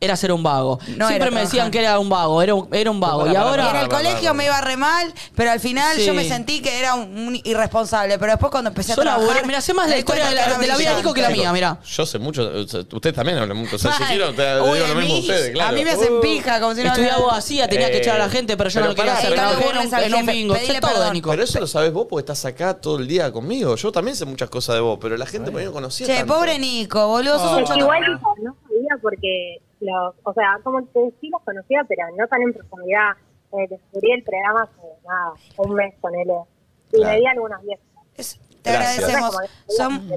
Speaker 3: Era ser un vago.
Speaker 2: No
Speaker 3: Siempre
Speaker 2: era
Speaker 3: me decían
Speaker 2: trabajar.
Speaker 3: que era un vago, era un, era un vago. Y
Speaker 2: Y
Speaker 3: ahora.
Speaker 2: en el colegio me iba re mal, pero al final
Speaker 3: Sí.
Speaker 2: yo me sentí que era un, un irresponsable. Pero después cuando empecé a
Speaker 3: Yo laburé-
Speaker 2: trabajar...
Speaker 3: mirá, sé más la
Speaker 2: me di
Speaker 3: historia
Speaker 1: Ah,
Speaker 2: cuenta
Speaker 3: de la-
Speaker 2: que
Speaker 3: de la
Speaker 2: era
Speaker 3: vida de Nico que la
Speaker 2: brillante.
Speaker 3: mía, mirá.
Speaker 1: Yo sé mucho, o sea, ustedes también hablan mucho. O sea, si
Speaker 2: Ay.
Speaker 1: quiero, te digo
Speaker 2: Uy,
Speaker 1: lo
Speaker 2: a
Speaker 1: mismo a
Speaker 2: mí-
Speaker 1: ustedes, claro. Uh.
Speaker 2: A mí me hacen pija, como si no...
Speaker 3: Estudiaba abogacía, tenía que
Speaker 1: Eh,
Speaker 3: echar a la gente, pero yo no lo quería
Speaker 1: pará,
Speaker 3: hacer.
Speaker 1: pero-
Speaker 3: Trabajé en un, en un bingo, sé todo de Nico.
Speaker 1: Pero eso lo sabes vos porque estás acá todo el día conmigo. Yo también sé muchas cosas de vos, pero la gente por ahí no conocía.
Speaker 2: Che,
Speaker 1: tanto.
Speaker 2: pobre Nico, boludo, sos un
Speaker 14: Es que
Speaker 2: choto.
Speaker 14: Igual Nico no sabía porque, los, o sea, como te sí los conocía, pero no tan en profundidad. Eh, descubrí el programa hace nada, un mes con él. Y
Speaker 1: Claro.
Speaker 14: me di algunos días.
Speaker 2: Te
Speaker 1: Gracias.
Speaker 2: agradecemos. Son-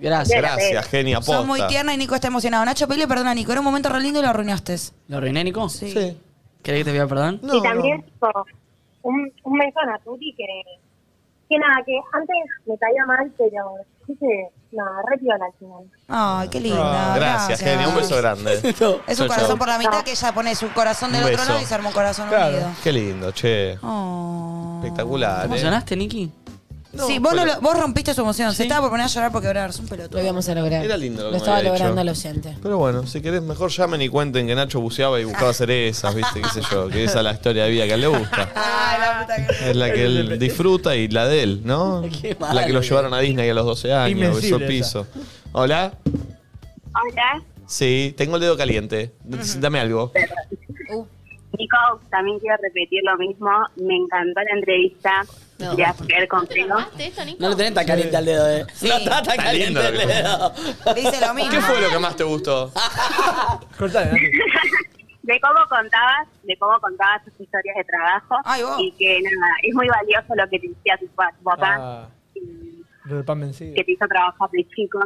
Speaker 3: Gracias.
Speaker 1: Gracias, genia, posta.
Speaker 2: Sos muy tierna y Nico está emocionado. Nacho, pedile perdón a Nico. Era un momento re lindo y lo arruinaste.
Speaker 3: ¿Lo arruiné, Nico? Sí.
Speaker 1: ¿Querés
Speaker 3: que te pida perdón?
Speaker 14: y también, tipo, un, un beso a Natuti que, que nada, que antes me caía mal, pero sí que, nada, re piola al final.
Speaker 2: Ay, qué linda.
Speaker 1: Ah, Gracias, genio. Un beso grande.
Speaker 2: Es
Speaker 1: Chau,
Speaker 2: un corazón
Speaker 1: chau.
Speaker 2: por la mitad que ella pone su corazón del
Speaker 1: Un
Speaker 2: otro
Speaker 1: beso.
Speaker 2: lado y se arma un corazón unido. Oh.
Speaker 1: Qué lindo, che. Espectacular.
Speaker 3: ¿Cómo
Speaker 1: eh.
Speaker 3: sonaste, Niki?
Speaker 2: sí, vos, no lo- vos rompiste su emoción. Se estaba por poner a llorar porque ahora es un pelotudo. Lo
Speaker 4: íbamos a lograr.
Speaker 1: Era lindo lo que
Speaker 4: Lo
Speaker 1: me
Speaker 4: estaba
Speaker 1: había
Speaker 4: logrando
Speaker 1: dicho.
Speaker 4: el oyente.
Speaker 1: Pero bueno, si querés, mejor llamen y cuenten que Nacho buceaba y buscaba cerezas, ¿viste? ¿Qué sé yo? Que esa es la historia de vida que a él le gusta.
Speaker 2: Ay, la puta que...
Speaker 1: Es la que él disfruta y la de él, ¿no?
Speaker 2: malo
Speaker 1: La que lo
Speaker 2: que-
Speaker 1: llevaron a Disney a los 12 años, besó
Speaker 5: Invencible
Speaker 1: piso. Hola.
Speaker 13: Hola,
Speaker 1: Sí, tengo el dedo caliente. Dame algo.
Speaker 13: Nico, también quiero repetir lo mismo. Me encantó la entrevista de hacer contigo.
Speaker 3: No lo tenés tan caliente al dedo, eh. No está tan
Speaker 1: Está lindo
Speaker 3: caliente el
Speaker 1: lo que-
Speaker 3: dedo.
Speaker 2: Dice lo mismo.
Speaker 1: ¿Qué fue lo que más te gustó?
Speaker 13: de cómo contabas, de cómo contabas tus historias de trabajo y que nada, es muy valioso lo que te decía tu pa- tu papá,
Speaker 5: Ah, lo del pan vencido.
Speaker 13: que te hizo trabajar de chico,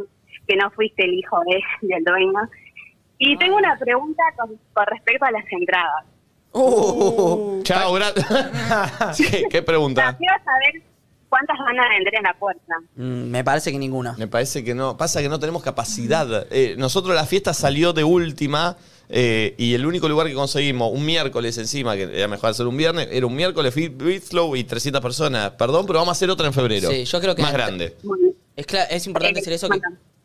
Speaker 13: que no fuiste el hijo de, del dueño. Y tengo una pregunta con, con respecto a las entradas.
Speaker 1: Chao, gracias. ¿Qué, qué pregunta?
Speaker 13: Quiero saber cuántas van a vender en la puerta.
Speaker 3: Mm, me parece que ninguna.
Speaker 1: Me parece que no. Pasa que no tenemos capacidad. Eh, nosotros la fiesta salió de última eh, y el único lugar que conseguimos, un miércoles encima, que era mejor hacer un viernes, era un miércoles Bitslow y 300 personas. Perdón, pero vamos a hacer otra en febrero.
Speaker 3: Sí, yo creo que-
Speaker 1: Más grande.
Speaker 3: Es, cla- es importante hacer eso que,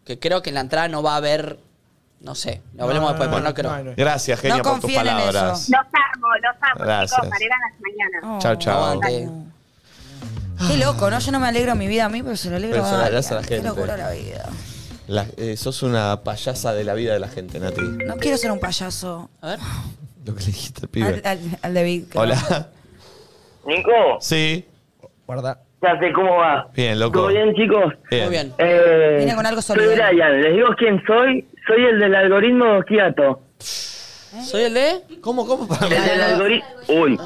Speaker 3: que creo que en la entrada no va a haber. No sé, lo hablemos
Speaker 1: No,
Speaker 3: después,
Speaker 1: no,
Speaker 3: pero no creo.
Speaker 1: Gracias, Genia, por tus palabras.
Speaker 13: Los amo, los amo,
Speaker 1: Gracias.
Speaker 13: chicos. Mariela en las mañanas.
Speaker 1: Chao, chao.
Speaker 3: Aguante.
Speaker 2: Oh. Qué loco, ¿no? Yo no me alegro mi vida a mí, pero se lo alegro
Speaker 1: Pero se la
Speaker 2: a alguien.
Speaker 1: das a la
Speaker 2: Qué
Speaker 1: gente.
Speaker 2: locura la vida.
Speaker 1: La- eh, sos una payasa de la vida de la gente, Nati.
Speaker 2: No quiero ser un payaso. A ver.
Speaker 1: Lo que le dijiste al
Speaker 2: Al,
Speaker 1: pibe.
Speaker 2: al- al David. creo.
Speaker 1: Hola.
Speaker 10: Nico,
Speaker 1: Sí. Guarda.
Speaker 10: ¿qué hace? ¿Cómo va?
Speaker 1: Bien, loco.
Speaker 10: ¿Todo bien, chicos?
Speaker 1: Bien. Muy bien.
Speaker 10: Eh,
Speaker 2: Viene con algo
Speaker 10: soy
Speaker 2: sólido.
Speaker 10: Brian, les digo quién soy. Soy el del algoritmo de Kiato.
Speaker 3: ¿Soy el de?
Speaker 1: ¿Cómo, cómo?
Speaker 10: El del algoritmo. Uy.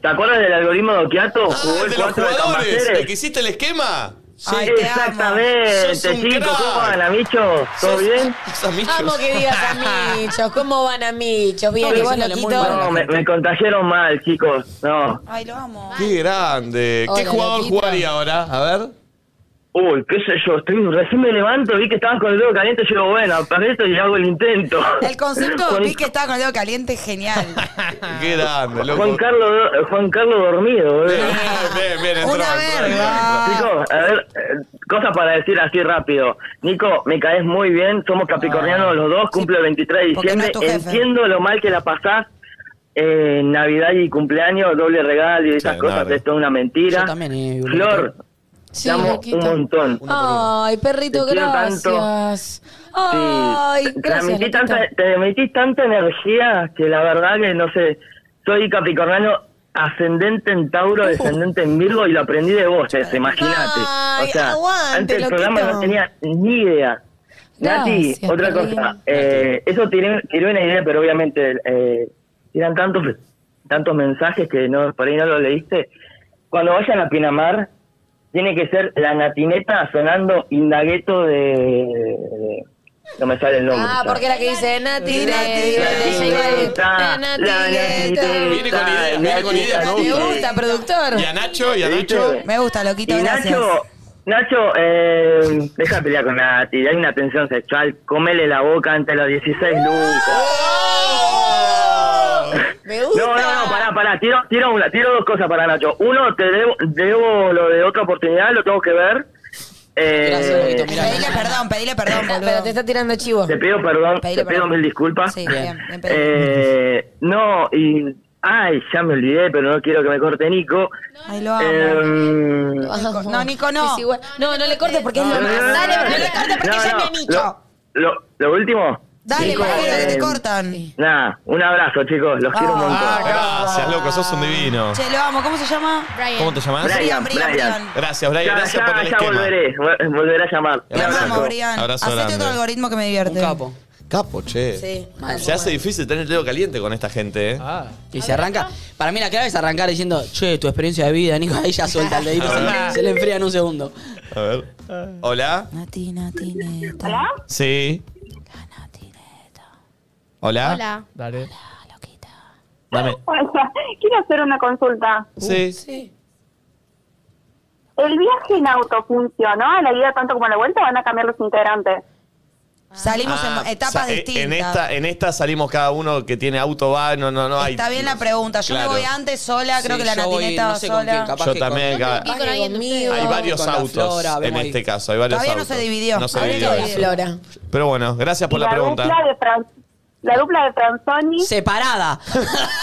Speaker 10: ¿Te acuerdas del algoritmo de Okiato?
Speaker 1: Ah, el de los jugadores, el que hiciste el esquema.
Speaker 10: Sí, exactamente,
Speaker 1: Sos un
Speaker 10: chicos. ¿Cómo
Speaker 1: crack.
Speaker 10: van, amichos? ¿Todo
Speaker 1: Sos-
Speaker 10: bien?
Speaker 1: sos amichos.
Speaker 4: Vamos que digas amichos. ¿Cómo van amichos? Bien,
Speaker 10: No,
Speaker 4: y vos
Speaker 10: diciéndole muy
Speaker 4: loquito.
Speaker 10: mal a la No, me, me contagiaron mal, chicos. No.
Speaker 2: Ay, lo amo.
Speaker 1: Qué grande. ¿Qué
Speaker 10: Hola,
Speaker 1: jugador
Speaker 10: loquito.
Speaker 1: jugaría ahora? A ver.
Speaker 10: Uy, qué sé yo, estoy, recién me levanto, vi que estabas con el dedo caliente, yo digo, bueno, para esto y hago el intento.
Speaker 2: El concepto
Speaker 10: Juan-
Speaker 2: vi que estaba con el dedo caliente es genial.
Speaker 1: Qué grande, loco.
Speaker 10: Juan Carlos, do- eh, Juan Carlos dormido, boludo.
Speaker 1: Bien, bien, entró. entró, entró, entró.
Speaker 10: Chicos, a ver, eh, cosas para decir así rápido. Nico, me caes muy bien, somos capricornianos los dos, cumple el 23 de
Speaker 2: porque no
Speaker 10: diciembre.
Speaker 2: es tu jefe.
Speaker 10: Entiendo lo mal que la pasás eh, en Navidad y cumpleaños, doble regalo y esas cosas, esto es toda una mentira.
Speaker 3: Yo también, eh,
Speaker 10: Flor,
Speaker 4: Sí,
Speaker 10: te amo
Speaker 4: loquito.
Speaker 10: un montón.
Speaker 4: Ay, perrito,
Speaker 10: Te quiero tanto.
Speaker 4: gracias.
Speaker 10: Sí.
Speaker 4: Ay,
Speaker 10: Te
Speaker 4: gracias.
Speaker 10: transmití
Speaker 4: loquito.
Speaker 10: tanta- te metí tanta energía que la verdad que no sé, soy capricornano ascendente en Tauro, descendente en Virgo y lo aprendí de vos, eh, imagínate. O
Speaker 4: Ay,
Speaker 10: sea,
Speaker 4: aguante,
Speaker 10: antes del
Speaker 4: loquito.
Speaker 10: programa no tenía ni idea. Nati,
Speaker 4: Gracias,
Speaker 10: otra
Speaker 4: qué
Speaker 10: cosa, eh, eso tiene, tiene una idea, pero obviamente eh, eran tantos tantos mensajes que no por ahí no lo leíste. Cuando vayan a Pinamar, tiene que ser la natineta sonando indagueto de... de- no me sale el nombre.
Speaker 4: Ah,
Speaker 10: ya.
Speaker 4: porque la que dice Nati, Nati,
Speaker 10: Natineta,
Speaker 4: Nati,
Speaker 10: la natineta.
Speaker 1: Viene con ideas, viene con ideas, me
Speaker 4: Me
Speaker 1: gusta.
Speaker 4: gusta, productor.
Speaker 1: Y a Nacho, y a
Speaker 10: ¿Viste?
Speaker 1: Nacho.
Speaker 2: Me gusta, loquito,
Speaker 10: Y
Speaker 2: gracias.
Speaker 10: Nacho, Nacho, eh, deja de pelear con Nati, hay una tensión sexual, comele la boca ante los 16 lucas.
Speaker 4: Oh, Me
Speaker 10: gusta. No, no, no, pará, pará, tiro, tiro, una, tiro dos cosas para Nacho. Uno, te debo, debo lo de otra oportunidad, lo tengo que ver. Eh,
Speaker 2: Pedile perdón, pedile perdón, boludo.
Speaker 4: Ah, Pero te está tirando chivo.
Speaker 10: Te pido perdón,
Speaker 4: Pedile
Speaker 10: te pido
Speaker 4: perdón.
Speaker 10: mil disculpas.
Speaker 4: Sí, bien, bien pedido.
Speaker 10: Eh, no, y. Ay, ya me olvidé, pero no quiero que me corte Nico.
Speaker 2: Ay, lo amo.
Speaker 10: Em,
Speaker 4: Ah,
Speaker 2: No, Nico, no.
Speaker 4: No, no le cortes porque es lo más. Dale, no le cortes porque ya me
Speaker 10: lo, lo, lo último.
Speaker 2: Dale,
Speaker 10: Nico,
Speaker 2: boludo, que te
Speaker 10: em,
Speaker 2: cortan. Ah,
Speaker 10: Nada, un abrazo, chicos. Los quiero un
Speaker 4: Ah,
Speaker 10: montón.
Speaker 1: Gracias, loco, sos un divino.
Speaker 2: Che, lo amo. ¿Cómo se llama? Brian.
Speaker 1: ¿Cómo te llamás?
Speaker 10: Brian,
Speaker 2: Brian, Brian.
Speaker 1: Gracias, Brian.
Speaker 10: Ya,
Speaker 1: gracias
Speaker 10: ya,
Speaker 1: por el
Speaker 10: ya
Speaker 1: esquema.
Speaker 10: volveré. vol- Volveré a llamar.
Speaker 1: Te amamos,
Speaker 10: Abrazo.
Speaker 2: Brian.
Speaker 1: Abrazo
Speaker 2: Hacete
Speaker 1: grande.
Speaker 2: otro algoritmo que me divierte.
Speaker 3: capo.
Speaker 1: Capo, che.
Speaker 2: Sí, mal,
Speaker 1: Se hace
Speaker 2: mal.
Speaker 1: difícil tener el dedo caliente con esta gente, ¿eh?
Speaker 2: Ah.
Speaker 3: Y se arranca. Para mí la clave es arrancar diciendo, che, tu experiencia de vida, Nico, ahí ya suelta el dedito.
Speaker 1: Ah.
Speaker 3: se, se le enfría en un segundo.
Speaker 1: A ver. Hola.
Speaker 2: Nati, Nati, Neta.
Speaker 1: Sí. Hola.
Speaker 6: Hola.
Speaker 1: Dale. Dame.
Speaker 2: Uh,
Speaker 13: Hola, quiero hacer una consulta.
Speaker 1: Sí.
Speaker 14: ¿El viaje en auto funcionó a la ida tanto como a la vuelta o van a cambiar los integrantes?
Speaker 2: Ah. Salimos en etapas
Speaker 1: O sea, Ah, e- en-
Speaker 2: distintas.
Speaker 1: En esta, en esta salimos cada uno que tiene auto, va, no, no, no hay.
Speaker 2: Está bien la pregunta. Yo
Speaker 1: Claro.
Speaker 2: me voy antes sola, Ah, creo
Speaker 1: Sí,
Speaker 2: que la
Speaker 1: yo voy,
Speaker 2: natineta
Speaker 1: no
Speaker 2: va
Speaker 1: sé con
Speaker 2: sola.
Speaker 1: quién, capaz Yo que con- también, Yo tengo que ir
Speaker 2: con alguien de ustedes.
Speaker 1: Hay varios
Speaker 2: Con la
Speaker 1: autos
Speaker 2: Flora,
Speaker 1: en
Speaker 2: vemos ahí.
Speaker 1: este caso, hay varios
Speaker 2: Todavía no
Speaker 1: autos.
Speaker 2: se dividió.
Speaker 1: No se
Speaker 2: Habría
Speaker 1: dividió
Speaker 2: que
Speaker 1: eso.
Speaker 2: dividirlo.
Speaker 1: Pero bueno, gracias por
Speaker 14: Y
Speaker 1: la pregunta.
Speaker 14: dupla de Fran- la dupla de Franzoni.
Speaker 3: Separada.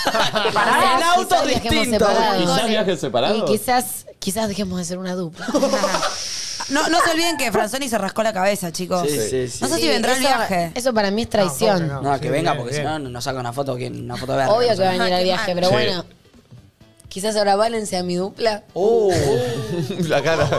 Speaker 4: Quizás-
Speaker 3: En autos
Speaker 4: quizás viajemos
Speaker 3: distintos.
Speaker 4: separados.
Speaker 3: Quizás viajen
Speaker 4: Y
Speaker 3: separados.
Speaker 4: quizás, quizás dejemos de ser una dupla.
Speaker 2: No, no se olviden que Franzoni se rascó la cabeza, chicos.
Speaker 3: Sí, sí, sí.
Speaker 2: No sé
Speaker 4: Sí,
Speaker 2: si vendrá el
Speaker 4: eso-
Speaker 2: viaje.
Speaker 4: Eso para mí es traición.
Speaker 3: No, que venga, porque si no, nos saca una foto, que- una foto verde. no
Speaker 4: Obvio
Speaker 3: Ah,
Speaker 4: que
Speaker 3: sé.
Speaker 4: va a venir al viaje, pero
Speaker 3: Sí.
Speaker 4: bueno. Quizás ahora Valen sea mi dupla.
Speaker 1: Uh,
Speaker 4: Uh,
Speaker 1: la cara.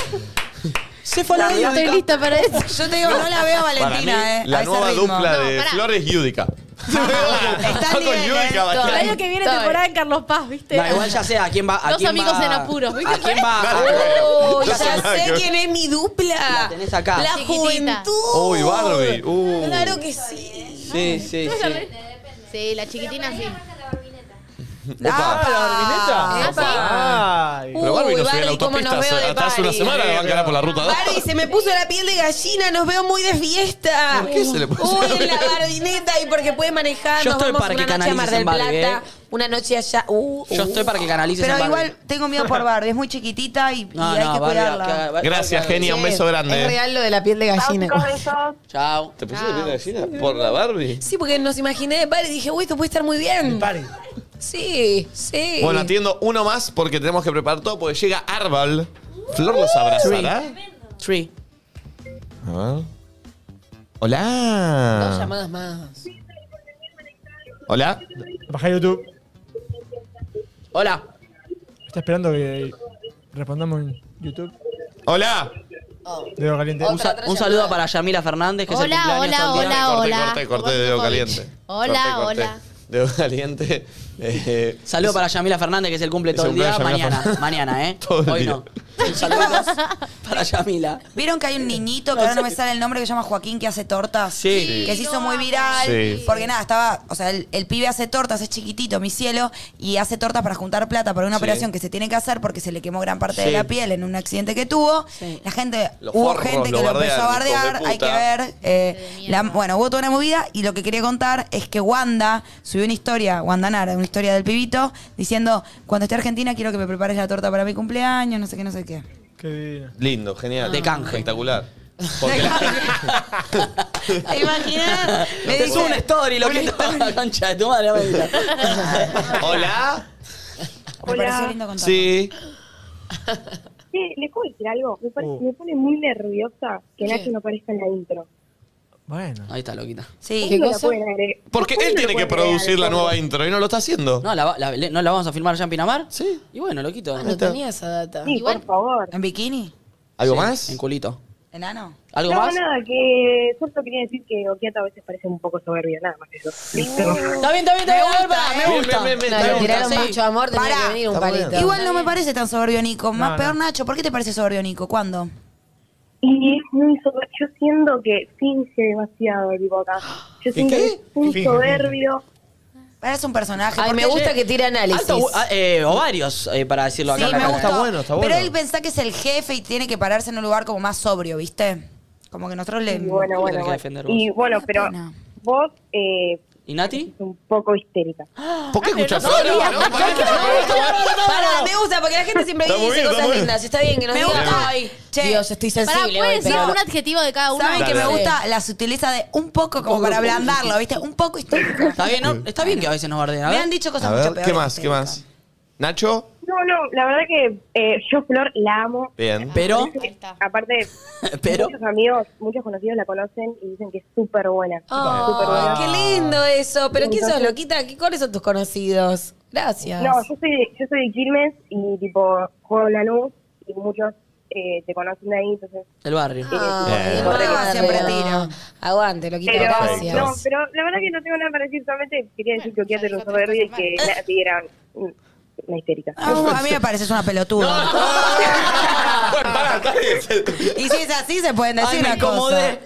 Speaker 3: Se fue a la
Speaker 4: No estoy
Speaker 3: Yudica.
Speaker 4: lista para eso.
Speaker 2: Yo te digo, no la veo a Valentina,
Speaker 1: Para mí,
Speaker 2: eh. a
Speaker 1: La
Speaker 2: ese
Speaker 1: nueva
Speaker 2: ritmo.
Speaker 1: dupla de Flores y Yudica.
Speaker 2: Está
Speaker 1: con Yudica,
Speaker 6: El
Speaker 1: bacán.
Speaker 6: año que viene
Speaker 4: Estoy.
Speaker 6: temporada en Carlos Paz, ¿viste?
Speaker 3: No, igual ya sea, ¿a quién va? ¿A
Speaker 6: Dos
Speaker 3: quién
Speaker 6: amigos
Speaker 3: va?
Speaker 6: en apuros, ¿viste?
Speaker 3: ¿A quién va?
Speaker 1: Ah,
Speaker 4: Oh,
Speaker 3: Ya
Speaker 4: ya
Speaker 3: sé.
Speaker 4: sé quién es mi dupla. La
Speaker 3: tenés acá.
Speaker 6: Chiquitita.
Speaker 4: juventud.
Speaker 1: Uy, Barbie. Uh.
Speaker 4: Claro que sí.
Speaker 3: Sí, sí,
Speaker 6: ¿No
Speaker 3: sí.
Speaker 6: sabés? Sí, la chiquitina sí.
Speaker 1: Opa.
Speaker 4: Ah,
Speaker 5: Ah,
Speaker 4: Uy,
Speaker 1: Pero Barbie no
Speaker 4: Barbie,
Speaker 1: subió en
Speaker 4: cómo
Speaker 1: autopista
Speaker 4: nos veo de
Speaker 1: hace- hasta hace una
Speaker 4: Barbie.
Speaker 1: semana, la bancará por la ruta 2.
Speaker 4: Barbie, se me puso la piel de gallina, nos veo muy de fiesta.
Speaker 1: ¿Por qué se le puso la
Speaker 4: Uy, en la
Speaker 1: piel?
Speaker 4: barbineta y porque puede manejar,
Speaker 3: Yo
Speaker 4: nos
Speaker 3: estoy
Speaker 4: vamos
Speaker 3: para
Speaker 4: una
Speaker 3: que
Speaker 4: noche a Mar
Speaker 3: canalices
Speaker 4: del
Speaker 3: en Barbie,
Speaker 4: Plata,
Speaker 3: ¿eh?
Speaker 4: una noche allá. Uh,
Speaker 3: Yo
Speaker 4: uh.
Speaker 3: estoy para que canalices
Speaker 2: Pero
Speaker 3: en Barbie.
Speaker 2: igual tengo miedo por Barbie, es muy chiquitita y, y
Speaker 3: No,
Speaker 2: hay
Speaker 3: no,
Speaker 2: que
Speaker 3: Barbie,
Speaker 2: cuidarla.
Speaker 3: que-
Speaker 1: Gracias,
Speaker 3: que-
Speaker 1: Genia. Un beso grande. eh.
Speaker 4: Es real lo de la piel de gallina.
Speaker 3: Chao.
Speaker 1: ¿Te pusiste bien gallina? ¿Por la Barbie?
Speaker 4: Sí, porque nos imaginé de Barbie y dije, uy, esto puede estar muy bien. Sí, sí.
Speaker 1: Bueno, atiendo uno más porque tenemos que preparar todo porque llega Arbal. Flor los abrazará.
Speaker 3: Tree.
Speaker 1: A ver. Hola.
Speaker 4: Dos llamadas más.
Speaker 1: Hola.
Speaker 5: Baja YouTube.
Speaker 3: Hola.
Speaker 5: Está esperando que respondamos en YouTube.
Speaker 1: Hola.
Speaker 5: Dedo caliente.
Speaker 3: Un, sa- un saludo para Yamila Fernández, que
Speaker 6: Hola,
Speaker 3: es el cumpleaños
Speaker 6: hola,
Speaker 3: todo el
Speaker 1: Corté,
Speaker 3: día.
Speaker 6: hola, hola.
Speaker 1: corté, corté, dedo caliente.
Speaker 6: Hola,
Speaker 1: Corté, corté.
Speaker 6: hola.
Speaker 1: Dedo caliente. Eh,
Speaker 3: Saludo para Yamila Fernández, que es el cumple
Speaker 1: Es
Speaker 3: todo
Speaker 1: el
Speaker 3: el día.
Speaker 1: cumpleaños de Yamila
Speaker 3: Mañana, mañana, ¿eh?
Speaker 1: Todo el
Speaker 3: Hoy
Speaker 1: día.
Speaker 3: no. Saludos para Yamila.
Speaker 2: ¿Vieron que hay un niñito que ahora no me sale el nombre que se llama Joaquín que hace tortas?
Speaker 3: Sí.
Speaker 2: Que se hizo muy viral.
Speaker 1: Sí.
Speaker 2: Porque nada, estaba. O sea, el, el pibe hace tortas, es chiquitito, mi cielo, y hace tortas para juntar plata para una
Speaker 1: Sí.
Speaker 2: operación que se tiene que hacer porque se le quemó gran parte de
Speaker 1: Sí.
Speaker 2: la piel en un accidente que tuvo. La gente.
Speaker 1: Los
Speaker 2: hubo
Speaker 1: forros
Speaker 2: gente
Speaker 1: lo
Speaker 2: que lo empezó a
Speaker 1: bardean, hijos de
Speaker 2: bardear, hay que
Speaker 1: puta.
Speaker 2: ver. eh, la- bueno, hubo toda una movida y lo que quería contar es que Wanda subió una historia, Wanda Nara, una historia del pibito, diciendo: Cuando esté Argentina quiero que me prepares la torta para mi cumpleaños, no sé qué, no sé qué.
Speaker 5: Qué divino.
Speaker 1: Lindo, genial.
Speaker 3: De canje.
Speaker 1: Espectacular. Porque
Speaker 2: ¿Te imaginas? Me
Speaker 3: Te
Speaker 2: dice-
Speaker 3: subo una
Speaker 4: "Ah,
Speaker 3: story, lo que la concha de tu madre. abuela.
Speaker 1: la- Hola.
Speaker 2: Me pareció lindo contarlo.
Speaker 1: Sí.
Speaker 14: Sí, ¿les puedo decir algo? Me, pare- me pone muy nerviosa que Nacho no aparezca en la intro.
Speaker 5: Bueno.
Speaker 3: Ahí está, loquita.
Speaker 2: Sí.
Speaker 14: ¿Cómo lo
Speaker 4: cosa?
Speaker 14: pueden agregar?
Speaker 1: Porque él tiene que producir la nueva intro y no lo está haciendo.
Speaker 3: No, la, va- la- le- ¿No la vamos a filmar ya en Pinamar? Sí. Y bueno, loquito.
Speaker 4: Ah, no tenía esa data.
Speaker 14: Sí, por favor.
Speaker 2: ¿En bikini?
Speaker 1: ¿Algo
Speaker 3: Sí,
Speaker 1: más?
Speaker 3: En culito.
Speaker 2: ¿Enano?
Speaker 3: ¿Algo
Speaker 14: No,
Speaker 3: más?
Speaker 14: nada, que solo quería decir que Okiato a veces parece un poco soberbio, nada más eso.
Speaker 3: Está bien, está bien,
Speaker 2: Me
Speaker 3: está bien.
Speaker 2: gusta,
Speaker 3: Bárbara,
Speaker 2: eh.
Speaker 3: Me
Speaker 1: Bien,
Speaker 3: gusta.
Speaker 1: bien, bien,
Speaker 4: No,
Speaker 1: está
Speaker 4: le
Speaker 1: bien.
Speaker 4: tiraron
Speaker 3: sí.
Speaker 4: mucho amor, tenía
Speaker 2: Pará.
Speaker 4: que venir un
Speaker 1: Está muy
Speaker 4: palito.
Speaker 1: bien.
Speaker 2: Igual no me parece tan soberbio, Nico. Más
Speaker 5: No,
Speaker 2: peor,
Speaker 5: no.
Speaker 2: Nacho. ¿Por qué te parece soberbio, Nico? ¿Cuándo?
Speaker 14: Y es muy soberbio. Yo siento que finge demasiado el acá. Yo siento que es muy
Speaker 5: Finge,
Speaker 14: soberbio.
Speaker 2: Pará, Es un personaje.
Speaker 4: Ay,
Speaker 2: ¿por
Speaker 4: me
Speaker 2: qué?
Speaker 4: gusta que tire análisis.
Speaker 3: Alto, ah, eh, ovarios, eh, para decirlo
Speaker 2: Sí,
Speaker 3: acá. en la
Speaker 2: me
Speaker 3: cara.
Speaker 2: gustó.
Speaker 5: Está bueno, está
Speaker 2: Pero
Speaker 5: bueno.
Speaker 2: él pensá que es el jefe y tiene que pararse en un lugar como más sobrio, ¿viste? Como que nosotros le...
Speaker 14: Y bueno,
Speaker 3: Tenés que
Speaker 14: bueno,
Speaker 3: defender
Speaker 14: bueno.
Speaker 3: vos.
Speaker 14: Y bueno,
Speaker 2: Qué
Speaker 14: pero
Speaker 2: pena.
Speaker 14: vos eh,
Speaker 3: ¿Y Nati?
Speaker 14: es un poco histérica.
Speaker 1: ¿Por qué escuchas Flor? Ah, No, pará, pará, pará.
Speaker 4: Pará, me gusta porque la gente siempre
Speaker 1: Está muy
Speaker 4: viene y dice
Speaker 1: bien, está
Speaker 4: cosas
Speaker 1: muy bien.
Speaker 4: lindas. Está bien que nos
Speaker 2: Me
Speaker 4: digan,
Speaker 2: gusta.
Speaker 4: ay,
Speaker 2: Che.
Speaker 4: Dios, estoy
Speaker 6: Pará,
Speaker 4: sensible. hoy,
Speaker 6: ¿pueden decir
Speaker 4: pero-
Speaker 6: un adjetivo de cada uno?
Speaker 2: ¿Saben que me
Speaker 1: Dale.
Speaker 2: gusta la sutileza de un poco como para ablandarlo, viste? Un poco histórico.
Speaker 3: Está bien, ¿no? Está bien que a veces nos bardean. a
Speaker 2: Me
Speaker 3: ver.
Speaker 2: han dicho cosas
Speaker 1: A
Speaker 2: mucho
Speaker 1: ver,
Speaker 2: peores.
Speaker 1: ¿qué más?
Speaker 2: que
Speaker 1: ¿Qué
Speaker 2: Nico.
Speaker 1: más? ¿Nacho?
Speaker 14: No, no, la verdad que eh, yo Flor la amo.
Speaker 1: Bien.
Speaker 3: Pero,
Speaker 14: Aparte,
Speaker 3: pero,
Speaker 14: muchos amigos, muchos conocidos la conocen y dicen que es súper buena.
Speaker 5: Oh,
Speaker 14: Súper
Speaker 4: Ay,
Speaker 14: buena.
Speaker 4: qué lindo eso. Pero ¿quién sos, loquita? ¿Qué cuáles son tus conocidos? Gracias.
Speaker 14: No, yo soy, yo soy de Quilmes y tipo juego en Lanús y muchos eh, te conocen de ahí, entonces...
Speaker 3: el barrio.
Speaker 4: Ay,
Speaker 1: Bien.
Speaker 4: barrio.
Speaker 2: Ah, siempre tiro.
Speaker 4: Aguante, loquita,
Speaker 14: Pero,
Speaker 4: gracias.
Speaker 14: no, pero la verdad que no tengo nada para decir, solamente quería decir que Okiato era un soberbio y que Nati era un- una histérica.
Speaker 2: Ah, a mí me pareces una pelotuda.
Speaker 1: Ah. Bueno, pará, está bien.
Speaker 2: Y si es así, se pueden decir
Speaker 3: Ay, me
Speaker 2: una cosa.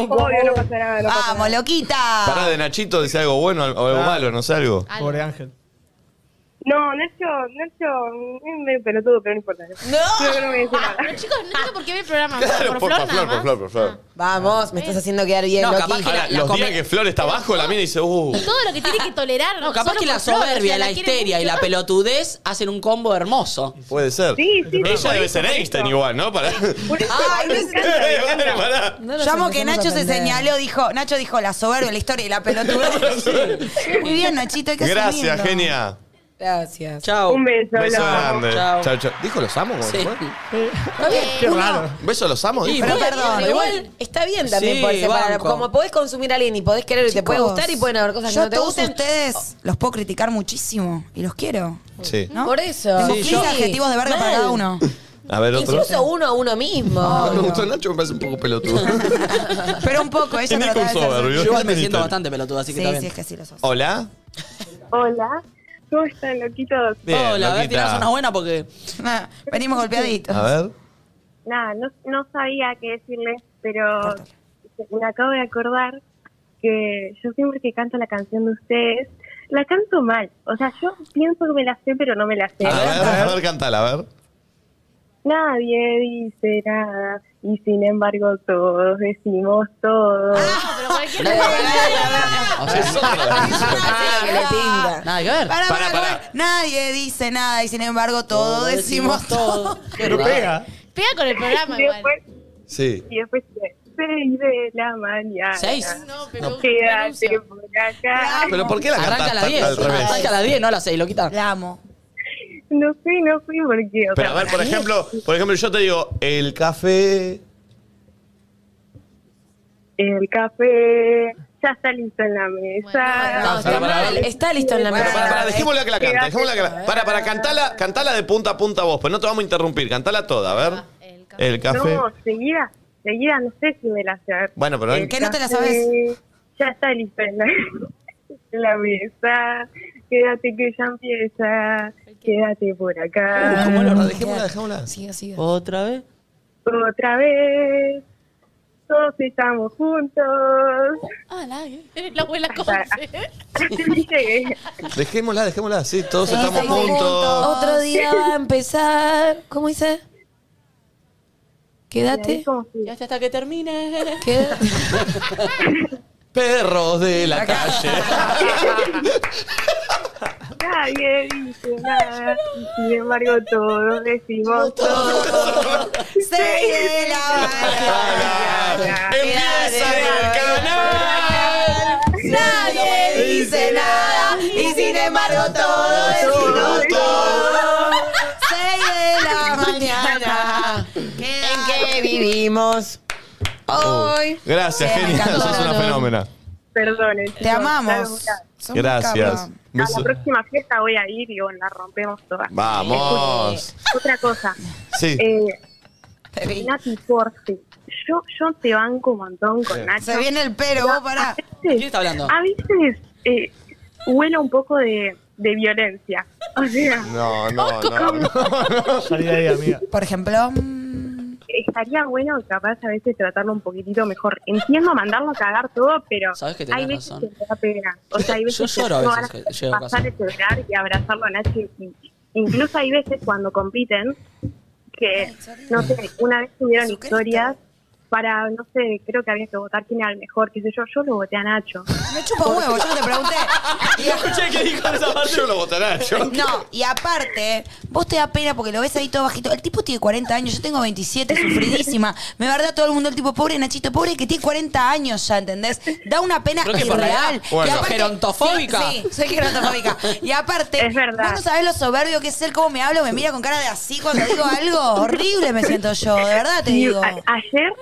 Speaker 3: incomodé.
Speaker 14: Obvio, no pasa nada, no
Speaker 2: Ah,
Speaker 14: pasa
Speaker 2: Vamos,
Speaker 14: nada.
Speaker 2: loquita.
Speaker 1: Pará de Nachito, dice algo bueno o algo malo, no sé algo.
Speaker 6: Algo.
Speaker 5: Pobre Ángel.
Speaker 6: No, Nacho, Nacho es medio pelotudo, pero no importa. No, no, voy a decir nada.
Speaker 5: Pero chicos, no sé por qué ve el
Speaker 6: Ah,
Speaker 5: programa.
Speaker 4: Claro,
Speaker 5: por, Flor, nada más. Ah.
Speaker 1: Flor, por Flor.
Speaker 4: Vamos, me estás haciendo quedar bien,
Speaker 1: No,
Speaker 4: Loki.
Speaker 1: capaz que la- los días que Flor está abajo, la mina dice, uh.
Speaker 5: Todo lo que tiene que tolerar.
Speaker 3: No, capaz
Speaker 5: solo
Speaker 3: que la
Speaker 5: por Flor, o sea,
Speaker 3: soberbia, la
Speaker 5: quiere
Speaker 3: histeria y
Speaker 5: mucho.
Speaker 3: la pelotudez hacen un combo hermoso.
Speaker 1: Puede ser.
Speaker 6: Sí, sí,
Speaker 1: Ella
Speaker 6: sí, por
Speaker 1: debe
Speaker 6: eso,
Speaker 1: ser
Speaker 6: por
Speaker 1: Einstein igual, ¿no? Para...
Speaker 2: Ay, no es-
Speaker 1: Eh, vale, pará.
Speaker 2: Yo amo que Nacho se señaló, dijo, Nacho dijo la soberbia, la historia y la pelotuda. Muy bien, Nachito, hay que
Speaker 1: Gracias,
Speaker 2: asumirlo.
Speaker 1: genia.
Speaker 4: Gracias.
Speaker 3: Chao.
Speaker 6: Un beso,
Speaker 1: Beso
Speaker 6: los amo.
Speaker 1: grande.
Speaker 3: Chao.
Speaker 1: Chao, chao. ¿Dijo los amo? como
Speaker 3: Sí.
Speaker 1: fue?
Speaker 4: Está bien.
Speaker 1: Qué
Speaker 4: uno-
Speaker 1: raro. ¿Beso los amo?
Speaker 4: Sí,
Speaker 1: dijo?
Speaker 4: pero perdón, igual está bien también
Speaker 1: Sí,
Speaker 4: poder separar.
Speaker 1: banco.
Speaker 4: Como podés consumir a alguien y podés querer y te puede
Speaker 2: Chicos,
Speaker 4: gustar y pueden haber cosas que
Speaker 2: yo
Speaker 4: no te
Speaker 2: todos
Speaker 4: gustan.
Speaker 2: ustedes los puedo criticar muchísimo y los quiero.
Speaker 1: Sí.
Speaker 2: ¿no?
Speaker 4: Por eso.
Speaker 2: Tengo
Speaker 4: Sí,
Speaker 2: 15
Speaker 4: yo-
Speaker 2: adjetivos de verga para
Speaker 4: Mal.
Speaker 2: cada uno.
Speaker 1: A ver, otro.
Speaker 4: Incluso uno a uno mismo.
Speaker 1: No me gustó Nacho, me parece un poco pelotudo.
Speaker 2: Pero un poco, ella
Speaker 1: Tiene que un
Speaker 2: trataba de ser-
Speaker 1: soberbio. Oh.
Speaker 3: Yo igual me siento
Speaker 1: Necesitan.
Speaker 3: bastante pelotudo, así que
Speaker 2: Sí,
Speaker 3: está bien.
Speaker 2: sí, es que sí lo sos.
Speaker 1: Hola.
Speaker 6: Hola, ¿cómo están, loquitos?
Speaker 1: Bien,
Speaker 3: Hola, a ver,
Speaker 1: loquita.
Speaker 3: tirás una buena porque.
Speaker 2: Nah, Venimos golpeaditos.
Speaker 1: A ver.
Speaker 6: Nada, no, no sabía qué decirles, pero me acabo de acordar que yo siempre que canto la canción de ustedes, la canto mal. O sea, yo pienso que me la sé, pero no me la sé.
Speaker 1: A ver, a ver, cantala, a ver.
Speaker 6: Nadie dice nada y sin embargo todos decimos todo.
Speaker 5: Ah, Pero cualquier
Speaker 4: Nada,
Speaker 5: cosa.
Speaker 1: O sea, es otra.
Speaker 4: que le pinta.
Speaker 3: Nada que ver.
Speaker 2: Pará,
Speaker 1: Pará,
Speaker 2: pará,
Speaker 1: pará.
Speaker 2: pará. Nadie dice nada y sin embargo todo decimos todo.
Speaker 15: No pega.
Speaker 5: Pega con el programa
Speaker 6: Y
Speaker 5: igual.
Speaker 6: después,
Speaker 1: Sí.
Speaker 6: y después, seis de la mañana.
Speaker 3: ¿Seis?
Speaker 5: No, pero
Speaker 6: Quédate por acá.
Speaker 1: Pero ¿por qué la
Speaker 3: Arranca
Speaker 1: cantás
Speaker 3: a las
Speaker 1: tan-
Speaker 3: 10.
Speaker 1: al revés?
Speaker 3: Arranca a las 10, no a las 6, lo quita.
Speaker 2: La amo.
Speaker 6: No sé, no sé por qué. O
Speaker 1: Pero a
Speaker 6: sea,
Speaker 1: ver, por ejemplo, por ejemplo, yo te digo, el café.
Speaker 6: El café ya está listo en la mesa.
Speaker 4: No, está,
Speaker 1: Pará, pará.
Speaker 4: mal, está listo en la
Speaker 1: Para, para,
Speaker 2: eh,
Speaker 1: para,
Speaker 4: mesa.
Speaker 1: dejémosla que la cante, dejémosla que la- Para, para, cantala, cantala de punta a punta vos, pero no te vamos a interrumpir, cantala toda, a
Speaker 5: Ah,
Speaker 1: ver. El café.
Speaker 6: No, seguida, seguida no sé si me la sé.
Speaker 1: Bueno, pero
Speaker 6: El
Speaker 2: ¿Qué no te la
Speaker 6: café
Speaker 2: sabes?
Speaker 6: Ya está listo en la, en la mesa. Quédate que ya empieza. Quédate por acá.
Speaker 1: ¿Cómo era? Dejémosla, dejémosla.
Speaker 4: Sigue, sigue.
Speaker 3: ¿Otra vez?
Speaker 6: Otra vez. Todos estamos juntos.
Speaker 5: Ah, la, la abuela Conce.
Speaker 6: Llegué.
Speaker 1: Dejémosla, dejémosla, sí, todos estamos
Speaker 4: Estamos
Speaker 1: juntos.
Speaker 4: Otro día va a empezar. ¿Cómo dice? Quédate.
Speaker 3: Ya está hasta que termine.
Speaker 4: Quédate.
Speaker 1: Perros de la calle.
Speaker 6: Nadie dice nada. y Sin embargo, todos decimos todo.
Speaker 2: Seis de la mañana.
Speaker 1: Empieza el canal.
Speaker 2: Nadie dice nada y sin embargo todo decimos todo. Seis de la mañana. Quédate.
Speaker 4: ¿Qué vivimos? Hoy.
Speaker 1: Gracias,
Speaker 2: Sí, me
Speaker 1: genia,
Speaker 2: encantó.
Speaker 1: sos una fenómena.
Speaker 6: Perdonen.
Speaker 2: Te
Speaker 6: chicos,
Speaker 2: amamos.
Speaker 6: la verdad.
Speaker 2: Sos muy
Speaker 1: Gracias.
Speaker 2: cabra.
Speaker 6: A la
Speaker 1: Beso-
Speaker 6: próxima fiesta voy a ir y bueno, la rompemos toda.
Speaker 1: Vamos.
Speaker 6: Otra cosa.
Speaker 1: Sí.
Speaker 6: Eh, Nati Porfi. Yo, yo te banco un montón con Nacho.
Speaker 2: Se viene el pero, vos
Speaker 6: A
Speaker 2: pará.
Speaker 6: veces-
Speaker 3: ¿Quién está hablando?
Speaker 6: A veces eh, huele un poco de, de violencia. O sea,
Speaker 1: No, no, no. no.
Speaker 15: Salí de ahí, amiga.
Speaker 2: Por ejemplo, mm,
Speaker 6: estaría bueno capaz a veces tratarlo un poquitito mejor. Entiendo mandarlo a cagar todo, pero
Speaker 3: Sabés que tenés
Speaker 6: hay veces
Speaker 3: razón.
Speaker 6: que me da pena. O sea, hay
Speaker 3: Yo
Speaker 6: veces
Speaker 3: lloro a
Speaker 6: que tengo
Speaker 3: veces
Speaker 6: ganas
Speaker 3: que llego
Speaker 6: de
Speaker 3: a casa.
Speaker 6: pasar de llorar y abrazarlo a Nacho. y- incluso hay veces cuando compiten que, no sé, una vez tuvieron historias para, no sé, creo que había que votar quién era el mejor, qué sé yo. Yo lo voté a Nacho.
Speaker 2: me chupa un huevo, yo no te pregunté. Y a-
Speaker 1: Escuché que dijo esa parte. Yo lo votará, yo.
Speaker 2: No, y aparte, vos te da pena porque lo ves ahí todo bajito. El tipo tiene 40 años, yo tengo 27, sufridísima. Me verdad todo el mundo el tipo, pobre Nachito, pobre que tiene 40 años ya, ¿entendés? Da una pena
Speaker 3: Creo que por la
Speaker 2: irreal.
Speaker 3: edad. Bueno.
Speaker 2: Y aparte-
Speaker 3: Gerontofóbica.
Speaker 2: Sí, sí, soy gerontofóbica. Y aparte,
Speaker 6: Es verdad.
Speaker 2: vos no sabés lo soberbio que es él, cómo me hablo, me mira con cara de así cuando digo algo. Horrible me siento yo, de verdad te
Speaker 6: Y
Speaker 2: digo.
Speaker 6: a- ayer,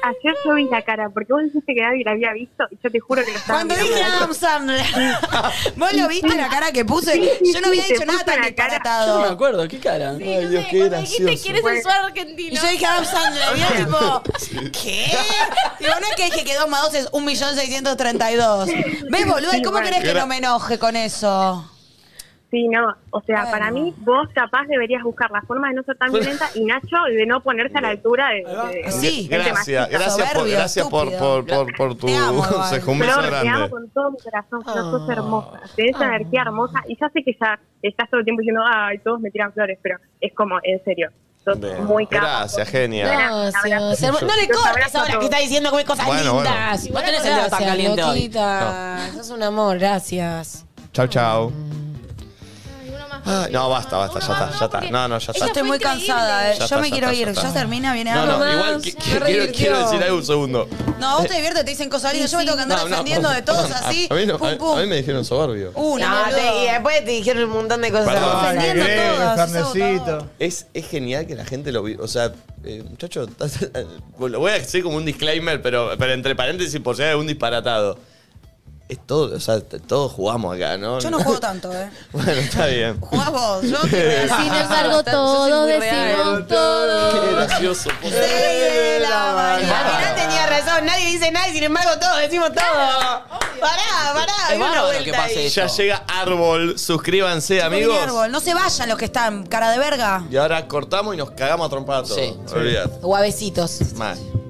Speaker 6: ayer yo vi la cara, porque vos dijiste que Gaby la había visto y yo te juro que lo estaba
Speaker 2: Cuando
Speaker 6: mirando.
Speaker 2: dije
Speaker 5: "Ah,
Speaker 2: Adam Sandler, vos lo viste la cara que
Speaker 6: Sí,
Speaker 2: puse.
Speaker 6: sí,
Speaker 2: Yo no había
Speaker 6: sí, te
Speaker 2: dicho nada
Speaker 6: puso
Speaker 2: tan
Speaker 6: la cara.
Speaker 3: Yo
Speaker 2: disparatado.
Speaker 3: no me acuerdo, ¿qué cara?
Speaker 5: Sí, no sé, cuando dijiste que eres el suelo
Speaker 2: Y
Speaker 5: argentino.
Speaker 2: yo dije Adam Sandler, y yo tipo, ¿qué? Digo, no es que dije que 2 más 2 es 1.632.000. Ve, boludo, ¿y ¿cómo
Speaker 6: bueno.
Speaker 2: crees que no me enoje con eso?
Speaker 14: Sí, no. O sea, para mí, vos capaz deberías buscar la forma de no ser tan violenta y Nacho y de no ponerse a la altura de. de-
Speaker 2: Sí,
Speaker 14: del
Speaker 1: gracias,
Speaker 14: machista.
Speaker 1: gracias, por, gracias por, por, por, por tu consejo. Un beso
Speaker 14: Flor, te amo
Speaker 1: grande.
Speaker 14: con todo mi corazón, Flor,
Speaker 4: Ah.
Speaker 14: sos hermosa, tenés una energía hermosa y ya sé que ya estás todo el tiempo diciendo, ay, todos me tiran flores, pero es como, en serio, sos
Speaker 1: Bien.
Speaker 14: muy capa.
Speaker 1: Gracias, genia.
Speaker 4: Gracias, hermo- No
Speaker 14: Los
Speaker 4: le cortes
Speaker 14: abrazo a
Speaker 4: ahora que
Speaker 14: todos.
Speaker 4: está diciendo que hay cosas
Speaker 1: Bueno, bueno.
Speaker 4: lindas.
Speaker 3: No tenés el dedo tan
Speaker 4: Gracias,
Speaker 3: caliente hoy.
Speaker 4: loquita. Sos un amor, gracias.
Speaker 1: Chau, chau. Ah, No, basta, basta, ya está, ya está. No, no, ya
Speaker 2: Yo
Speaker 1: está.
Speaker 2: estoy muy cansada, eh.
Speaker 1: Ya
Speaker 2: yo
Speaker 1: está,
Speaker 2: me
Speaker 1: ya
Speaker 2: quiero
Speaker 1: está, ya
Speaker 2: ir.
Speaker 1: está.
Speaker 2: Ya termina, viene
Speaker 1: No,
Speaker 2: algo
Speaker 1: no,
Speaker 2: más.
Speaker 1: igual qui- qui- quiero, quiero decir algo un segundo.
Speaker 2: No, vos te diviertes, te dicen cosas lindas. Yo me tengo que andar
Speaker 1: No, no,
Speaker 2: defendiendo de todos
Speaker 1: perdón, a-
Speaker 2: así.
Speaker 1: A mí, no, a-
Speaker 2: Pum, pum. Uh.
Speaker 1: a mí me dijeron soberbio.
Speaker 2: Una,
Speaker 4: No, te- eh. y después te dijeron un montón de cosas.
Speaker 1: Perdón.
Speaker 4: Estás
Speaker 1: Ay,
Speaker 4: haciendo
Speaker 1: Grego,
Speaker 4: todas,
Speaker 1: carne-
Speaker 4: sos-
Speaker 1: Es, es genial que la gente lo vi- O sea, eh, muchacho, lo voy a decir como un disclaimer, pero, pero entre paréntesis, por si hay algún disparatado. Es todo, o sea, t- todos jugamos acá, ¿no?
Speaker 2: Yo no juego tanto, eh.
Speaker 1: bueno, está bien.
Speaker 2: Jugás vos, yo te
Speaker 1: Eh,
Speaker 2: voy a-
Speaker 1: Sin
Speaker 16: embargo,
Speaker 2: Yo soy muy
Speaker 16: todos
Speaker 2: real.
Speaker 16: decimos
Speaker 1: Qué gracioso. por favor. Ah,
Speaker 4: Mirá, tenía razón, nadie dice nada y sin embargo todos decimos todo. Pará, pará, hay una vuelta ahí.
Speaker 1: Ya llega Árbol, suscríbanse, amigos.
Speaker 2: Viene árbol. No se vayan los que están, cara de verga.
Speaker 1: Y ahora cortamos y nos cagamos a trompar a todos. Sí. Olvídate.
Speaker 4: Guavecitos.
Speaker 1: Mal.